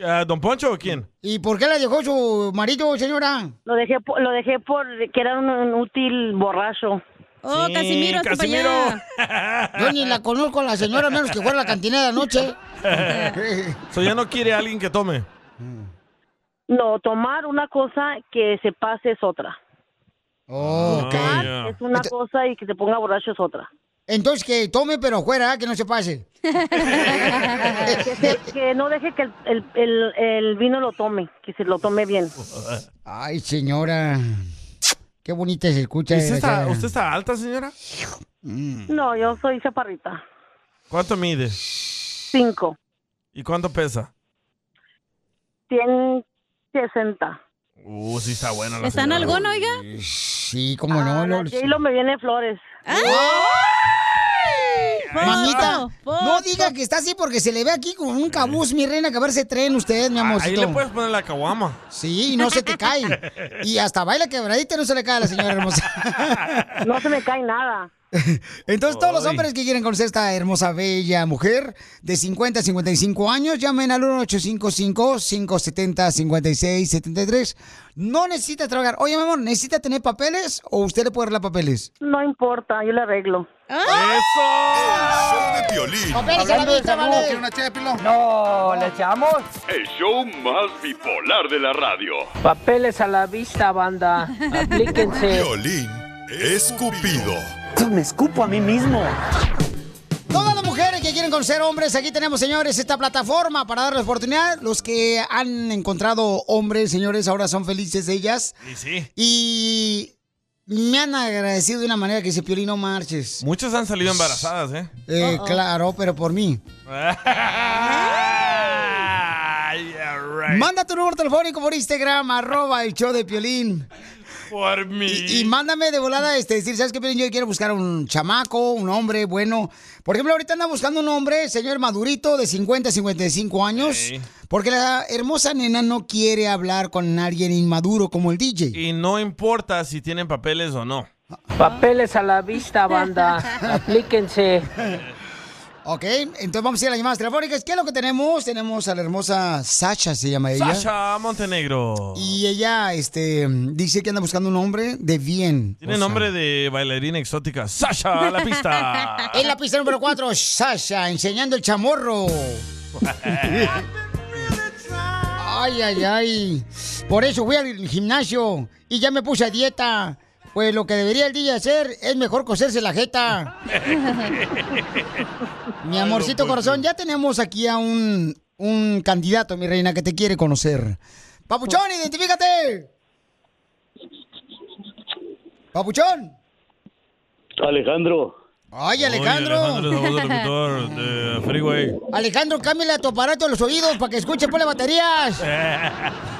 Speaker 5: Ah, ¿Don Poncho o quién?
Speaker 1: ¿Y por qué la dejó su marido, señora?
Speaker 25: Lo dejé, por- lo dejé por que era un, un útil borracho.
Speaker 1: Oh, Sí, Casimiro, hazte pa' Casimiro. Yo ni la conozco a la señora, menos que fuera a la cantina de anoche.
Speaker 5: so ya no quiere a alguien que tome.
Speaker 25: No, tomar una cosa que se pase es otra.
Speaker 1: Oh,
Speaker 25: Tomar
Speaker 1: ok.
Speaker 25: es una cosa y que te ponga borracho es otra.
Speaker 1: Entonces que tome, pero fuera, ¿ah? que no se pase.
Speaker 25: que, se- que no deje que el, el- el- el vino lo tome, que se lo tome bien.
Speaker 5: Ah.
Speaker 1: Ay, señora. Qué bonita se escucha.
Speaker 5: ¿Usted está,
Speaker 1: señora. Mm.
Speaker 5: usted está alta, señora?
Speaker 25: No, yo soy chaparrita.
Speaker 5: ¿Cuánto mide?
Speaker 25: Cinco.
Speaker 5: ¿Y cuánto pesa?
Speaker 25: 160.
Speaker 5: Uh, sí está buena la
Speaker 4: ¿Están
Speaker 5: señora.
Speaker 4: algón, oiga?
Speaker 1: Sí, cómo no. no,
Speaker 25: Y lo me viene flores.
Speaker 1: Mamita,
Speaker 25: Foto,
Speaker 1: no diga que está así porque se le ve aquí con un cabuz, mi reina, que a ver se tren usted, mi amorcito.
Speaker 5: Ah, Ahí le puedes poner la caguama.
Speaker 1: Sí, y no se te cae. Y hasta baila quebradita no se le cae a la señora hermosa.
Speaker 25: No se me cae nada.
Speaker 1: Entonces, todos los
Speaker 25: Ay.
Speaker 1: hombres que quieren conocer esta hermosa, bella mujer de 50 a 55 años, llamen al 1-855-570-5673. No necesita trabajar. Oye, mi amor, ¿necesita tener papeles o usted le puede arreglar papeles? ¡Ah!
Speaker 25: No importa, yo le arreglo.
Speaker 9: ¡Eso!
Speaker 7: Piolín.
Speaker 9: Hablando de salud,
Speaker 2: vale.
Speaker 9: ¿quiere una ché de pilón? No, ¿le echamos?
Speaker 8: El show más bipolar de la radio.
Speaker 2: Papeles a la vista, banda. Aplíquense.
Speaker 7: Piolín escupido.
Speaker 2: Me escupo a mí mismo.
Speaker 1: Todas las mujeres que quieren conocer hombres, aquí tenemos, señores, esta plataforma para darles oportunidad. Los que han encontrado hombres, señores, ahora son felices ellas.
Speaker 5: Y sí.
Speaker 1: Y me han agradecido de una manera que dice, Piolín, no marches.
Speaker 5: Muchas han salido embarazadas, ¿eh?
Speaker 1: Eh,
Speaker 5: Uh-oh.
Speaker 1: Claro, pero por mí.
Speaker 5: Yeah, right.
Speaker 1: Manda tu número telefónico por Instagram, arroba el show de Piolín.
Speaker 5: Por mí.
Speaker 1: Y, y mándame de volada, este, decir, ¿sabes qué, Piolín? Yo quiero buscar un chamaco, un hombre bueno. Por ejemplo, ahorita anda buscando un hombre, señor madurito, de 50 a 55 años. Porque la hermosa nena no quiere hablar con alguien inmaduro como el DJ.
Speaker 5: Y no importa si tienen papeles o no.
Speaker 2: Papeles a la vista, banda. Aplíquense.
Speaker 1: Ok, entonces vamos a ir a las llamadas telefónicas. ¿Qué es lo que tenemos? Tenemos a la hermosa Sasha, se llama ella.
Speaker 5: Sasha Montenegro.
Speaker 1: Y ella este, dice que anda buscando un hombre de bien.
Speaker 5: Tiene nombre de bailarina exótica. Sasha a la pista.
Speaker 1: En la pista número 4, Sasha, enseñando el chamorro. Ay, ay, ay. Por eso voy al gimnasio y ya me puse a dieta. Pues lo que debería el día hacer es mejor coserse la jeta. Mi amorcito
Speaker 5: pues.
Speaker 1: corazón, ya tenemos aquí a un, un candidato, mi reina, que te quiere conocer. Papuchón, identifícate. Papuchón.
Speaker 15: Alejandro.
Speaker 1: Ay, Alejandro.
Speaker 5: Alejandro de Freeway.
Speaker 1: Alejandro, cámbiale a tu aparato de los oídos para que escuche por las baterías.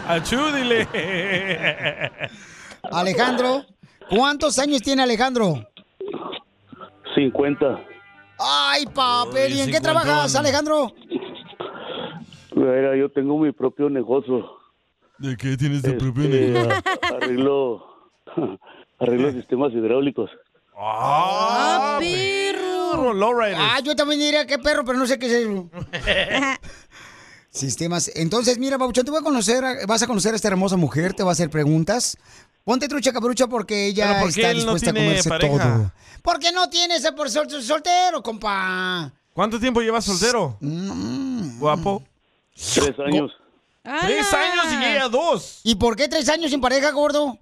Speaker 5: Achú, dile.
Speaker 1: Alejandro, ¿cuántos años tiene Alejandro?
Speaker 15: 50.
Speaker 1: Ay, papel, ¿y en qué trabajas, Alejandro?
Speaker 15: Mira, yo tengo mi propio negocio.
Speaker 5: ¿De qué tienes tu propio
Speaker 15: Eh,
Speaker 5: negocio?
Speaker 15: a- arreglo, arreglo sistemas hidráulicos.
Speaker 1: ¡Ah, perro!
Speaker 5: Lowrider.
Speaker 1: Ah, yo también diría que perro, pero no sé qué es eso. Sistemas. Entonces, mira, Babuchón, te voy a conocer, a- vas a conocer a esta hermosa mujer, te va a hacer preguntas. Ponte trucha caperucha porque ella
Speaker 5: Pero, ¿por qué
Speaker 1: está
Speaker 5: él no
Speaker 1: dispuesta a
Speaker 5: tiene
Speaker 1: comerse
Speaker 5: pareja?
Speaker 1: todo. ¿Por qué no tienes el por sol- soltero, compa?
Speaker 5: ¿Cuánto tiempo llevas soltero?
Speaker 1: Mm.
Speaker 5: Guapo.
Speaker 15: Tres años.
Speaker 5: Tres años y ella dos.
Speaker 1: ¿Y por qué tres años sin pareja, gordo?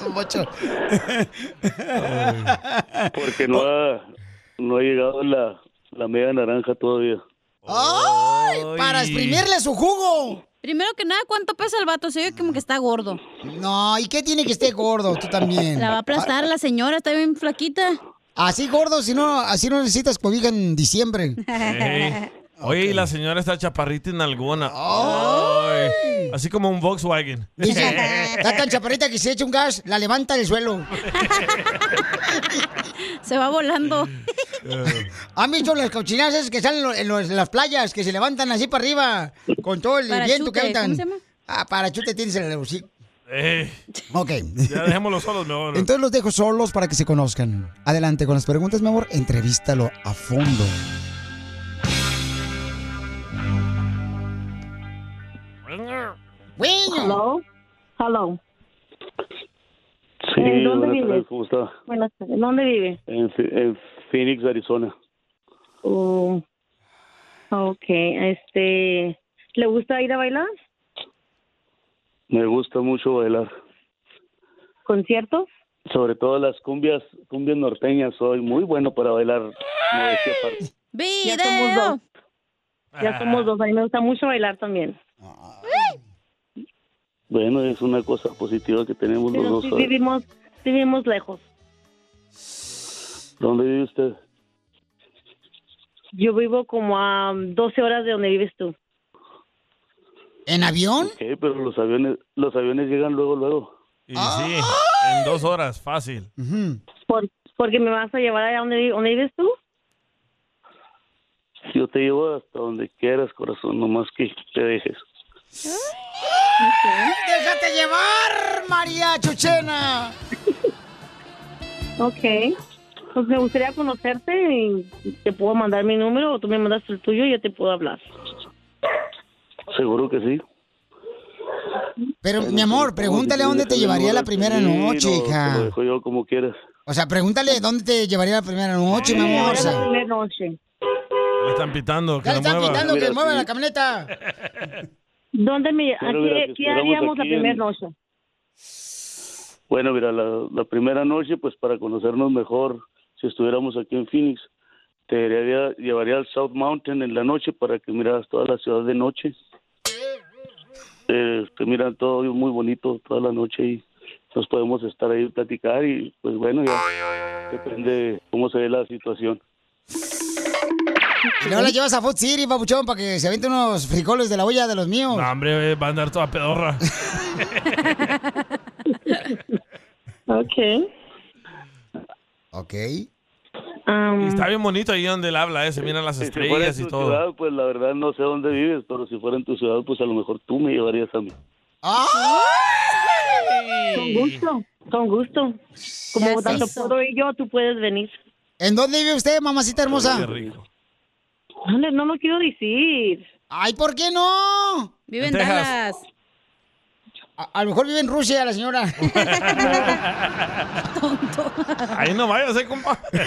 Speaker 1: Don Poncho.
Speaker 15: Porque no ha, no ha llegado la, la media naranja todavía.
Speaker 1: ¡Ay! Para exprimirle su jugo.
Speaker 4: Primero que nada, ¿cuánto pesa el vato? Se oye como que está gordo.
Speaker 1: No, ¿y qué tiene que esté gordo? Tú también.
Speaker 4: La va a aplastar la señora, está bien flaquita.
Speaker 1: Así gordo, si no, así no necesitas cobija en diciembre.
Speaker 5: Ey. Oye, y la señora está chaparrita en alguna. Ay. Así como un Volkswagen.
Speaker 1: Dice, está tan chaparrita que si echa un gas, la levanta del suelo.
Speaker 4: Se va volando.
Speaker 1: ¿Han visto las cochinadas esas que salen en lo- en, los- en las playas, que se levantan así para arriba, con todo el
Speaker 4: Parachute,
Speaker 1: viento que aventan?
Speaker 4: ¿cómo se llama?
Speaker 1: Ah, parachute tienes en el hocico.
Speaker 5: Ey.
Speaker 1: Ok.
Speaker 5: Eh. Ya dejémoslo solos mejor.
Speaker 1: Entonces los dejo solos para que se conozcan. Adelante con las preguntas, mi amor. Entrevístalo a fondo.
Speaker 25: Hello. Hello.
Speaker 15: Sí,
Speaker 25: Eh, ¿dónde
Speaker 15: buenas
Speaker 25: vives?
Speaker 15: tardes, ¿cómo está?
Speaker 25: Buenas tardes. este, ¿Dónde vive?
Speaker 15: En, Ph- en Phoenix, Arizona.
Speaker 25: Oh, ok, este, ¿le gusta ir a bailar?
Speaker 15: Me gusta mucho bailar.
Speaker 25: ¿Conciertos?
Speaker 15: Sobre todo las cumbias, cumbias norteñas. Soy muy bueno para bailar. modestia aparte.
Speaker 25: Ya somos dos.
Speaker 5: Ah.
Speaker 1: Ah.
Speaker 25: Ya somos dos. A mí me gusta mucho bailar también.
Speaker 15: Bueno, es una cosa positiva que tenemos los
Speaker 25: Pero
Speaker 15: dos.
Speaker 25: sí
Speaker 15: ¿sabe?
Speaker 25: vivimos, sí vivimos lejos.
Speaker 15: ¿Dónde vive usted?
Speaker 25: Yo vivo como a 12 horas de donde vives tú.
Speaker 1: ¿En avión?
Speaker 15: Ok, pero los aviones, los aviones llegan luego, luego.
Speaker 5: Y
Speaker 1: Ah.
Speaker 5: sí, en dos horas, fácil.
Speaker 25: Por- porque me vas a llevar allá donde, vi- donde vives tú.
Speaker 15: Yo te llevo hasta donde quieras, corazón, nomás que te dejes.
Speaker 1: ¡Déjate llevar, María Chuchena!
Speaker 25: Ok. Pues me gustaría conocerte y te puedo mandar mi número o tú me mandas el tuyo y yo te puedo hablar.
Speaker 15: Seguro que sí.
Speaker 1: Pero, mi amor, pregúntale a dónde te llevaría la primera noche,
Speaker 15: Te lo
Speaker 1: hija.
Speaker 15: dejo yo como quieras.
Speaker 1: O sea, pregúntale dónde te llevaría la primera noche, mi amor. o sea.
Speaker 25: Buenas noches.
Speaker 5: Le están pitando, que
Speaker 1: Ya le
Speaker 5: la
Speaker 1: están
Speaker 5: mueva.
Speaker 1: pitando que mueva la camioneta.
Speaker 25: ¿Dónde me, a qué-
Speaker 15: Bueno, mira, te
Speaker 25: qué,
Speaker 15: esperamos
Speaker 25: haríamos la
Speaker 15: aquí en-
Speaker 25: primera noche?
Speaker 15: Bueno, mira, la, la primera noche, pues para conocernos mejor, si estuviéramos aquí en Phoenix, te llevaría, llevaría al South Mountain en la noche para que miraras toda la ciudad de noche. Eh, te miran todo muy bonito toda la noche y nos podemos estar ahí platicar y pues bueno, ya depende cómo se ve la situación.
Speaker 1: Y luego la llevas a Food City, papuchón, para que se aviente unos frijoles de la olla de los míos.
Speaker 5: No, hombre, eh, va a andar toda pedorra.
Speaker 25: Ok.
Speaker 1: Ok.
Speaker 5: Está bien bonito ahí donde él habla, eh. Se miran las
Speaker 15: Si fuera en
Speaker 5: estrellas
Speaker 15: tu
Speaker 5: y todo.
Speaker 15: ciudad, pues la verdad no sé dónde vives, pero si fuera en tu ciudad, pues a lo mejor tú me llevarías a mí.
Speaker 25: Con gusto, con gusto. Como
Speaker 15: Ya
Speaker 25: tanto
Speaker 15: se hizo.
Speaker 25: puedo ir yo, tú puedes venir.
Speaker 1: ¿En dónde vive usted, mamacita hermosa?
Speaker 25: No, no lo quiero decir.
Speaker 1: Ay, ¿por qué no?
Speaker 4: Vive en En Texas. Dallas.
Speaker 1: A, a lo mejor vive en Rusia la señora.
Speaker 5: Ahí no vayas, ¿eh, compa?
Speaker 25: En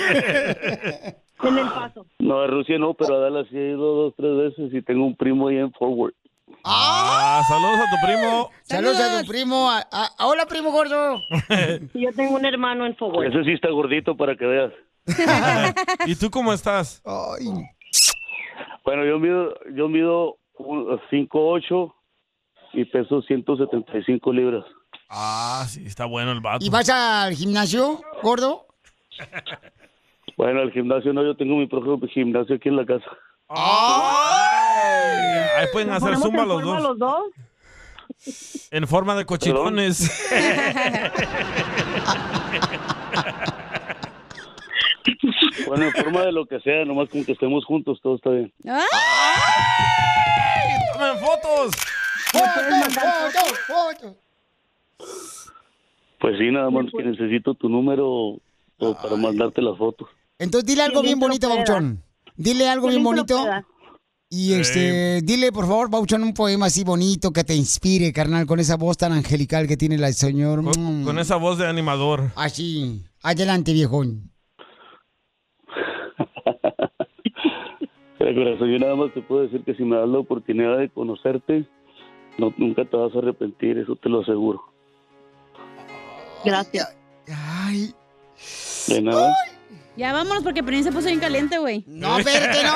Speaker 5: Ah,
Speaker 25: el paso.
Speaker 15: No, a Rusia no, pero a Dallas sí he ido dos, tres veces y tengo un primo ahí en Forward.
Speaker 5: Ah, saludos a tu primo.
Speaker 1: Saludos a tu primo. a- a- a- hola, primo gordo.
Speaker 25: Yo tengo un hermano en Fort Worth.
Speaker 15: Ese sí está gordito para que veas.
Speaker 5: ¿Y tú cómo estás?
Speaker 15: Bueno, yo mido, yo mido un- 5'8 y peso 175 libras.
Speaker 5: Ah, sí, está bueno el vato.
Speaker 1: ¿Y vas al gimnasio, gordo?
Speaker 15: Bueno, el gimnasio no, yo tengo mi propio gimnasio aquí en la casa.
Speaker 5: Ahí pueden hacer
Speaker 25: ¿Ponemos
Speaker 5: zumba
Speaker 25: en
Speaker 5: los
Speaker 25: forma
Speaker 5: dos.
Speaker 25: los dos?
Speaker 5: En forma de cochitones.
Speaker 15: Bueno, en forma de lo que sea, nomás con que estemos juntos, todo está bien.
Speaker 5: ¡Tomen fotos!
Speaker 1: ¡Fotos, fotos, fotos!
Speaker 15: Pues sí, nada más que necesito tu número o para mandarte las fotos.
Speaker 1: Entonces dile algo
Speaker 15: Qué
Speaker 1: bien
Speaker 15: lindo
Speaker 1: bonito,
Speaker 15: peda.
Speaker 1: Bauchón. Dile algo
Speaker 15: Qué
Speaker 1: bien
Speaker 15: lindo
Speaker 1: bonito.
Speaker 15: peda.
Speaker 1: Y este, dile por favor, Bauchón, un poema así bonito que te inspire, carnal, con esa voz tan angelical que tiene la señor. Mm.
Speaker 5: Con esa voz de animador.
Speaker 1: Ah, Así. Adelante, viejón.
Speaker 15: Mira, corazón, yo nada más te puedo decir que si me das la oportunidad de conocerte, no, nunca te vas a arrepentir, eso te lo aseguro.
Speaker 25: Gracias.
Speaker 1: Ay.
Speaker 15: De nada.
Speaker 4: Ya vámonos porque Pelín se puso bien caliente, güey.
Speaker 1: No, espérate, no.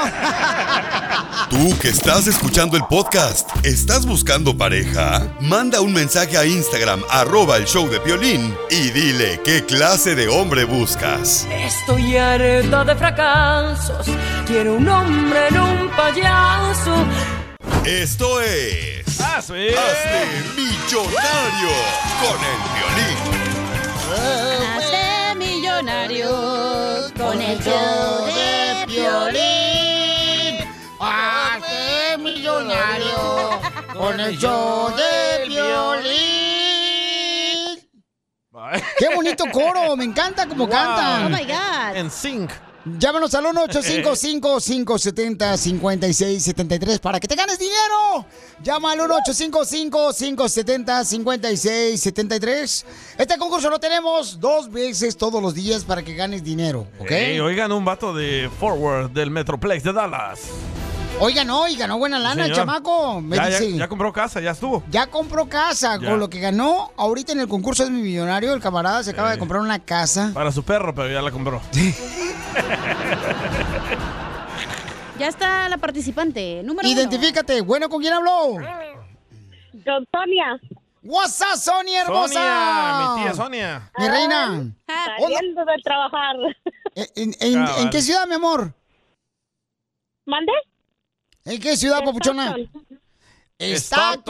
Speaker 7: Tú que estás escuchando el podcast, ¿estás buscando pareja? Manda un mensaje a Instagram, arroba el show de Piolín, y dile qué clase de hombre buscas.
Speaker 9: Estoy harta de fracasos. Quiero un hombre en un payaso.
Speaker 7: Esto es...
Speaker 5: ¡Hazte
Speaker 7: millonario con el Piolín!
Speaker 4: Hazte millonarios con el show de
Speaker 1: Piolín. Hazte millonario con el show de violín. Qué bonito coro, me encanta como cantan.
Speaker 5: En sync.
Speaker 1: Llámanos al 1-855-570-5673 para que te ganes dinero. Llama al 1-855-570-5673. Este concurso lo tenemos dos veces todos los días para que ganes dinero, ¿ok?
Speaker 5: Ey, oigan, un vato de Forward del Metroplex de Dallas.
Speaker 1: Oigan, no, oigan, no, buena lana, el
Speaker 5: Señor.
Speaker 1: chamaco. Me
Speaker 5: ya, ya-
Speaker 1: dice,
Speaker 5: ya compró casa, ya estuvo.
Speaker 1: ya compró casa
Speaker 5: Ya.
Speaker 1: con lo que ganó. Ahorita en el concurso es mi millonario. El camarada se
Speaker 5: Eh.
Speaker 1: acaba de comprar una casa.
Speaker 5: Para su perro, pero ya la compró.
Speaker 4: Ya está la participante. Número
Speaker 1: Identifícate. Bueno, ¿con quién habló?
Speaker 25: Con Sonia.
Speaker 1: What's up, Sonia hermosa?
Speaker 5: Sonia, mi tía Sonia.
Speaker 1: Mi reina.
Speaker 25: Saliendo de trabajar.
Speaker 1: ¿En, Eh, en- en-
Speaker 25: Ah,
Speaker 1: en
Speaker 25: vale.
Speaker 1: qué ciudad, mi amor?
Speaker 25: ¿Mande?
Speaker 1: ¿En qué ciudad, papuchona? Stockton.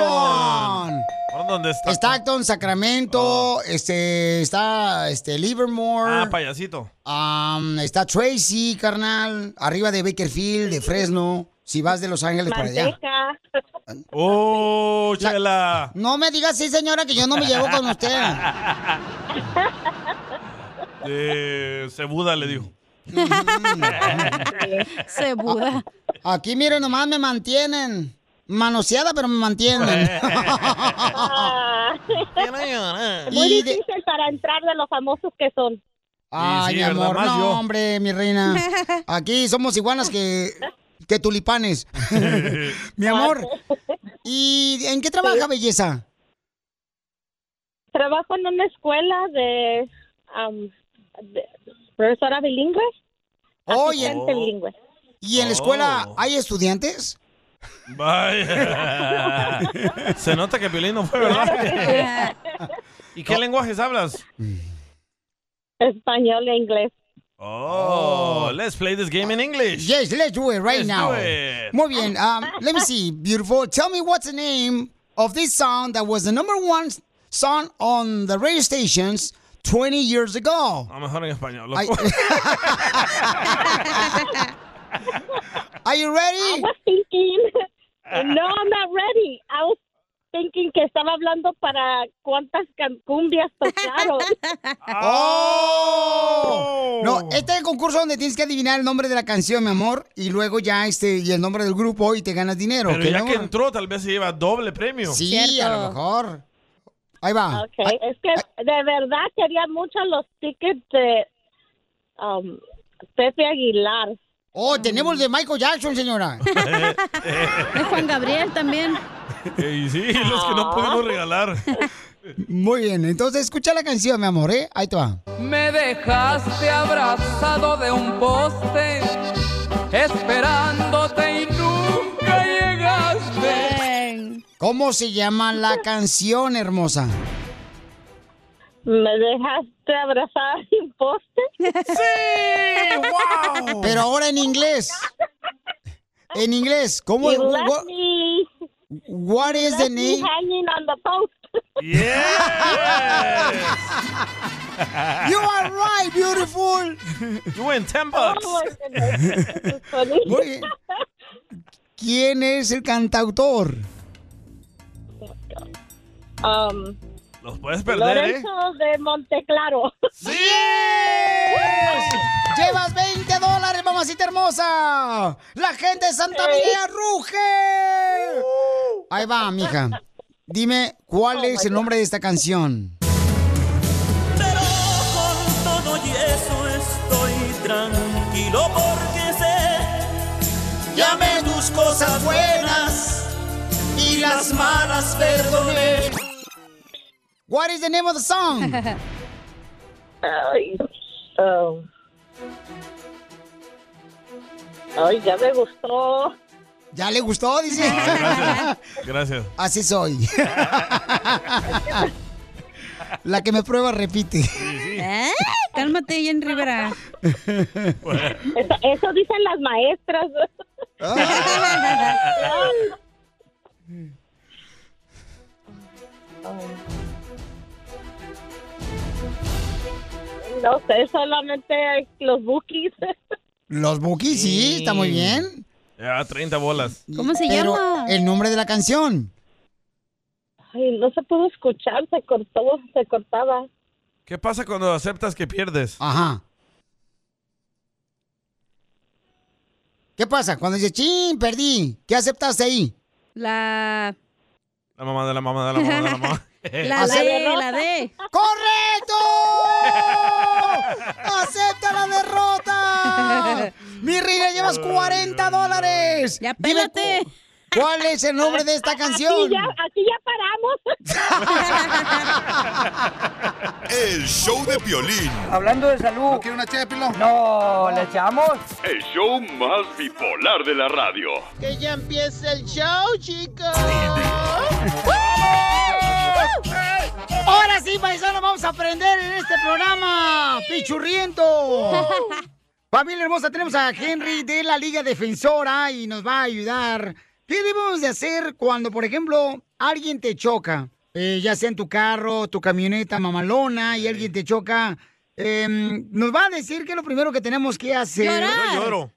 Speaker 5: ¿Por dónde está?
Speaker 1: Stockton, Sacramento, este, está este,
Speaker 5: Ah,
Speaker 1: Livermore,
Speaker 5: payasito.
Speaker 1: am, está Tracy, carnal, arriba de Bakerfield, de Fresno, si vas de Los Ángeles para allá.
Speaker 25: Manteca.
Speaker 5: ¡Oh, chela!
Speaker 1: No me digas sí, señora, que yo no me llevo con usted.
Speaker 5: Eh, Cebuda le dijo.
Speaker 4: Se
Speaker 1: buda. Aquí, miren, nomás me mantienen. Manoseada, pero me mantienen.
Speaker 25: Ah. Muy
Speaker 1: Y de-
Speaker 25: difícil para entrar de los famosos que son.
Speaker 1: Ay,
Speaker 25: sí,
Speaker 1: mi
Speaker 25: ¿verdad?
Speaker 1: amor,
Speaker 25: Más
Speaker 1: no,
Speaker 25: yo.
Speaker 1: hombre, mi reina. Aquí somos iguanas que, que tulipanes. mi amor, ¿y en qué trabaja, belleza?
Speaker 25: Trabajo en una escuela de,
Speaker 16: um,
Speaker 25: am, de- profesora bilingüe.
Speaker 12: Oh,
Speaker 16: Ah,
Speaker 1: Oye.
Speaker 25: asistente bilingüe.
Speaker 1: ¿Y
Speaker 25: Oh.
Speaker 1: en la escuela hay estudiantes?
Speaker 5: Vaya. Se nota que Piolín no fue, ¿verdad? ¿Y qué lenguajes hablas?
Speaker 25: Español e inglés.
Speaker 5: Oh, let's play this game in English.
Speaker 1: Yes, let's do it right
Speaker 5: Let's
Speaker 1: now.
Speaker 5: do it.
Speaker 1: Muy bien, um, let me see, beautiful. Tell me what's the name of this song that was the number one song on the radio stations 20 years ago.
Speaker 5: A lo Ah, mejor en español.
Speaker 1: Ay. Are you ready? Uh,
Speaker 25: Thinking, no, I'm not ready. I was
Speaker 16: thinking que estaba hablando para cuántas can- cumbias tocaron.
Speaker 1: Oh.
Speaker 5: Oh.
Speaker 1: No, este es el concurso donde tienes que adivinar el nombre de la canción, mi amor, y luego ya este, y el nombre del grupo y te ganas dinero.
Speaker 5: Pero
Speaker 1: ¿ok,
Speaker 5: ya
Speaker 1: mi
Speaker 5: que
Speaker 1: amor?
Speaker 5: entró, tal vez se lleva doble premio.
Speaker 1: Sí, a lo mejor. Ahí va.
Speaker 16: Ok, es que de verdad quería mucho los tickets de um, Pepe Aguilar.
Speaker 1: Oh, tenemos el de Michael Jackson, señora.
Speaker 5: Eh,
Speaker 4: De Juan Gabriel también.
Speaker 5: y sí, los que no pudimos regalar.
Speaker 1: Muy bien, entonces escucha la canción, mi amor, ¿eh? Ahí te va.
Speaker 9: Me dejaste abrazado de un poste, esperándote y nunca llegaste.
Speaker 1: ¿Cómo se llama la canción, hermosa?
Speaker 16: ¿Me dejaste abrazada sin poste?
Speaker 5: ¡Sí! ¡Wow!
Speaker 1: Pero ahora en inglés. En inglés, ¿cómo?
Speaker 16: You left
Speaker 1: what, what is the
Speaker 16: left me
Speaker 1: name?
Speaker 16: hanging on the post.
Speaker 1: You are right, beautiful.
Speaker 5: You win 10
Speaker 16: bucks.
Speaker 1: Muy bien. ¿Quién es el cantautor?
Speaker 16: Um,
Speaker 5: Los puedes perder, ¿eh?
Speaker 16: Lorenzo de Monteclaro.
Speaker 5: ¡Sí!
Speaker 1: ¡Llevas 20 dólares, mamacita hermosa! ¡La gente de Santa
Speaker 16: Eh,
Speaker 1: María ruge! Ahí va, mija. Dime,
Speaker 16: Oh,
Speaker 1: ¿cuál es el nombre de esta canción?
Speaker 9: Con todo y eso estoy tranquilo porque sé, llame tus cosas buenas y las malas perdoné.
Speaker 1: What is the name of the song?
Speaker 16: Ay, oh. Ay, ya me gustó.
Speaker 1: ¿Ya le gustó? Dice.
Speaker 5: Gracias.
Speaker 1: Así soy. La que me prueba repite.
Speaker 4: ¿Eh? Cálmate, Jen Rivera.
Speaker 16: Eso, eso dicen las maestras. No sé, solamente los bookies.
Speaker 1: Los Bookies, sí, está muy bien.
Speaker 5: Ya, 30 bolas.
Speaker 1: Pero El nombre de la canción.
Speaker 16: Ay, no se pudo escuchar, se cortó, se cortaba.
Speaker 5: ¿Qué pasa cuando aceptas que pierdes?
Speaker 1: Ajá. ¿Qué pasa? Cuando dice, ching, perdí. ¿Qué aceptaste ahí?
Speaker 4: La.
Speaker 5: La mamá de la mamá de la mamá de la mamá.
Speaker 1: Eh.
Speaker 4: La, la D, la D.
Speaker 1: ¡Correcto! ¡Acepta la derrota! ¡Mi reina, llevas 40 dólares! ¡Ya pélate! ¿Cuál es el nombre de esta canción?
Speaker 16: Aquí ya, aquí ya paramos.
Speaker 7: El show de Piolín.
Speaker 2: Hablando de salud. ¿No quiere una No, ¿le echamos?
Speaker 8: El show más bipolar de la radio.
Speaker 17: Que ya empiece el show, chicos.
Speaker 1: Ahora sí, paisanos, vamos a aprender en este programa. ¡Pichurriento! Familia hermosa, tenemos a Henry de la Liga Defensora y nos va a ayudar. ¿Qué debemos de hacer cuando, por ejemplo, alguien te choca? Eh, ya sea en tu carro, tu camioneta mamalona y alguien te choca. Eh, nos va a decir que lo primero que tenemos que hacer...
Speaker 5: Yo lloro.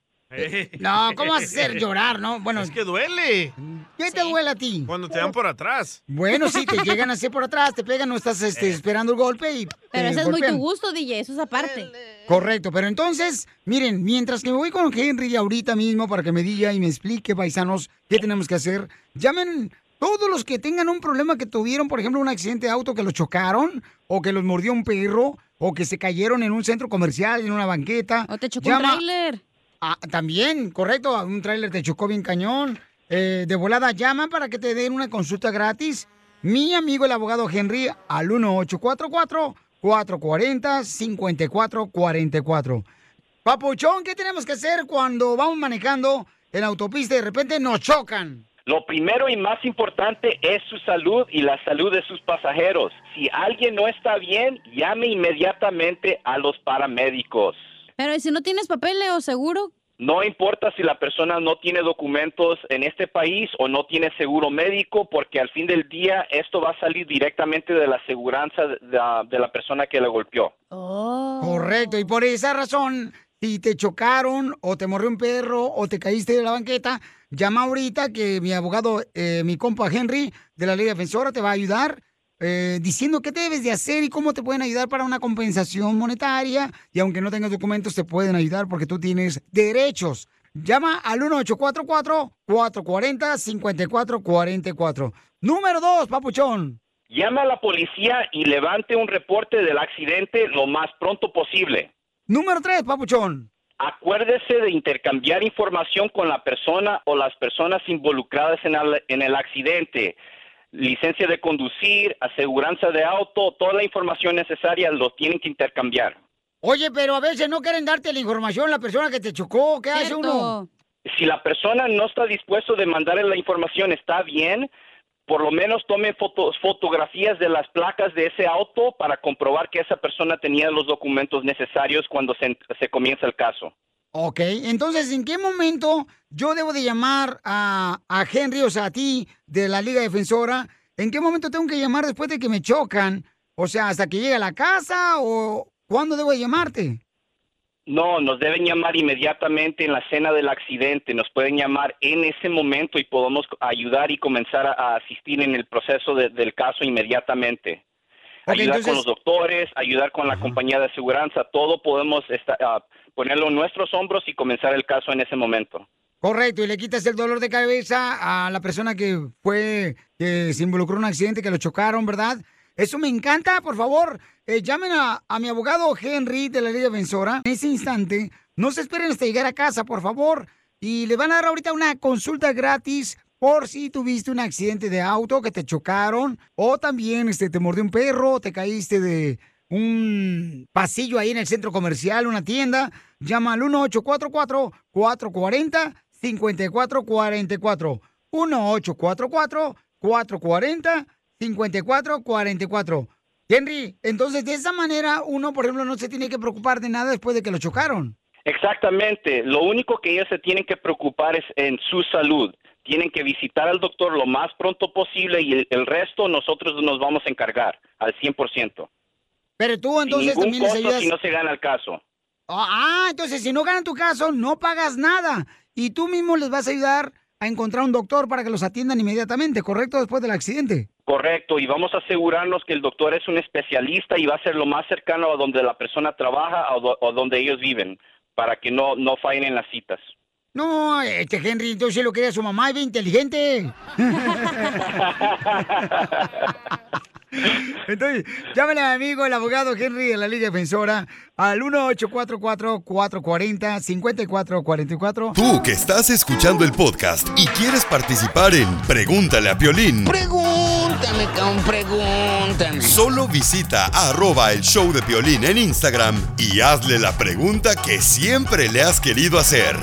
Speaker 1: No, ¿cómo vas a hacer llorar, no? Bueno,
Speaker 5: Es que duele.
Speaker 1: ¿Qué te duele a ti?
Speaker 5: Cuando te dan por atrás.
Speaker 1: Bueno, sí, te llegan así por atrás, te pegan, no estás este, esperando el golpe y.
Speaker 4: Pero
Speaker 1: te
Speaker 4: eso es muy
Speaker 1: golpean.
Speaker 4: tu gusto, DJ, eso es aparte.
Speaker 1: Correcto, pero entonces, miren, mientras que me voy con Henry ahorita mismo para que me diga y me explique, paisanos, qué tenemos que hacer, llamen todos los que tengan un problema que tuvieron, por ejemplo, un accidente de auto que los chocaron, o que los mordió un perro, o que se cayeron en un centro comercial, en una banqueta. O te
Speaker 4: chocó un tráiler.
Speaker 1: Ah, también, correcto, a un tráiler te chocó bien cañón. Eh, de volada, llama para que te den una consulta gratis. Mi amigo el abogado Henry al 1844 440 5444. Papuchón, ¿qué tenemos que hacer cuando vamos manejando en la autopista y de repente nos chocan?
Speaker 18: Lo primero y más importante es su salud y la salud de sus pasajeros. Si alguien no está bien, llame inmediatamente a los paramédicos.
Speaker 4: Pero ¿y si no tienes papeles o seguro,
Speaker 18: No importa si la persona no tiene documentos en este país o no tiene seguro médico, porque al fin del día esto va a salir directamente de la aseguranza de, de la persona que la golpeó.
Speaker 1: Correcto, y por esa razón, si te chocaron o te morrió un perro o te caíste de la banqueta, llama ahorita que mi abogado, eh, mi compa Henry de la Ley Defensora te va a ayudar eh, diciendo qué debes de hacer y cómo te pueden ayudar para una compensación monetaria. Y aunque no tengas documentos, te pueden ayudar porque tú tienes derechos. Llama al 1844-440-5444. Número 2, papuchón.
Speaker 18: Llame a la policía y levante un reporte del accidente lo más pronto posible.
Speaker 1: Número 3, papuchón.
Speaker 18: Acuérdese de intercambiar información con la persona o las personas involucradas en el, en el accidente. Licencia de conducir, aseguranza de auto, toda la información necesaria lo tienen que intercambiar.
Speaker 1: Oye, pero a veces no quieren darte la información la persona que te chocó. ¿Qué hace uno?
Speaker 18: Si la persona no está dispuesto de mandarle la información, está bien. Por lo menos tomen fotos, fotografías de las placas de ese auto para comprobar que esa persona tenía los documentos necesarios cuando se, se comienza el caso.
Speaker 1: Ok, entonces, ¿en qué momento yo debo de llamar a, a Henry, o sea, a ti, de la Liga Defensora? ¿En qué momento tengo que llamar después de que me chocan? O sea, ¿hasta que llegue a la casa o cuándo debo de llamarte?
Speaker 18: No, nos deben llamar inmediatamente en la escena del accidente, nos pueden llamar en ese momento y podemos ayudar y comenzar a, a asistir en el proceso de- del caso inmediatamente.
Speaker 1: Ok,
Speaker 18: ayudar
Speaker 1: entonces-
Speaker 18: con los doctores, ayudar con la compañía de aseguranza, todo podemos esta- ah, ponerlo en nuestros hombros y comenzar el caso en ese momento.
Speaker 1: Correcto, y le quitas el dolor de cabeza a la persona que fue, que se involucró en un accidente, que lo chocaron, ¿verdad? Eso me encanta, por favor, eh, llamen a, a mi abogado Henry de la Liga Defensora en ese instante. No se esperen hasta llegar a casa, por favor. Y le van a dar ahorita una consulta gratis por si tuviste un accidente de auto, que te chocaron, o también este, te mordió un perro, te caíste de un pasillo ahí en el centro comercial, una tienda. Llama al 1844-440-5444. 1844-440-5444. Henry, entonces de esa manera uno, por ejemplo, no se tiene que preocupar de nada después de que lo chocaron.
Speaker 18: Exactamente. Lo único que ellos se tienen que preocupar es en su salud. Tienen que visitar al doctor lo más pronto posible y el, el resto nosotros nos vamos a encargar al 100%.
Speaker 1: Pero tú
Speaker 18: Sin
Speaker 1: entonces
Speaker 18: ningún
Speaker 1: también les
Speaker 18: costo
Speaker 1: ayudas.
Speaker 18: si no se gana el caso.
Speaker 1: Ah, ah, entonces si no ganan tu caso, no pagas nada. Y tú mismo les vas a ayudar a encontrar un doctor para que los atiendan inmediatamente, ¿correcto? Después del accidente.
Speaker 18: Correcto. Y vamos a asegurarnos que el doctor es un especialista y va a ser lo más cercano a donde la persona trabaja o, do- o donde ellos viven para que no, no fallen en las citas.
Speaker 1: No, este Henry, entonces sí lo quería su mamá, es bien inteligente. entonces, llámale a mi amigo, el abogado Henry de la Liga Defensora, al 1844-440-5444.
Speaker 7: Tú que estás escuchando el podcast y quieres participar en Pregúntale a Piolín,
Speaker 1: Pregúntame, cabrón, pregúntame.
Speaker 7: solo visita arroba el show de Piolín en Instagram y hazle la pregunta que siempre le has querido hacer.